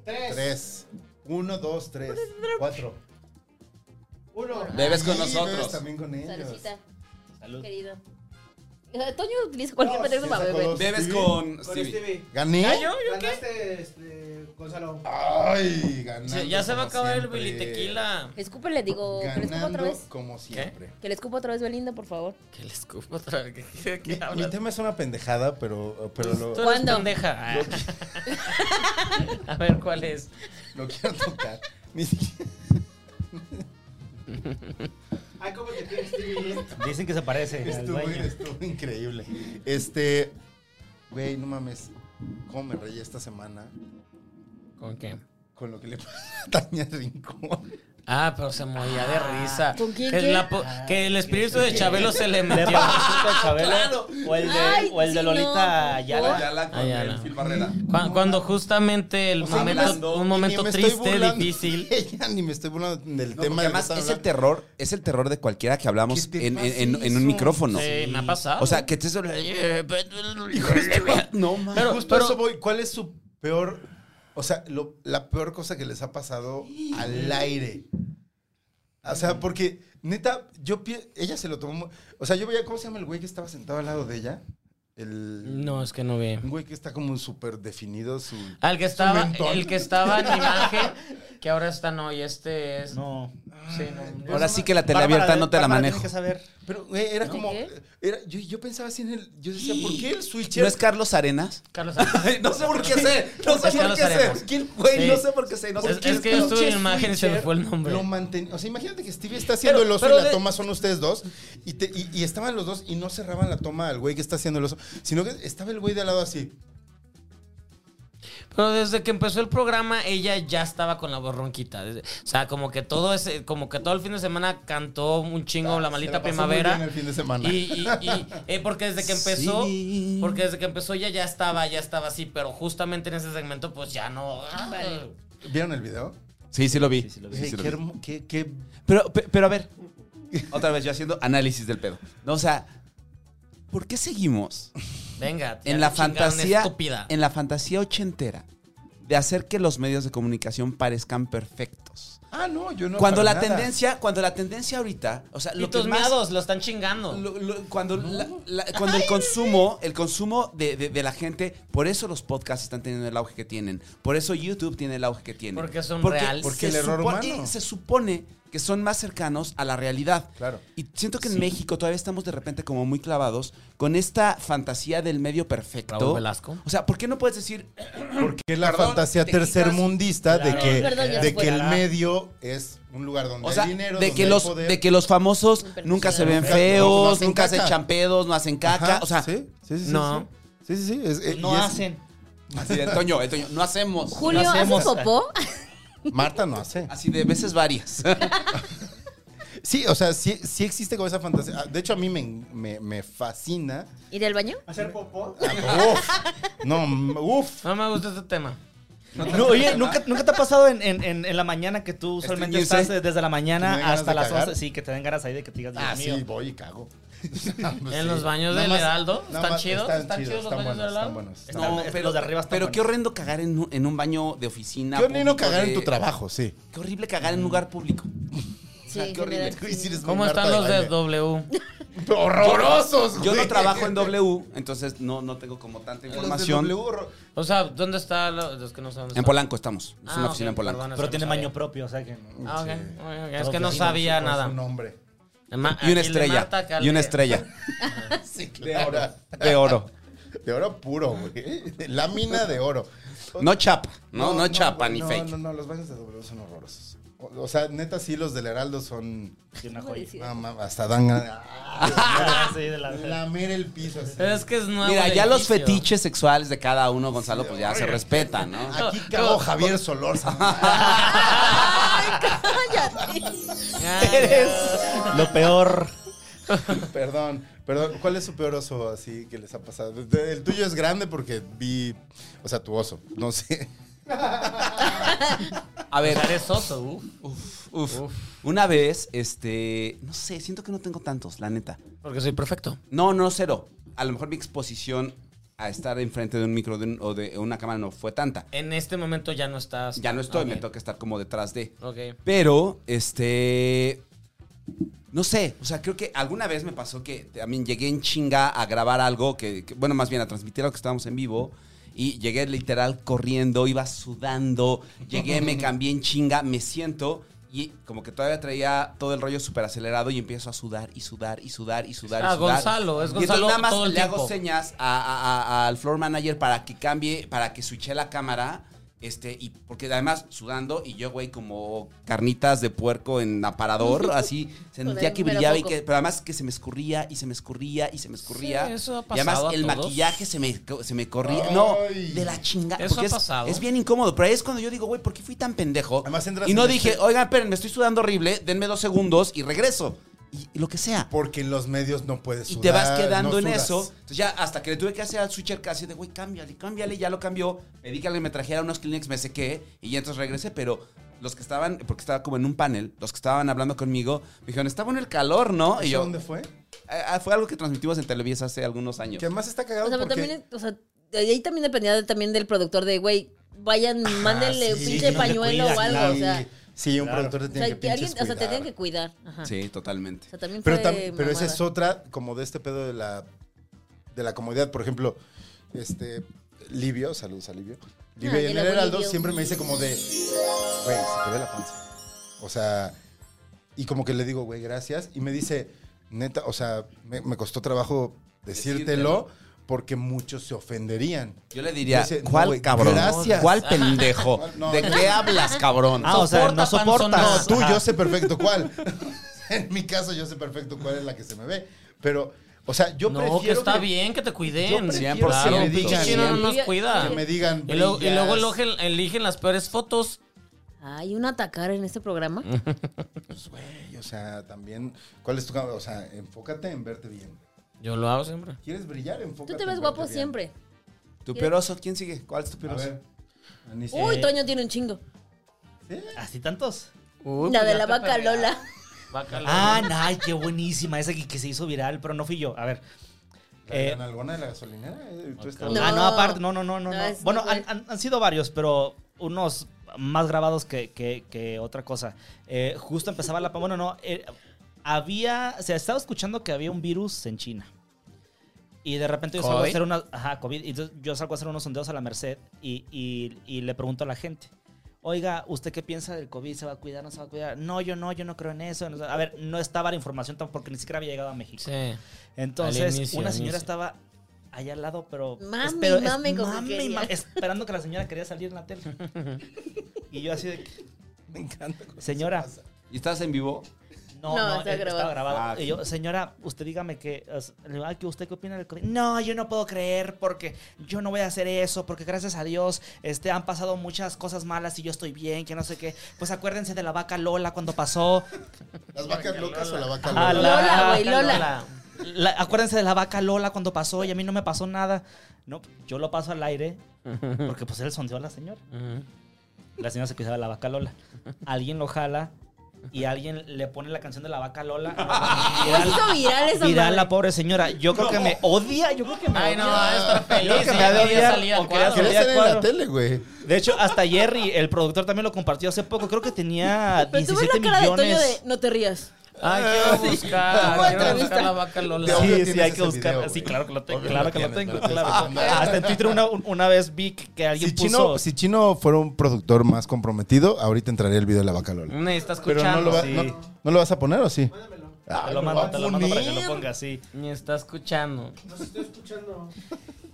S1: Tres. Uno, dos, tres. Cuatro.
S6: uno.
S4: Bebes con
S1: Y bebes
S4: nosotros.
S1: también con ellos.
S3: Saludcita,
S5: Salud.
S3: querido. Eh, Toño utiliza cualquier pretexto para
S1: sacó
S3: beber.
S1: dos.
S4: Bebes
S1: Stevie.
S4: con
S6: Con
S4: Stevie.
S6: Stevie.
S1: ¿Gané?
S6: Ganaste, este, Gonzalo.
S1: Ay, ganando.
S2: Se- ya se va a
S1: como
S2: acabar el
S1: siempre.
S2: bilitequila.
S3: Escúpele, digo, que le escupa Oh, otra
S1: Ganando
S3: vez.
S1: como siempre.
S3: Que le escupa otra vez, Belinda, por favor.
S2: Que le escupo otra vez. ¿Qué, qué,
S1: Mi,
S2: qué
S1: mi
S2: hablas?
S1: tema es una pendejada, pero, pero lo,
S2: Tú eres
S3: ¿Cuándo?
S2: pendeja. Ah. a ver, ¿cuál es?
S1: lo quiero tocar. Ni siquiera-
S6: Ay, ¿cómo te tienes, Stevie?
S5: Dicen que se parece al
S1: Estuvo,
S5: dueño.
S1: estuvo increíble. Este, güey, no mames. ¿Cómo me reí esta semana
S2: ¿Con qué?
S1: con lo que le pasa a Tania Rincón?
S2: Ah, pero se moría de risa.
S3: ¿Con quién,
S2: Que,
S3: quién?
S2: la po- que el espíritu de Chabelo se Ah. le
S5: ¿Le
S2: metió.
S5: parece a Chabelo? O el de,
S3: Ay,
S5: o el de
S3: sí,
S5: Lolita
S3: no.
S5: Ayala.
S4: Ya la con
S2: Ah, ya
S4: el
S2: no.
S4: Phil Barrera.
S2: Cu- Cuando, justamente el
S1: sea,
S2: momento,
S1: ni me-
S2: un momento
S1: Ni me estoy
S2: triste,
S1: burlando
S2: difícil.
S1: de Ella, ni me estoy burlando del
S4: No, porque
S1: tema del que
S4: además
S1: están
S4: es el
S1: hablando.
S4: terror, es el terror de cualquiera que hablamos
S1: ¿Qué te
S4: en, en-
S1: pasa
S4: en- en
S1: eso?
S4: un micrófono.
S2: Sí, me ha pasado.
S4: O sea, que te
S1: No, mames.
S2: Pero-
S1: Justo a
S2: pero-
S1: eso voy. ¿Cuál es su peor, o sea, lo- la peor cosa que les ha pasado al aire? O sea, porque, neta, yo pie- ella se lo tomó. muy- O sea, yo veía, ¿cómo se llama el güey que estaba sentado al lado de ella? El,
S2: no, Ah, es que no vi.
S1: Un güey que está como súper definido su.
S2: Al que estaba,
S1: mentón.
S2: el que estaba en imagen, que ahora está no, y este es.
S5: No.
S2: Sí, no, no.
S4: Ahora sí que la tele
S5: Bárbara
S4: abierta
S5: de-
S4: no te la
S5: Bárbara
S4: manejo.
S5: Tiene que saber.
S1: Pero, güey, era como.
S3: qué?
S1: Era, yo, yo pensaba así en el. Yo decía, ¿por qué el switcher?
S4: ¿No es Carlos Arenas?
S2: Carlos.
S4: no sé por qué sé. No
S2: Es Carlos Arenas.
S4: ¿Quién, güey?
S2: Sí.
S4: por qué sé. No
S2: Es,
S4: qué
S2: es que yo estuve en
S1: Pinche
S2: imagen y se me
S1: switcher
S2: fue el nombre.
S1: Lo manten- O sea, imagínate que Stevie está haciendo
S2: Pero-
S1: el oso
S2: pero
S1: y la
S2: de-
S1: toma son ustedes dos. Y, te- y- y estaban los dos y no cerraban la toma al güey que está haciendo el oso, sino que estaba el güey de al lado así.
S2: Pero desde que empezó el programa, ella ya estaba con la voz ronquita. Desde- o sea, como que todo ese, como que todo el fin de semana cantó un
S4: Ah,
S2: chingo la
S1: Se
S2: malita
S1: la pasó muy
S2: primavera.
S1: bien el fin de semana.
S2: Y, y- y- eh, porque desde que empezó,
S4: Sí.
S2: porque desde que empezó ella ya estaba, ya estaba así, pero justamente en ese segmento, pues ya no.
S3: Vale.
S1: ¿Vieron el video?
S4: Sí, sí lo vi. Sí,
S1: Dije,
S4: sí lo
S1: qué
S4: vi.
S1: hermo- qué- qué-
S4: Pero, pe- pero a ver, otra vez yo haciendo análisis del pedo. No, o sea, ¿por qué seguimos
S2: Venga, ya
S4: en
S2: te
S4: la
S2: chingaron,
S4: fantasía
S2: estúpida.
S4: en la fantasía ochentera de hacer que los medios de comunicación parezcan perfectos?
S1: Ah, no, yo no.
S4: cuando la
S1: para nada.
S4: tendencia, cuando la tendencia ahorita, o sea, lo
S2: Y
S4: que
S2: tus
S4: más
S2: miados lo están chingando.
S4: Lo- lo- cuando la- la- cuando el consumo, el consumo de, de- de la gente, por eso los podcasts están teniendo el auge que tienen. Por eso YouTube tiene el auge que tiene.
S2: Porque son real.
S4: se
S1: Porque el error
S4: supone-
S1: humano.
S4: Se supone que son más cercanos a la realidad.
S1: Claro.
S4: Y siento que en México todavía estamos de repente como muy clavados con esta fantasía del medio perfecto.
S2: Raúl Velasco.
S4: O sea, ¿por qué no puedes decir
S1: Que es la
S4: Perdón,
S1: fantasía
S4: te quitas-
S1: tercermundista de
S5: Claro.
S1: que,
S3: Perdón, ya
S1: de
S3: se
S1: que el
S3: fue.
S1: medio es un lugar donde
S4: O sea,
S1: hay dinero,
S4: de,
S1: donde
S4: que
S1: hay
S4: los,
S1: poder?
S4: de que los famosos nunca se ven
S1: Nunca- no
S4: feos,
S1: hacen
S4: nunca se
S1: caca.
S4: echan pedos, no hacen caca.
S1: Ajá,
S4: o sea,
S1: sí, sí, sí, sí,
S2: no.
S1: Sí, sí, sí. es- eh,
S5: No
S1: y es-
S5: hacen.
S4: así de, Toño, eh, Toño, no hacemos.
S3: Julio,
S5: Lo
S3: ¿haces
S5: hacemos.
S3: popó?
S1: Marta no hace.
S4: Así de veces varias.
S1: Sí, o sea, sí, sí existe como esa fantasía. Ah, De hecho, a mí me, me- me fascina.
S3: ¿Ir al baño?
S6: ¿Hacer popó?
S1: Ah, uf, no, m- uf.
S2: No me gusta este tema.
S5: No, oye, ¿nunca, ¿nunca te ha pasado en, en- en- en la mañana que tú usualmente
S4: Estreñirse.
S5: estás eh, desde la
S1: ¿Que me
S5: mañana
S1: den
S5: hasta
S1: ganas de
S5: las
S1: cagar?
S5: 11? Sí, que te den ganas ahí de que te digas, Dios
S1: Ah,
S5: mío.
S1: sí, voy y cago. pues
S2: En los baños
S1: Nada
S2: del
S1: más-
S2: Heraldo,
S1: nada
S2: ¿están
S1: más-
S2: chidos? ¿Están chidos los
S1: están buenos,
S2: baños del
S1: están
S2: Heraldo?
S1: buenos.
S5: Está- No, pero-
S4: pero,
S5: los de arriba están
S4: pero qué
S5: buenos.
S4: horrendo cagar en, un- en un baño de oficina.
S1: Qué horrible
S4: público
S1: cagar
S4: de-
S1: en tu trabajo, sí.
S4: Qué horrible cagar en un lugar público.
S3: Sí,
S4: qué horrible.
S3: general, sí.
S1: eres muy
S2: ¿Cómo
S1: Marta
S2: están los
S1: de
S2: de
S1: baile.
S2: W?
S1: Horrorosos,
S4: Yo no
S1: güey.
S4: trabajo en W, entonces no, no tengo como tanta información.
S2: O sea, ¿dónde están los, los que no saben?
S4: En Polanco estamos. Es
S2: Ah,
S4: una oficina
S2: ok,
S4: en Polanco.
S2: perdón, es
S5: Pero
S2: que
S5: tiene
S2: no sabía.
S5: baño propio, o sea que.
S2: Ah, ok, ok, ok, Es
S5: Todo
S2: que no
S5: oficina,
S2: sabía
S1: Un
S2: nada.
S1: nombre.
S2: Ma-
S4: Y una
S2: Aquiles
S4: estrella.
S2: Marta, Cal-
S4: Y una estrella.
S1: Sí, claro. De oro.
S4: De oro.
S1: puro, güey. Lámina de oro.
S4: No chapa. No, no, chapa
S1: güey,
S4: ni
S1: no,
S4: fake.
S1: No, no, los baños de W son horrorosos. O, o sea, neta, sí, los del Heraldo son.
S5: Sí, una joya.
S1: no, mames, hasta dan ganas ah,
S5: Sí, de la-
S1: de lamer el piso. así.
S2: Es que es nuevo.
S4: Mira,
S2: el
S4: ya los
S2: edificio.
S4: fetiches sexuales de cada uno, Gonzalo, pues ya se respetan, ¿no?
S1: Aquí cago Javier Solorza.
S3: Cállate.
S2: Ah,
S5: Lo peor.
S1: perdón, perdón. ¿Cuál es su peor oso así que les ha pasado? De- El tuyo es grande porque vi. O sea, tu oso. No sé.
S4: A ver,
S2: pues Eres oso, uf.
S4: uf, uf. Una vez, este, no sé, siento que no tengo tantos, la neta.
S2: Porque soy perfecto.
S4: No, no, cero. A lo mejor mi exposición a estar enfrente de un micro de un- o de una cámara no fue tanta.
S2: En este momento ya no estás.
S4: Ya no estoy,
S2: Ok,
S4: me toca estar como detrás de.
S2: Ok.
S4: Pero, este. No sé, o sea, creo que alguna vez me pasó que también llegué en chinga a grabar algo, que, que- bueno, más bien a transmitir algo que estábamos en vivo. Y llegué literal corriendo, iba sudando, llegué, me cambié en chinga, me siento y como que todavía traía todo el rollo súper acelerado y empiezo a sudar y sudar y sudar y sudar. y
S2: Ah,
S4: sudar.
S2: Gonzalo, es
S4: Y entonces
S2: Gonzalo
S4: nada más
S2: todo el
S4: le hago
S2: tiempo.
S4: señas a- a- a- al floor manager para que cambie, para que switche la cámara. Este, y porque además sudando y yo, güey, como carnitas de puerco en aparador, así sentía
S3: el
S4: que
S3: pelo
S4: brillaba y
S3: poco.
S4: que, pero además que se me escurría y se me escurría y se me escurría.
S2: Sí, eso ha
S4: y además
S2: pasado a
S4: el
S2: todos.
S4: maquillaje se me, se me corría. No,
S1: Ay.
S4: de la chingada.
S2: Eso
S4: porque
S2: ha
S4: es-
S2: pasado.
S4: Es, bien incómodo, pero ahí es cuando yo digo, güey, ¿por qué fui tan pendejo?
S1: Además entras
S4: y no
S1: en
S4: dije,
S1: este-
S4: oigan, esperen, me estoy sudando horrible, denme dos segundos y regreso. Y, y lo que sea.
S1: Porque en los medios no puedes
S4: Y
S1: sudar.
S4: te vas quedando
S1: no
S4: en
S1: sudas.
S4: eso. Entonces ya hasta que le tuve que hacer al switcher casi de, güey, cámbiale, cámbiale, ya lo cambió. Pedí que alguien me trajera unos Kleenex, me sequé y ya entonces regresé, pero los que estaban, porque estaba como en un panel, los que estaban hablando conmigo, me dijeron, está bueno el calor, ¿no? Y
S1: ¿Eso
S4: yo,
S1: dónde fue?
S4: "Ah, fue algo que transmitimos en Televisa hace algunos años.
S1: Que además está cagado
S3: O sea, pero
S1: porque...
S3: también, o sea, de ahí también dependía de- también del productor de, güey, vayan, mándenle un
S1: Ah, sí,
S3: pinche
S5: Ah, no le
S3: pañuelo
S5: cuidas,
S3: o algo,
S5: claro.
S3: o sea,
S1: Sí, un productor te
S3: o
S1: tiene
S3: sea,
S1: que
S3: que alguien,
S1: pinches
S3: o sea, te
S1: cuidar.
S3: tienen que cuidar. Ajá.
S5: Ah.
S4: Sí, totalmente.
S3: O sea, también
S1: Pero,
S3: fue
S1: tam- pero esa
S3: mamada.
S1: es otra, como de este pedo de la, de la comodidad. Por ejemplo, este Livio, saludos a Livio. Livio
S3: Ay,
S1: en el
S3: el abuelo
S1: Heraldo
S3: Ah, Livio.
S1: siempre me dice como de, güey, se te ve la panza. O sea, y como que le digo, güey, gracias. Y me dice, neta, o sea, me, me costó trabajo decírtelo porque muchos se ofenderían.
S4: Yo le diría,
S1: Dice, no,
S4: ¿cuál
S1: güey,
S4: cabrón?
S1: gracias.
S4: ¿Cuál pendejo?
S1: No,
S4: ¿De
S1: no.
S4: qué hablas, cabrón?
S5: Ah, o sea,
S2: Soporta,
S5: no
S1: No,
S5: soportas.
S2: panzonas.
S1: tú,
S5: Ajá.
S1: yo sé perfecto cuál. en mi caso, yo sé perfecto cuál es la que se me ve. Pero, o sea, yo
S2: no,
S1: prefiero
S2: que está
S1: que-
S2: bien que te
S1: Yo
S2: cuiden.
S1: prefiero
S2: Claro,
S1: que me
S2: pinche
S1: digan,
S2: chino no
S1: ¿eh?
S2: nos cuida.
S1: Que me digan.
S2: Y luego, y luego
S1: brillas.
S2: eligen, eligen las peores fotos.
S3: Hay un atacar en este programa.
S1: Pues, güey, o sea, también. ¿Cuál es tu cámara? O sea, enfócate en verte bien.
S2: Yo lo hago siempre.
S1: ¿Quieres brillar? Enfócate.
S3: Tú te
S1: en
S3: ves
S1: verte
S3: guapo
S1: bien.
S3: siempre.
S4: ¿Tu peroso? ¿Quién sigue? ¿Cuál es tu
S1: A
S4: peroso?
S1: ver. Anís.
S3: Uy, Toño tiene un chingo.
S5: ¿Así tantos?
S2: Uy,
S3: la
S2: pues
S3: de
S2: ya
S3: la
S2: te
S3: vaca
S2: perdí.
S3: Lola.
S2: Vaca Lola.
S5: Ah, ay, qué buenísima. Esa que, que se hizo viral, pero no fui yo. A ver.
S1: ¿La
S5: Eh,
S1: gran alguna de la gasolinera? Eh, tú estás-
S3: No.
S5: Ah, no, aparte, no, no, no, no.
S3: No,
S5: no.
S3: es
S5: Bueno,
S3: muy
S5: han,
S3: bueno.
S5: han- han sido varios, pero unos más grabados que, que- que otra cosa. Eh, justo empezaba la... pa- Bueno, no, eh, había... Se estaba escuchando que había un virus en China. Y de repente yo salgo a
S2: ¿Covid?
S5: hacer una... Ajá, COVID. Y entonces yo salgo a hacer unos sondeos a la Merced y, y- y le pregunto a la gente. Oiga, ¿usted qué piensa del COVID? ¿Se va a cuidar? ¿No se va a cuidar? No, yo no, yo no creo en eso. No sé. A ver, no estaba la información tampoco porque ni siquiera había llegado a México.
S2: Sí. Al
S5: Entonces,
S2: inicio,
S5: una
S2: al
S5: señora
S2: inicio.
S5: estaba allá al lado, pero.
S3: Mame,
S5: espero-
S3: mame con que
S5: mame,
S3: quería.
S5: mame, esperando que la señora quería salir en la tele. y yo así de. que,
S1: Me encanta. cuando
S5: Señora.
S1: eso pasa.
S4: ¿Y estás en vivo?
S5: No,
S3: No,
S5: no,
S3: está
S5: eh,
S3: grabado.
S5: estaba grabado.
S4: Ah,
S5: y yo, señora, usted dígame que. o sea, le digo, "Ay, que ¿Usted qué opina del COVID? No, yo no puedo creer porque yo no voy a hacer eso, porque gracias a Dios este, han pasado muchas cosas malas y yo estoy bien, que no sé qué. Pues acuérdense de la vaca Lola cuando pasó.
S1: ¿Las vacas locas o la vaca loca?
S5: Ah,
S3: Lola,
S5: vaca
S3: güey, Lola.
S5: La- acuérdense de la vaca Lola cuando pasó y a mí no me pasó nada. No, yo lo paso al aire porque pues él sondeó a la señora.
S2: Ujú.
S5: La señora se cuidaba de la vaca Lola. Alguien lo jala y alguien le pone la canción de la vaca Lola.
S3: Se hizo viral esa
S5: Viral
S3: madre.
S5: la pobre señora. Yo creo que me odia. Yo creo que me
S2: Ay, no,
S5: odia.
S2: va a estar
S5: Yo creo
S2: feliz.
S5: que me
S2: ya
S5: ha de
S2: quería
S5: odiar,
S2: salir al
S5: o quería
S2: cuadro.
S1: Quería
S5: Había
S1: estar en la
S5: cuadro.
S1: tele, güey.
S5: De hecho, hasta Jerry, el productor, también lo compartió hace poco. Creo que tenía
S3: Pero tú ves
S5: 17
S3: la cara de Toño
S5: millones.
S3: de no te rías.
S2: Ay, quiero
S5: Ah,
S2: buscar, quiero buscar la vaca
S5: Sí,
S2: Lola.
S1: obvio
S5: sí,
S1: tienes
S5: hay que
S1: ese
S5: buscar.
S1: video,
S5: sí,
S1: güey.
S5: claro que lo tengo.
S1: Obvio
S5: claro
S1: lo
S5: que lo
S1: tienes,
S5: tengo.
S1: ¿verdad?
S5: claro.
S1: Ah, no.
S5: Hasta en Twitter una, una vez vi que alguien
S1: Si
S5: puso.
S1: Chino, si Chino fuera un productor más comprometido, ahorita entraría el video de la vaca Lola.
S2: Me está
S1: Pero no
S2: escuchando.
S1: lo, va-
S5: Mm, sí.
S1: no, ¿no lo vas a poner o sí? Ah,
S5: te
S1: Ay,
S5: lo
S1: me
S5: mando,
S1: va a
S5: te lo mando para que
S1: poner.
S5: lo ponga así.
S2: Me está escuchando.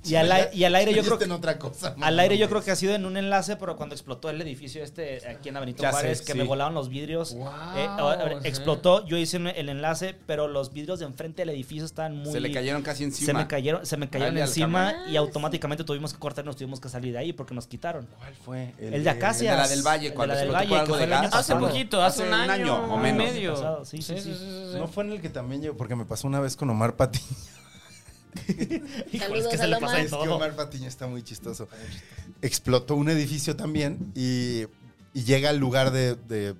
S5: Y al, ai- y al aire yo creo
S1: Estoy
S5: que.
S1: en otra cosa.
S5: Al aire yo creo que ha sido en un enlace, pero cuando explotó el edificio este aquí en Avenida
S9: Ya sé,
S5: Juárez, que
S9: sí.
S5: me volaron los vidrios,
S2: Wow,
S5: eh, a- a-
S2: sí.
S5: explotó, yo hice el enlace, pero los vidrios de enfrente del edificio estaban muy...
S9: Se le cayeron casi encima.
S5: Se me cayeron, se me cayeron
S9: Dale al
S5: encima
S1: Ah,
S3: camarón.
S5: y automáticamente tuvimos que cortar, nos tuvimos que salir de ahí porque nos quitaron.
S9: ¿Cuál fue?
S5: El, de Acacias.
S9: El de la del Valle,
S5: El de
S9: cuando
S5: la del
S9: explotó por
S5: Valle, que
S9: algo
S5: fue
S9: de
S5: el año
S9: gas.
S2: Hace
S5: pasado.
S2: poquito, hace, un año,
S9: o menos.
S2: y medio.
S5: Pasado, sí, sí, sí.
S1: ¿No fue en el que también yo? Porque me pasó una vez con Omar Patiño.
S5: Híjole, es
S3: Saludos
S5: que
S3: a
S5: se le
S3: Loma.
S5: pasa de
S1: Es que
S5: todo.
S1: Omar Patiño está muy chistoso. Explotó un edificio también y, y llega al lugar de, de-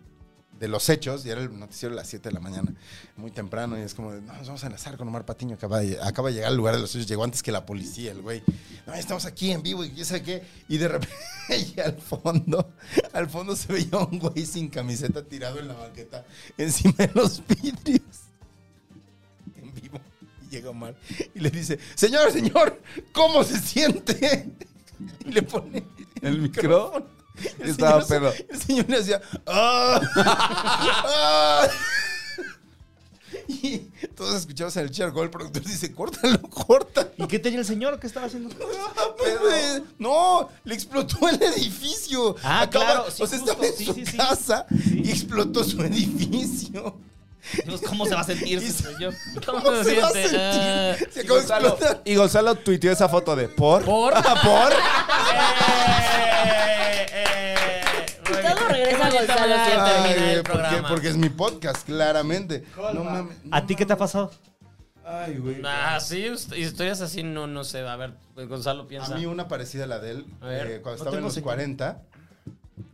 S1: de los hechos, y era el noticiero a las 7 de la mañana, muy temprano, y es como, de, no, nos vamos a enlazar con Omar Patiño, acaba de, acaba de llegar al lugar de los hechos, llegó antes que la policía, el güey. No, estamos aquí en vivo y quién sabe qué. Y de repente, y al fondo, al fondo se veía un güey sin camiseta tirado en la banqueta, encima de los vidrios en vivo. Y llega Omar y le dice, señor, señor, ¿cómo se siente? Y le pone el micrófono. El
S9: Estaba
S1: señor,
S9: pedo.
S1: el señor le hacía, "Ah, ah". Y todos escuchamos en el charco, el productor dice, córtalo, córtalo.
S5: ¿Y qué tenía el señor? ¿Qué estaba haciendo?
S1: Pepe, No, le explotó el edificio.
S5: Ah, claro, sí,
S1: o sea,
S5: justo,
S1: estaba en
S5: sí,
S1: su
S5: sí, sí.
S1: casa y explotó su edificio.
S5: Dios, Pues, ¿Cómo se va a sentir
S1: Y
S5: ese
S1: se-
S5: señor?
S2: ¿Cómo,
S1: ¿Cómo se va a sentir?
S2: Ah,
S1: Se acaba de
S9: Gonzalo-
S1: explotar.
S9: y Gonzalo tuiteó esa foto de por.
S2: ¿Por?
S1: Ah,
S9: ¿Por?
S2: Eh, eh, muy bien.
S3: Todo regresa
S2: Qué
S3: a
S2: bonita
S3: Gonzalo
S2: manera de
S3: Sierra.
S1: Ay,
S2: terminar el
S1: güey, ¿por qué?
S2: programa.
S1: Porque es mi podcast, claramente. No mames. no
S5: ¿A ti qué te ha pasado?
S1: Ay, güey.
S2: Ah, sí, hist- historias así no, no sé. A ver, pues, Gonzalo
S1: A
S2: piensa.
S1: mí una parecida a la de él.
S2: A ver,
S1: eh, cuando
S5: no
S1: estaba en
S5: tengo
S1: los
S5: señal.
S1: 40.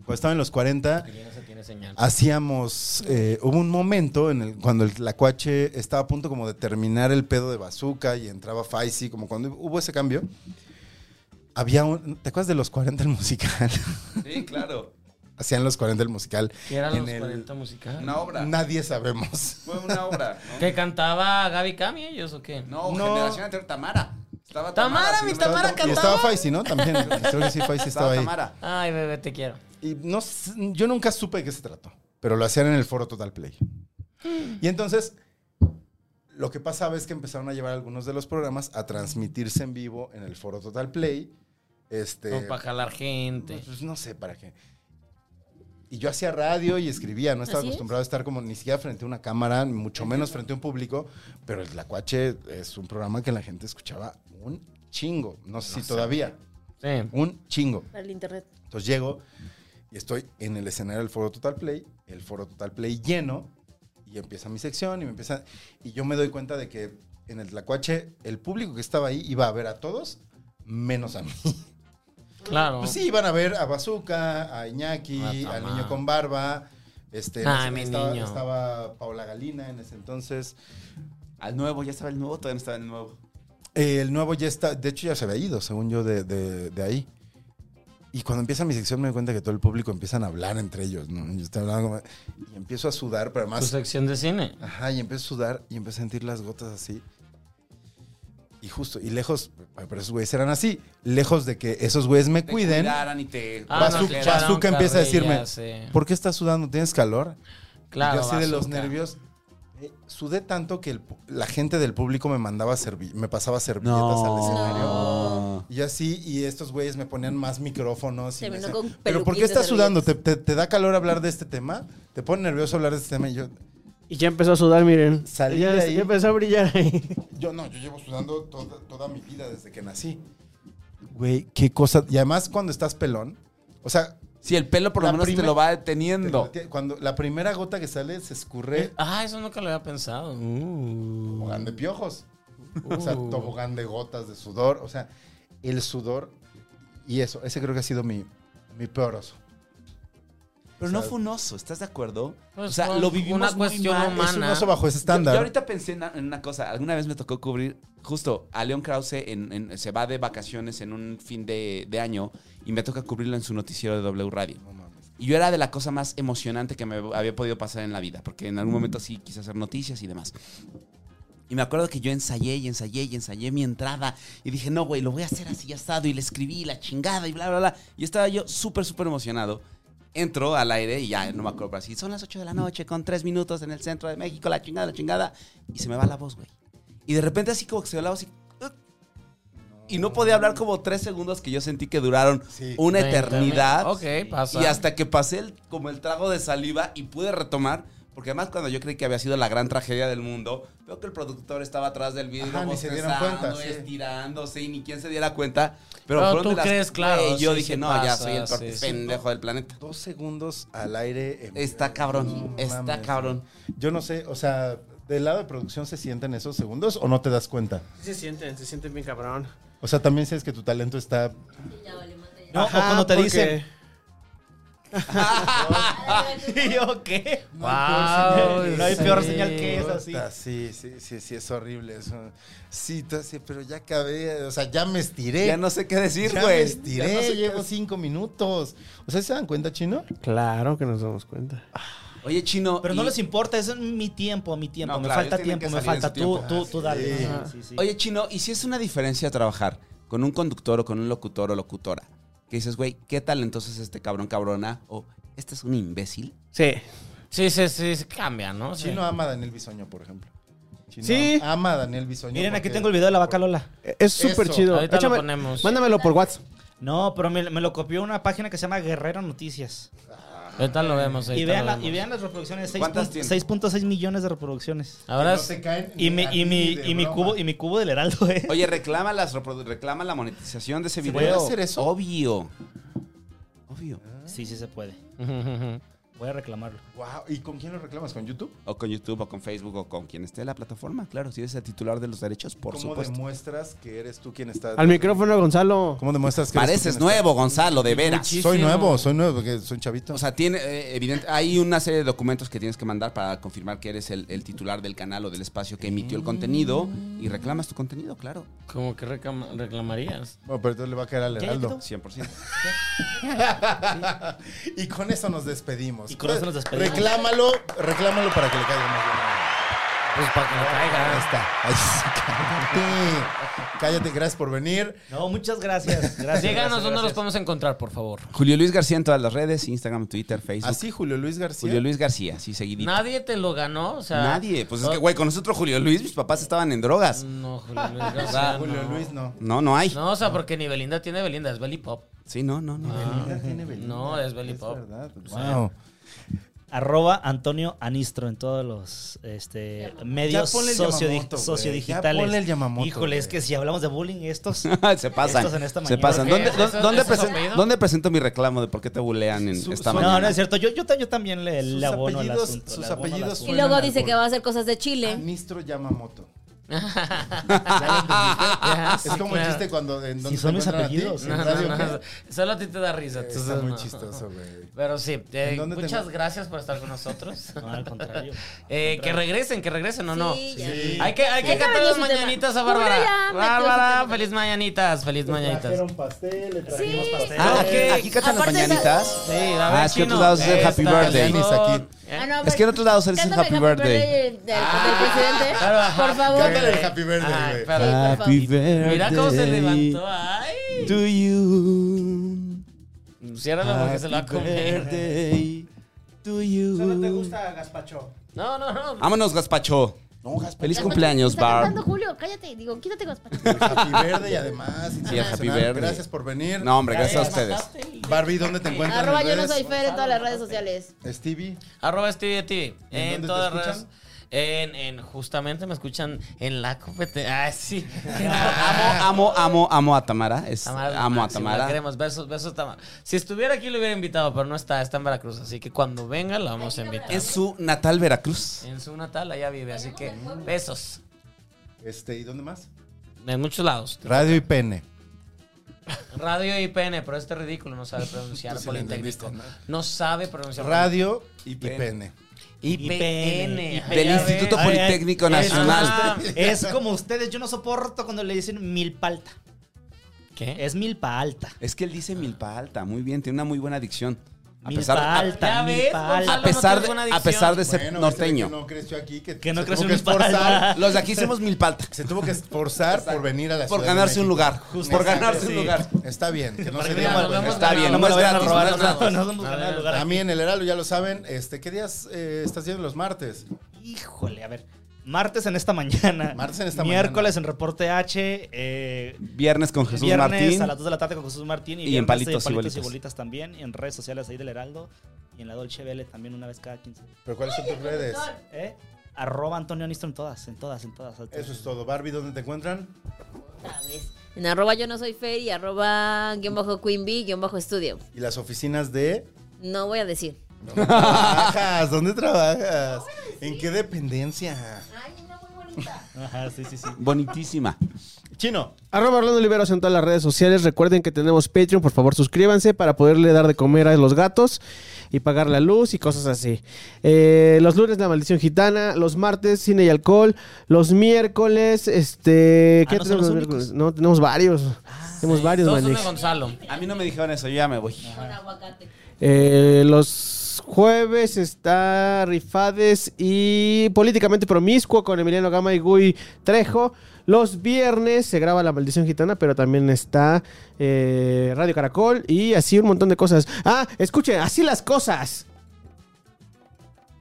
S1: Cuando estaba en los 40,
S2: Que ya no se tiene señal.
S1: Ah, hacíamos. eh, hubo un momento en el, cuando el Tlacuache estaba a punto como de terminar el pedo de Bazooka y entraba Faisy, como cuando hubo ese cambio. Había un. ¿Te acuerdas de los 40 el musical?
S9: Sí, claro.
S1: Hacían los 40 el musical.
S2: ¿Qué eran
S1: en
S2: los
S1: el-
S2: 40 musicales?
S9: Una obra.
S1: Nadie sabemos.
S9: Fue una obra. ¿no?
S2: ¿Que cantaba Gaby Cami ellos o qué?
S9: No,
S1: No.
S9: generación anterior, Tamara. Estaba
S2: Tamara, mi
S9: sí,
S2: Tamara
S1: y
S2: cantaba.
S1: estaba Faisy, ¿no? También. Creo que sí, Faisy
S9: Estaba
S1: estaba ahí.
S9: Tamara.
S2: Ay, bebé, te quiero.
S1: Y no, s- yo nunca supe de qué se trató, pero lo hacían en el foro Total Play.
S3: Mm.
S1: Y entonces, lo que pasaba es que empezaron a llevar algunos de los programas a transmitirse en vivo en el foro Total Play. Este,
S2: No, para jalar gente.
S1: pues, no sé para qué. Y yo hacía radio y escribía, no estaba
S3: Así es.
S1: acostumbrado a estar como ni siquiera frente a una cámara, ni mucho menos frente a un público, pero el Tlacuache es un programa que la gente escuchaba un chingo, no sé si todavía,
S2: Sí.
S1: un chingo.
S3: Para el internet.
S1: Entonces llego y estoy en el escenario del Foro Total Play, el Foro Total Play lleno, y empieza mi sección y me empieza. Y yo me doy cuenta de que en el Tlacuache, el público que estaba ahí iba a ver a todos, menos a mí.
S2: Claro.
S1: Pues sí, iban a ver a Bazooka, a Iñaki,
S2: Ah, toma.
S1: al niño con barba. Este,
S2: Ay,
S1: no sé,
S2: mi
S1: estaba,
S2: niño.
S1: estaba Paola Galina en ese entonces.
S9: Al nuevo, ya estaba el nuevo, todavía no estaba el nuevo.
S1: Eh, el nuevo ya está, de hecho ya se había ido, según yo, de, de- de ahí. Y cuando empieza mi sección me doy cuenta que todo el público empiezan a hablar entre ellos, ¿no? Y, yo estaba hablando como- y empiezo a sudar, pero
S2: Su
S1: además...
S2: sección de cine.
S1: Ajá, y empiezo a sudar y empiezo a sentir las gotas así. Y justo, y lejos, pero esos güeyes eran así, lejos de que esos güeyes me
S9: Te
S1: cuiden.
S9: cuidaran y te.
S1: Ah, Bazooka-
S2: nos echaron
S1: Bazooka empieza a
S2: carrilla,
S1: decirme,
S2: sí.
S1: ¿Por qué estás sudando? ¿Tienes calor?
S2: Claro,
S1: yo así de los
S2: Bazooka.
S1: nervios. eh, sudé tanto que el pu- la gente del público me mandaba servi- me pasaba servilletas al escenario.
S3: No.
S1: Y así, y estos güeyes me ponían más micrófonos. y me
S3: Terminó
S1: decían,
S3: con
S1: Pero ¿por qué
S3: peluquitas
S1: estás
S3: de
S1: sudando? ¿Te, te, te da calor hablar de este tema? ¿Te pone nervioso hablar de este tema? Y yo,
S6: Y ya empezó a sudar, miren.
S1: Salí
S6: ya,
S1: de ahí.
S6: ya empezó a brillar ahí.
S1: yo no, yo llevo sudando toda, toda mi vida desde que nací. Güey, qué cosa. Y además cuando estás pelón, o sea,
S9: Si el pelo por lo
S1: La
S9: menos te
S1: prima-
S9: lo va
S1: te-
S9: deteniendo.
S1: te- cuando la primera gota que sale se escurre,
S2: Ah, eso nunca lo había pensado. Uh.
S1: tobogán de piojos. O sea,
S2: Uh.
S1: tobogán de gotas de sudor. O sea, el sudor y eso. Ese creo que ha sido mi, mi peor oso.
S9: Pero no
S1: sea,
S9: fue un oso, ¿estás de acuerdo?
S2: Pues
S9: o sea,
S2: fue
S9: lo vivimos
S2: una
S9: muy
S2: cuestión
S9: mal.
S2: humana.
S1: Ah, Es un oso bajo ese
S9: Yo,
S1: estándar.
S9: yo ahorita pensé en en una cosa. Alguna vez me tocó cubrir justo a León Krause. en- en- se va de vacaciones en un fin de, de año y me toca cubrirlo en su noticiero de W Radio.
S1: No mames.
S4: Y yo era de la cosa más emocionante que me había podido pasar en la vida, porque en algún momento sí quise hacer noticias y demás. Y me acuerdo que yo ensayé y ensayé y ensayé mi entrada. Y dije, no, güey, lo voy a hacer así asado. Y le escribí la chingada y bla, bla, bla. Y estaba yo súper, súper emocionado. Entro al aire y ya no me acuerdo, pero así son las 8 de la noche con 3 minutos en el centro de México, la chingada, la chingada. Y se me va la voz, güey. Y de repente así como que se me va la voz y... Y no podía hablar como tres segundos que yo sentí que duraron
S1: Sí.
S4: una
S2: Veinte
S4: eternidad.
S2: mil. Ok, pasa.
S4: Y hasta que pasé el- como el trago de saliva y pude retomar. Porque además cuando yo creí que había sido la gran tragedia del mundo, veo que el productor estaba atrás del vidrio
S1: Ajá, ni se dieron
S4: bostezando,
S1: cuenta, sí.
S4: estirándose y ni quien se diera cuenta. Pero,
S2: Pero
S4: fueron
S2: tú
S4: de las-
S2: crees, claro,
S4: Güey, yo
S2: sí,
S4: dije,
S2: sí
S4: no, ya
S2: pasa,
S4: soy el peor
S2: sí, sí.
S4: pendejo del planeta.
S1: Dos segundos al aire. en-
S4: Está cabrón,
S1: No
S4: está
S1: mames.
S4: cabrón.
S1: Yo no sé, o sea, ¿del lado de producción se sienten esos segundos o no te das cuenta?
S6: Se sienten, se sienten bien cabrón.
S1: O sea, también sabes que tu talento está...
S3: Ya vale, manda ya.
S5: No, o cuando te dicen,
S3: Ay,
S5: ¿yo qué?
S2: Wow,
S5: No hay peor señal
S2: sí.
S5: que esa, sí.
S1: Puta, Sí, sí, sí, sí, es horrible. es un- Sí, tú así, pero ya acabé, o sea, ya me estiré.
S4: Ya no sé qué decir,
S1: Ya me
S4: güey.
S1: estiré,
S4: Ya no sé Pues qué
S1: llevo cinco minutos. O sea, ¿se dan cuenta, chino?
S6: Claro que nos damos cuenta.
S4: Oye, chino.
S5: Pero no
S4: y-
S5: les importa, ese es mi tiempo, mi tiempo.
S4: No,
S5: me
S4: claro,
S5: falta
S4: ellos tienen que
S5: tiempo, me
S4: salir en
S5: falta.
S4: su
S5: Tú, tú,
S4: tiempo. Ah,
S5: tú dale.
S1: Sí.
S5: Ajá, sí, sí.
S4: Oye, chino, ¿y si es una diferencia trabajar con un conductor o con un locutor o locutora? Que dices, güey, ¿qué tal entonces este cabrón cabrona? O, ¿este es un imbécil?
S6: Sí.
S2: Sí, sí, sí, sí, cambia, ¿no? Sí.
S1: Chino ama a Daniel Bisoño, por ejemplo. Chino
S6: Sí.
S1: Ama a Daniel Bisoño.
S5: Miren, aquí
S1: porque-
S5: tengo el video de la vaca Lola.
S6: Es súper
S1: Eso.
S6: chido.
S2: Ahorita lo
S6: Échame-
S2: ponemos.
S6: Mándamelo por WhatsApp.
S5: No, pero me, me lo copió una página que se llama Guerrero Noticias.
S2: Ahorita lo vemos.
S5: Y
S2: ahorita
S5: vean,
S2: lo
S5: la- y
S2: vemos.
S5: vean las reproducciones, seis
S4: ¿Cuántas
S5: pun-
S4: tiene?
S5: 6.6 millones de reproducciones.
S2: Ahora
S1: Que no se caen
S5: Y mi,
S1: ni
S5: y mi,
S1: ni de
S5: y mi
S1: broma.
S5: cubo, y mi cubo del heraldo, eh.
S4: Oye, reclama, las reprodu- reclama la monetización de ese video.
S5: puede
S1: hacer eso?
S4: Obvio. Obvio.
S5: Sí, sí se puede.
S2: es-
S5: Voy a reclamarlo.
S1: Wow, ¿y con quién lo reclamas? ¿Con YouTube?
S4: O con YouTube, o con Facebook, o con quien esté en la plataforma. Claro, si eres el titular de los derechos, por
S1: ¿Cómo
S4: supuesto.
S1: demuestras que eres tú quien está?
S6: Al micrófono, Gonzalo.
S1: ¿Cómo demuestras que eres tú
S4: Pareces
S1: quien está-
S4: nuevo, Gonzalo, de veras.
S2: Muchísimo.
S1: Soy nuevo, soy nuevo, porque soy un chavito.
S4: O sea, tiene, eh, evidente, hay una serie de documentos que tienes que mandar para confirmar que eres el, el titular del canal o del espacio que emitió el contenido y reclamas tu contenido, claro.
S2: Como que reclama- reclamarías.
S1: Bueno, pero entonces le va a caer al Heraldo.
S4: 100%.
S1: Y con eso nos despedimos.
S5: Y con eso nos despedimos.
S1: Reclámalo, reclámalo para que le caiga más bien.
S2: Pues para que me
S1: Ahí
S2: caiga.
S1: está. Ahí está. cállate. Cállate, gracias por venir.
S5: No, muchas gracias. Gracias.
S2: Díganos
S5: gracias,
S2: dónde los
S5: gracias.
S2: podemos encontrar, por favor.
S4: Julio Luis García en todas las redes, Instagram, Twitter, Facebook.
S1: Así, Julio Luis García.
S4: Julio Luis García, sí, seguidito.
S2: Nadie te lo ganó, o sea.
S4: Nadie. Pues es que, güey, con nosotros Julio Luis, mis papás estaban en drogas.
S2: No, Julio Luis García,
S1: Ah, Julio
S2: no.
S1: Luis, no.
S4: No, no hay.
S2: No, o sea, porque ni Belinda tiene Belinda, es Belly Pop. Ah.
S4: Sí, no, no, no.
S1: Belinda tiene Belinda.
S2: No, es Belly Pop.
S1: verdad. Wow.
S5: Arroba Antonio Anistro en todos los este, medios
S1: ponle el
S5: sociodi-
S1: Yamamoto, güey.
S5: sociodigitales.
S1: Ya ponle el Yamamoto,
S5: Híjole, es
S1: güey.
S5: que si hablamos de bullying, estos.
S4: se pasan.
S5: Estos en esta
S4: se
S5: mañana.
S4: pasan.
S2: ¿Por
S4: ¿Dónde,
S2: qué?
S4: dónde-
S2: ¿Eso-
S4: dónde
S2: eso es
S4: presen-
S2: apellido?
S4: dónde presento mi reclamo de por qué te bulean en
S1: Su-
S4: esta
S1: su-
S5: No,
S4: mañana?
S5: no es cierto. Yo, yo, ta- yo también le, le
S1: Sus
S5: abono al
S1: apellidos-
S5: asunto.
S1: sus
S5: le abono al
S1: apellidos
S5: asunto.
S3: Y
S1: suena
S3: luego
S1: al
S3: dice que
S1: alcohol.
S3: va a hacer cosas de Chile.
S1: Anistro Yamamoto. Ya lo entendiste. es como el
S2: claro.
S1: chiste cuando en donde
S5: Sí, son
S1: te
S5: mis
S1: encuentran a ti,
S5: apellidos.
S1: en
S2: No, no,
S1: radio,
S2: no,
S1: ¿qué? Eh,
S2: Solo a ti te da risa. tú
S1: Está
S2: sabes,
S1: muy
S2: no.
S1: chistoso, güey.
S2: Pero sí, eh,
S1: ¿En dónde te
S2: muchas
S1: met-
S2: gracias por estar con nosotros.
S5: No, al contrario.
S2: Eh, que regresen, que regresen o no.
S3: Sí, ya.
S1: Sí.
S2: Hay que, hay que
S3: Deja
S2: cantar
S3: venir
S2: las
S3: su tema.
S2: mañanitas a
S3: Pura
S2: Bárbara.
S3: ya, metió
S2: Bárbara,
S3: su tema. Pues
S2: feliz mañanitas, feliz mañanitas.
S1: pastel, le
S3: trajimos Sí. pastel.
S4: Ah, aquí,
S2: Ok.
S4: aquí cantan las
S3: Aparte de-
S4: mañanitas.
S2: Sí, a ver,
S4: Ah, es que
S2: chino.
S4: otros lados es el
S2: Esta
S4: Happy Birthday.
S1: Yanis aquí.
S3: Ah, no,
S4: Es que en otros lados eres el
S3: cántame
S4: Happy Birthday.
S3: del- del, presidente,
S2: Claro, ajá.
S3: por favor.
S1: Cántale el happy birthday,
S2: Ay,
S1: güey.
S2: pero-
S3: Sí, por favor.
S2: Mira cómo se levantó. Ay.
S4: To you.
S2: Ciérralo porque se lo va a
S4: Happy
S2: comer.
S4: birthday to you.
S10: Gaspacho.
S2: No, no, no.
S4: Vámonos, Gaspacho. Feliz
S3: Gazpacho,
S4: cumpleaños,
S3: está
S4: Barb.
S3: cantando Julio, cállate. Digo, quítate Gazpacho.
S1: pues, Happy Verde y además.
S4: el Happy
S1: internacional.
S4: Verde.
S1: Gracias por venir.
S4: No, hombre, gracias a ustedes.
S1: Barbie, ¿dónde te encuentras?
S3: Arroba yo no soy Fer en todas las redes sociales.
S1: Stevie.
S2: Arroba Stevie TV.
S1: ¿En
S2: En,
S1: dónde te
S2: todas las redes.
S1: escuchan?
S2: En, en, justamente me escuchan en la competencia. Ah, sí.
S4: Amo, amo, amo, amo a Tamara. Es-
S2: Tamara es lo
S4: amo a
S2: máximo, La
S4: Tamara.
S2: queremos. Besos, besos, Tamara. Si estuviera aquí, lo hubiera invitado, pero no está. Está en Veracruz. Así que cuando venga, la vamos a invitar.
S4: En su natal Veracruz.
S2: En su natal, allá vive. Así que besos.
S1: Este, ¿y dónde más?
S2: En muchos lados.
S1: Radio y Pene.
S2: Radio y pene, pero este ridículo no sabe pronunciar
S1: Tú sí le
S2: politécnico.
S1: entendiste,
S2: No sabe pronunciar.
S1: Radio y
S4: Y
S1: Pene.
S4: Pene.
S2: IPN.
S5: IPN.
S4: Del
S2: Ya
S4: Instituto
S2: ves.
S5: Ay, ay,
S4: Politécnico
S5: ay,
S4: Nacional.
S2: Ah,
S5: Es como ustedes, yo no soporto cuando le dicen milpa alta.
S2: ¿Qué?
S5: Es milpa alta.
S1: Ah.
S4: Es que él dice milpa alta. Muy bien, tiene una muy buena dicción. A
S5: Milpa
S4: pesar, a-
S5: alta,
S2: ¿Ya ves,
S5: milpa
S2: Gonzalo?
S5: alta.
S4: a pesar,
S2: tienes buena
S4: de, a
S2: adicción.
S4: pesar de ser
S1: Bueno,
S4: norteño.
S1: Que no creció aquí. Que,
S5: Que no
S1: se
S5: creció
S1: tuvo que
S5: en Milpa
S1: esforzar.
S5: alta.
S4: Los de aquí hicimos mil paltas.
S1: Se tuvo que esforzar por venir a la
S4: Por
S1: Ciudad de
S4: ganarse un
S1: México.
S4: lugar. por ganarse
S5: sí.
S4: un lugar.
S1: Está bien, que no
S2: Para
S1: se pues,
S2: que
S1: diga
S2: nos
S1: por
S2: vemos
S1: venir.
S4: Está bien, no me lo
S5: vayan a
S4: gratis,
S5: robar,
S4: no es gratis.
S5: no, no nos ganan el lugar.
S1: A mí en el Heraldo ya lo saben. Este, ¿Qué días eh, estás yendo los martes?
S5: Híjole, a ver. Martes en esta mañana.
S1: Martes en esta
S5: Miércoles en Reporte H. Eh,
S4: Viernes con Jesús
S5: viernes
S4: Martín.
S5: a las 2 de la tarde con Jesús Martín. Y,
S4: Y
S5: viernes
S4: en Palitos y
S5: y
S4: Bolitas.
S5: Bolitas también. Y en redes sociales ahí del Heraldo. Y en la Dolce Vele también una vez cada 15 días.
S1: ¿Pero cuáles son tus redes?
S5: ¿Eh? Arroba Antonio Anisto en todas, en todas, en todas. en todas.
S1: Eso es todo. Barbie, ¿dónde te encuentran?
S3: Otra vez. En arroba yo no soy Fer y arroba guión bajo Queen Bee, guión bajo estudio.
S1: Y las oficinas de...
S3: No voy a decir.
S1: ¿Dónde trabajas? ¿Dónde trabajas? ¿En qué dependencia?
S3: Ay, una muy bonita.
S5: Ajá, sí, sí, sí.
S4: Bonitísima.
S1: Chino.
S6: Arroba Orlando Oliveros en todas las redes sociales. Recuerden que tenemos Patreon. Por favor, suscríbanse para poderle dar de comer a los gatos y pagar la luz y cosas así. Eh, los lunes, La Maldición Gitana. Los martes, Cine y Alcohol. Los miércoles, este...
S5: Ah, ¿no son los únicos? Ah,
S6: No, tenemos varios. tenemos varios,
S2: Todos son de
S6: Manix.
S2: Gonzalo.
S4: A mí no me dijeron eso, yo ya me voy.
S3: Con aguacate.
S6: Eh, los jueves está Rifades y Políticamente Promiscuo con Emiliano Gama y Gui Trejo. Los viernes se graba La Maldición Gitana, pero también está eh, Radio Caracol y así un montón de cosas. Ah, escuchen, así las cosas.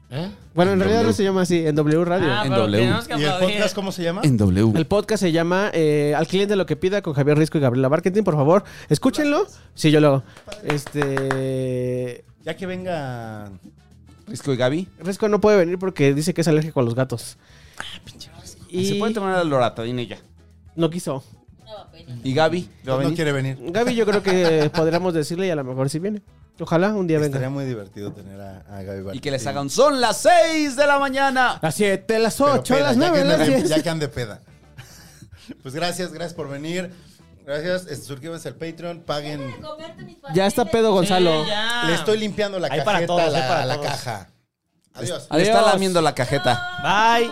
S2: ¿Eh?
S6: Bueno, en
S4: En
S6: realidad no
S4: W.
S6: se llama así, en W Radio.
S2: Ah,
S4: En
S2: pero
S4: W.
S2: tenemos que
S1: ¿Y el
S2: aplaudir.
S1: podcast cómo se llama?
S4: En W.
S6: El podcast se llama eh, Al cliente lo que pida con Javier Risco y Gabriela Barquentin. Por favor, escúchenlo. Sí, yo lo hago. Este.
S1: Ya que vengan...
S4: Risco y Gaby.
S6: Risco no puede venir porque dice que es alérgico a los gatos.
S1: Ah,
S4: Se puede tomar la loratadina y ya.
S6: No quiso.
S3: No va a pena.
S4: ¿Y Gaby? ¿Va a
S1: No
S4: venir?
S1: quiere venir.
S6: Gaby, yo creo que podríamos decirle y a lo mejor si viene. Ojalá un día
S1: Estaría
S6: venga.
S1: muy divertido tener a, a Gaby
S4: Y
S1: Barquín.
S4: que les haga un son las 6 de la mañana.
S6: Las 7, las
S1: Pero
S6: 8,
S1: peda,
S6: las
S1: ya
S6: 9,
S1: que
S6: las
S1: anden-
S6: 10.
S1: Ya que ande peda. Pues gracias, gracias por venir. Gracias, este, suscríbanse al Patreon, paguen.
S3: Comerte mis
S6: Ya está pedo Gonzalo.
S2: Sí, ya.
S1: Le estoy limpiando la
S5: Ah. Ahí
S1: cajeta
S5: para todos,
S1: a
S5: ahí
S1: la,
S5: para
S1: a la
S5: todos.
S1: caja. Adiós.
S4: Le está
S6: Adiós.
S4: lamiendo la cajeta.
S5: Bye.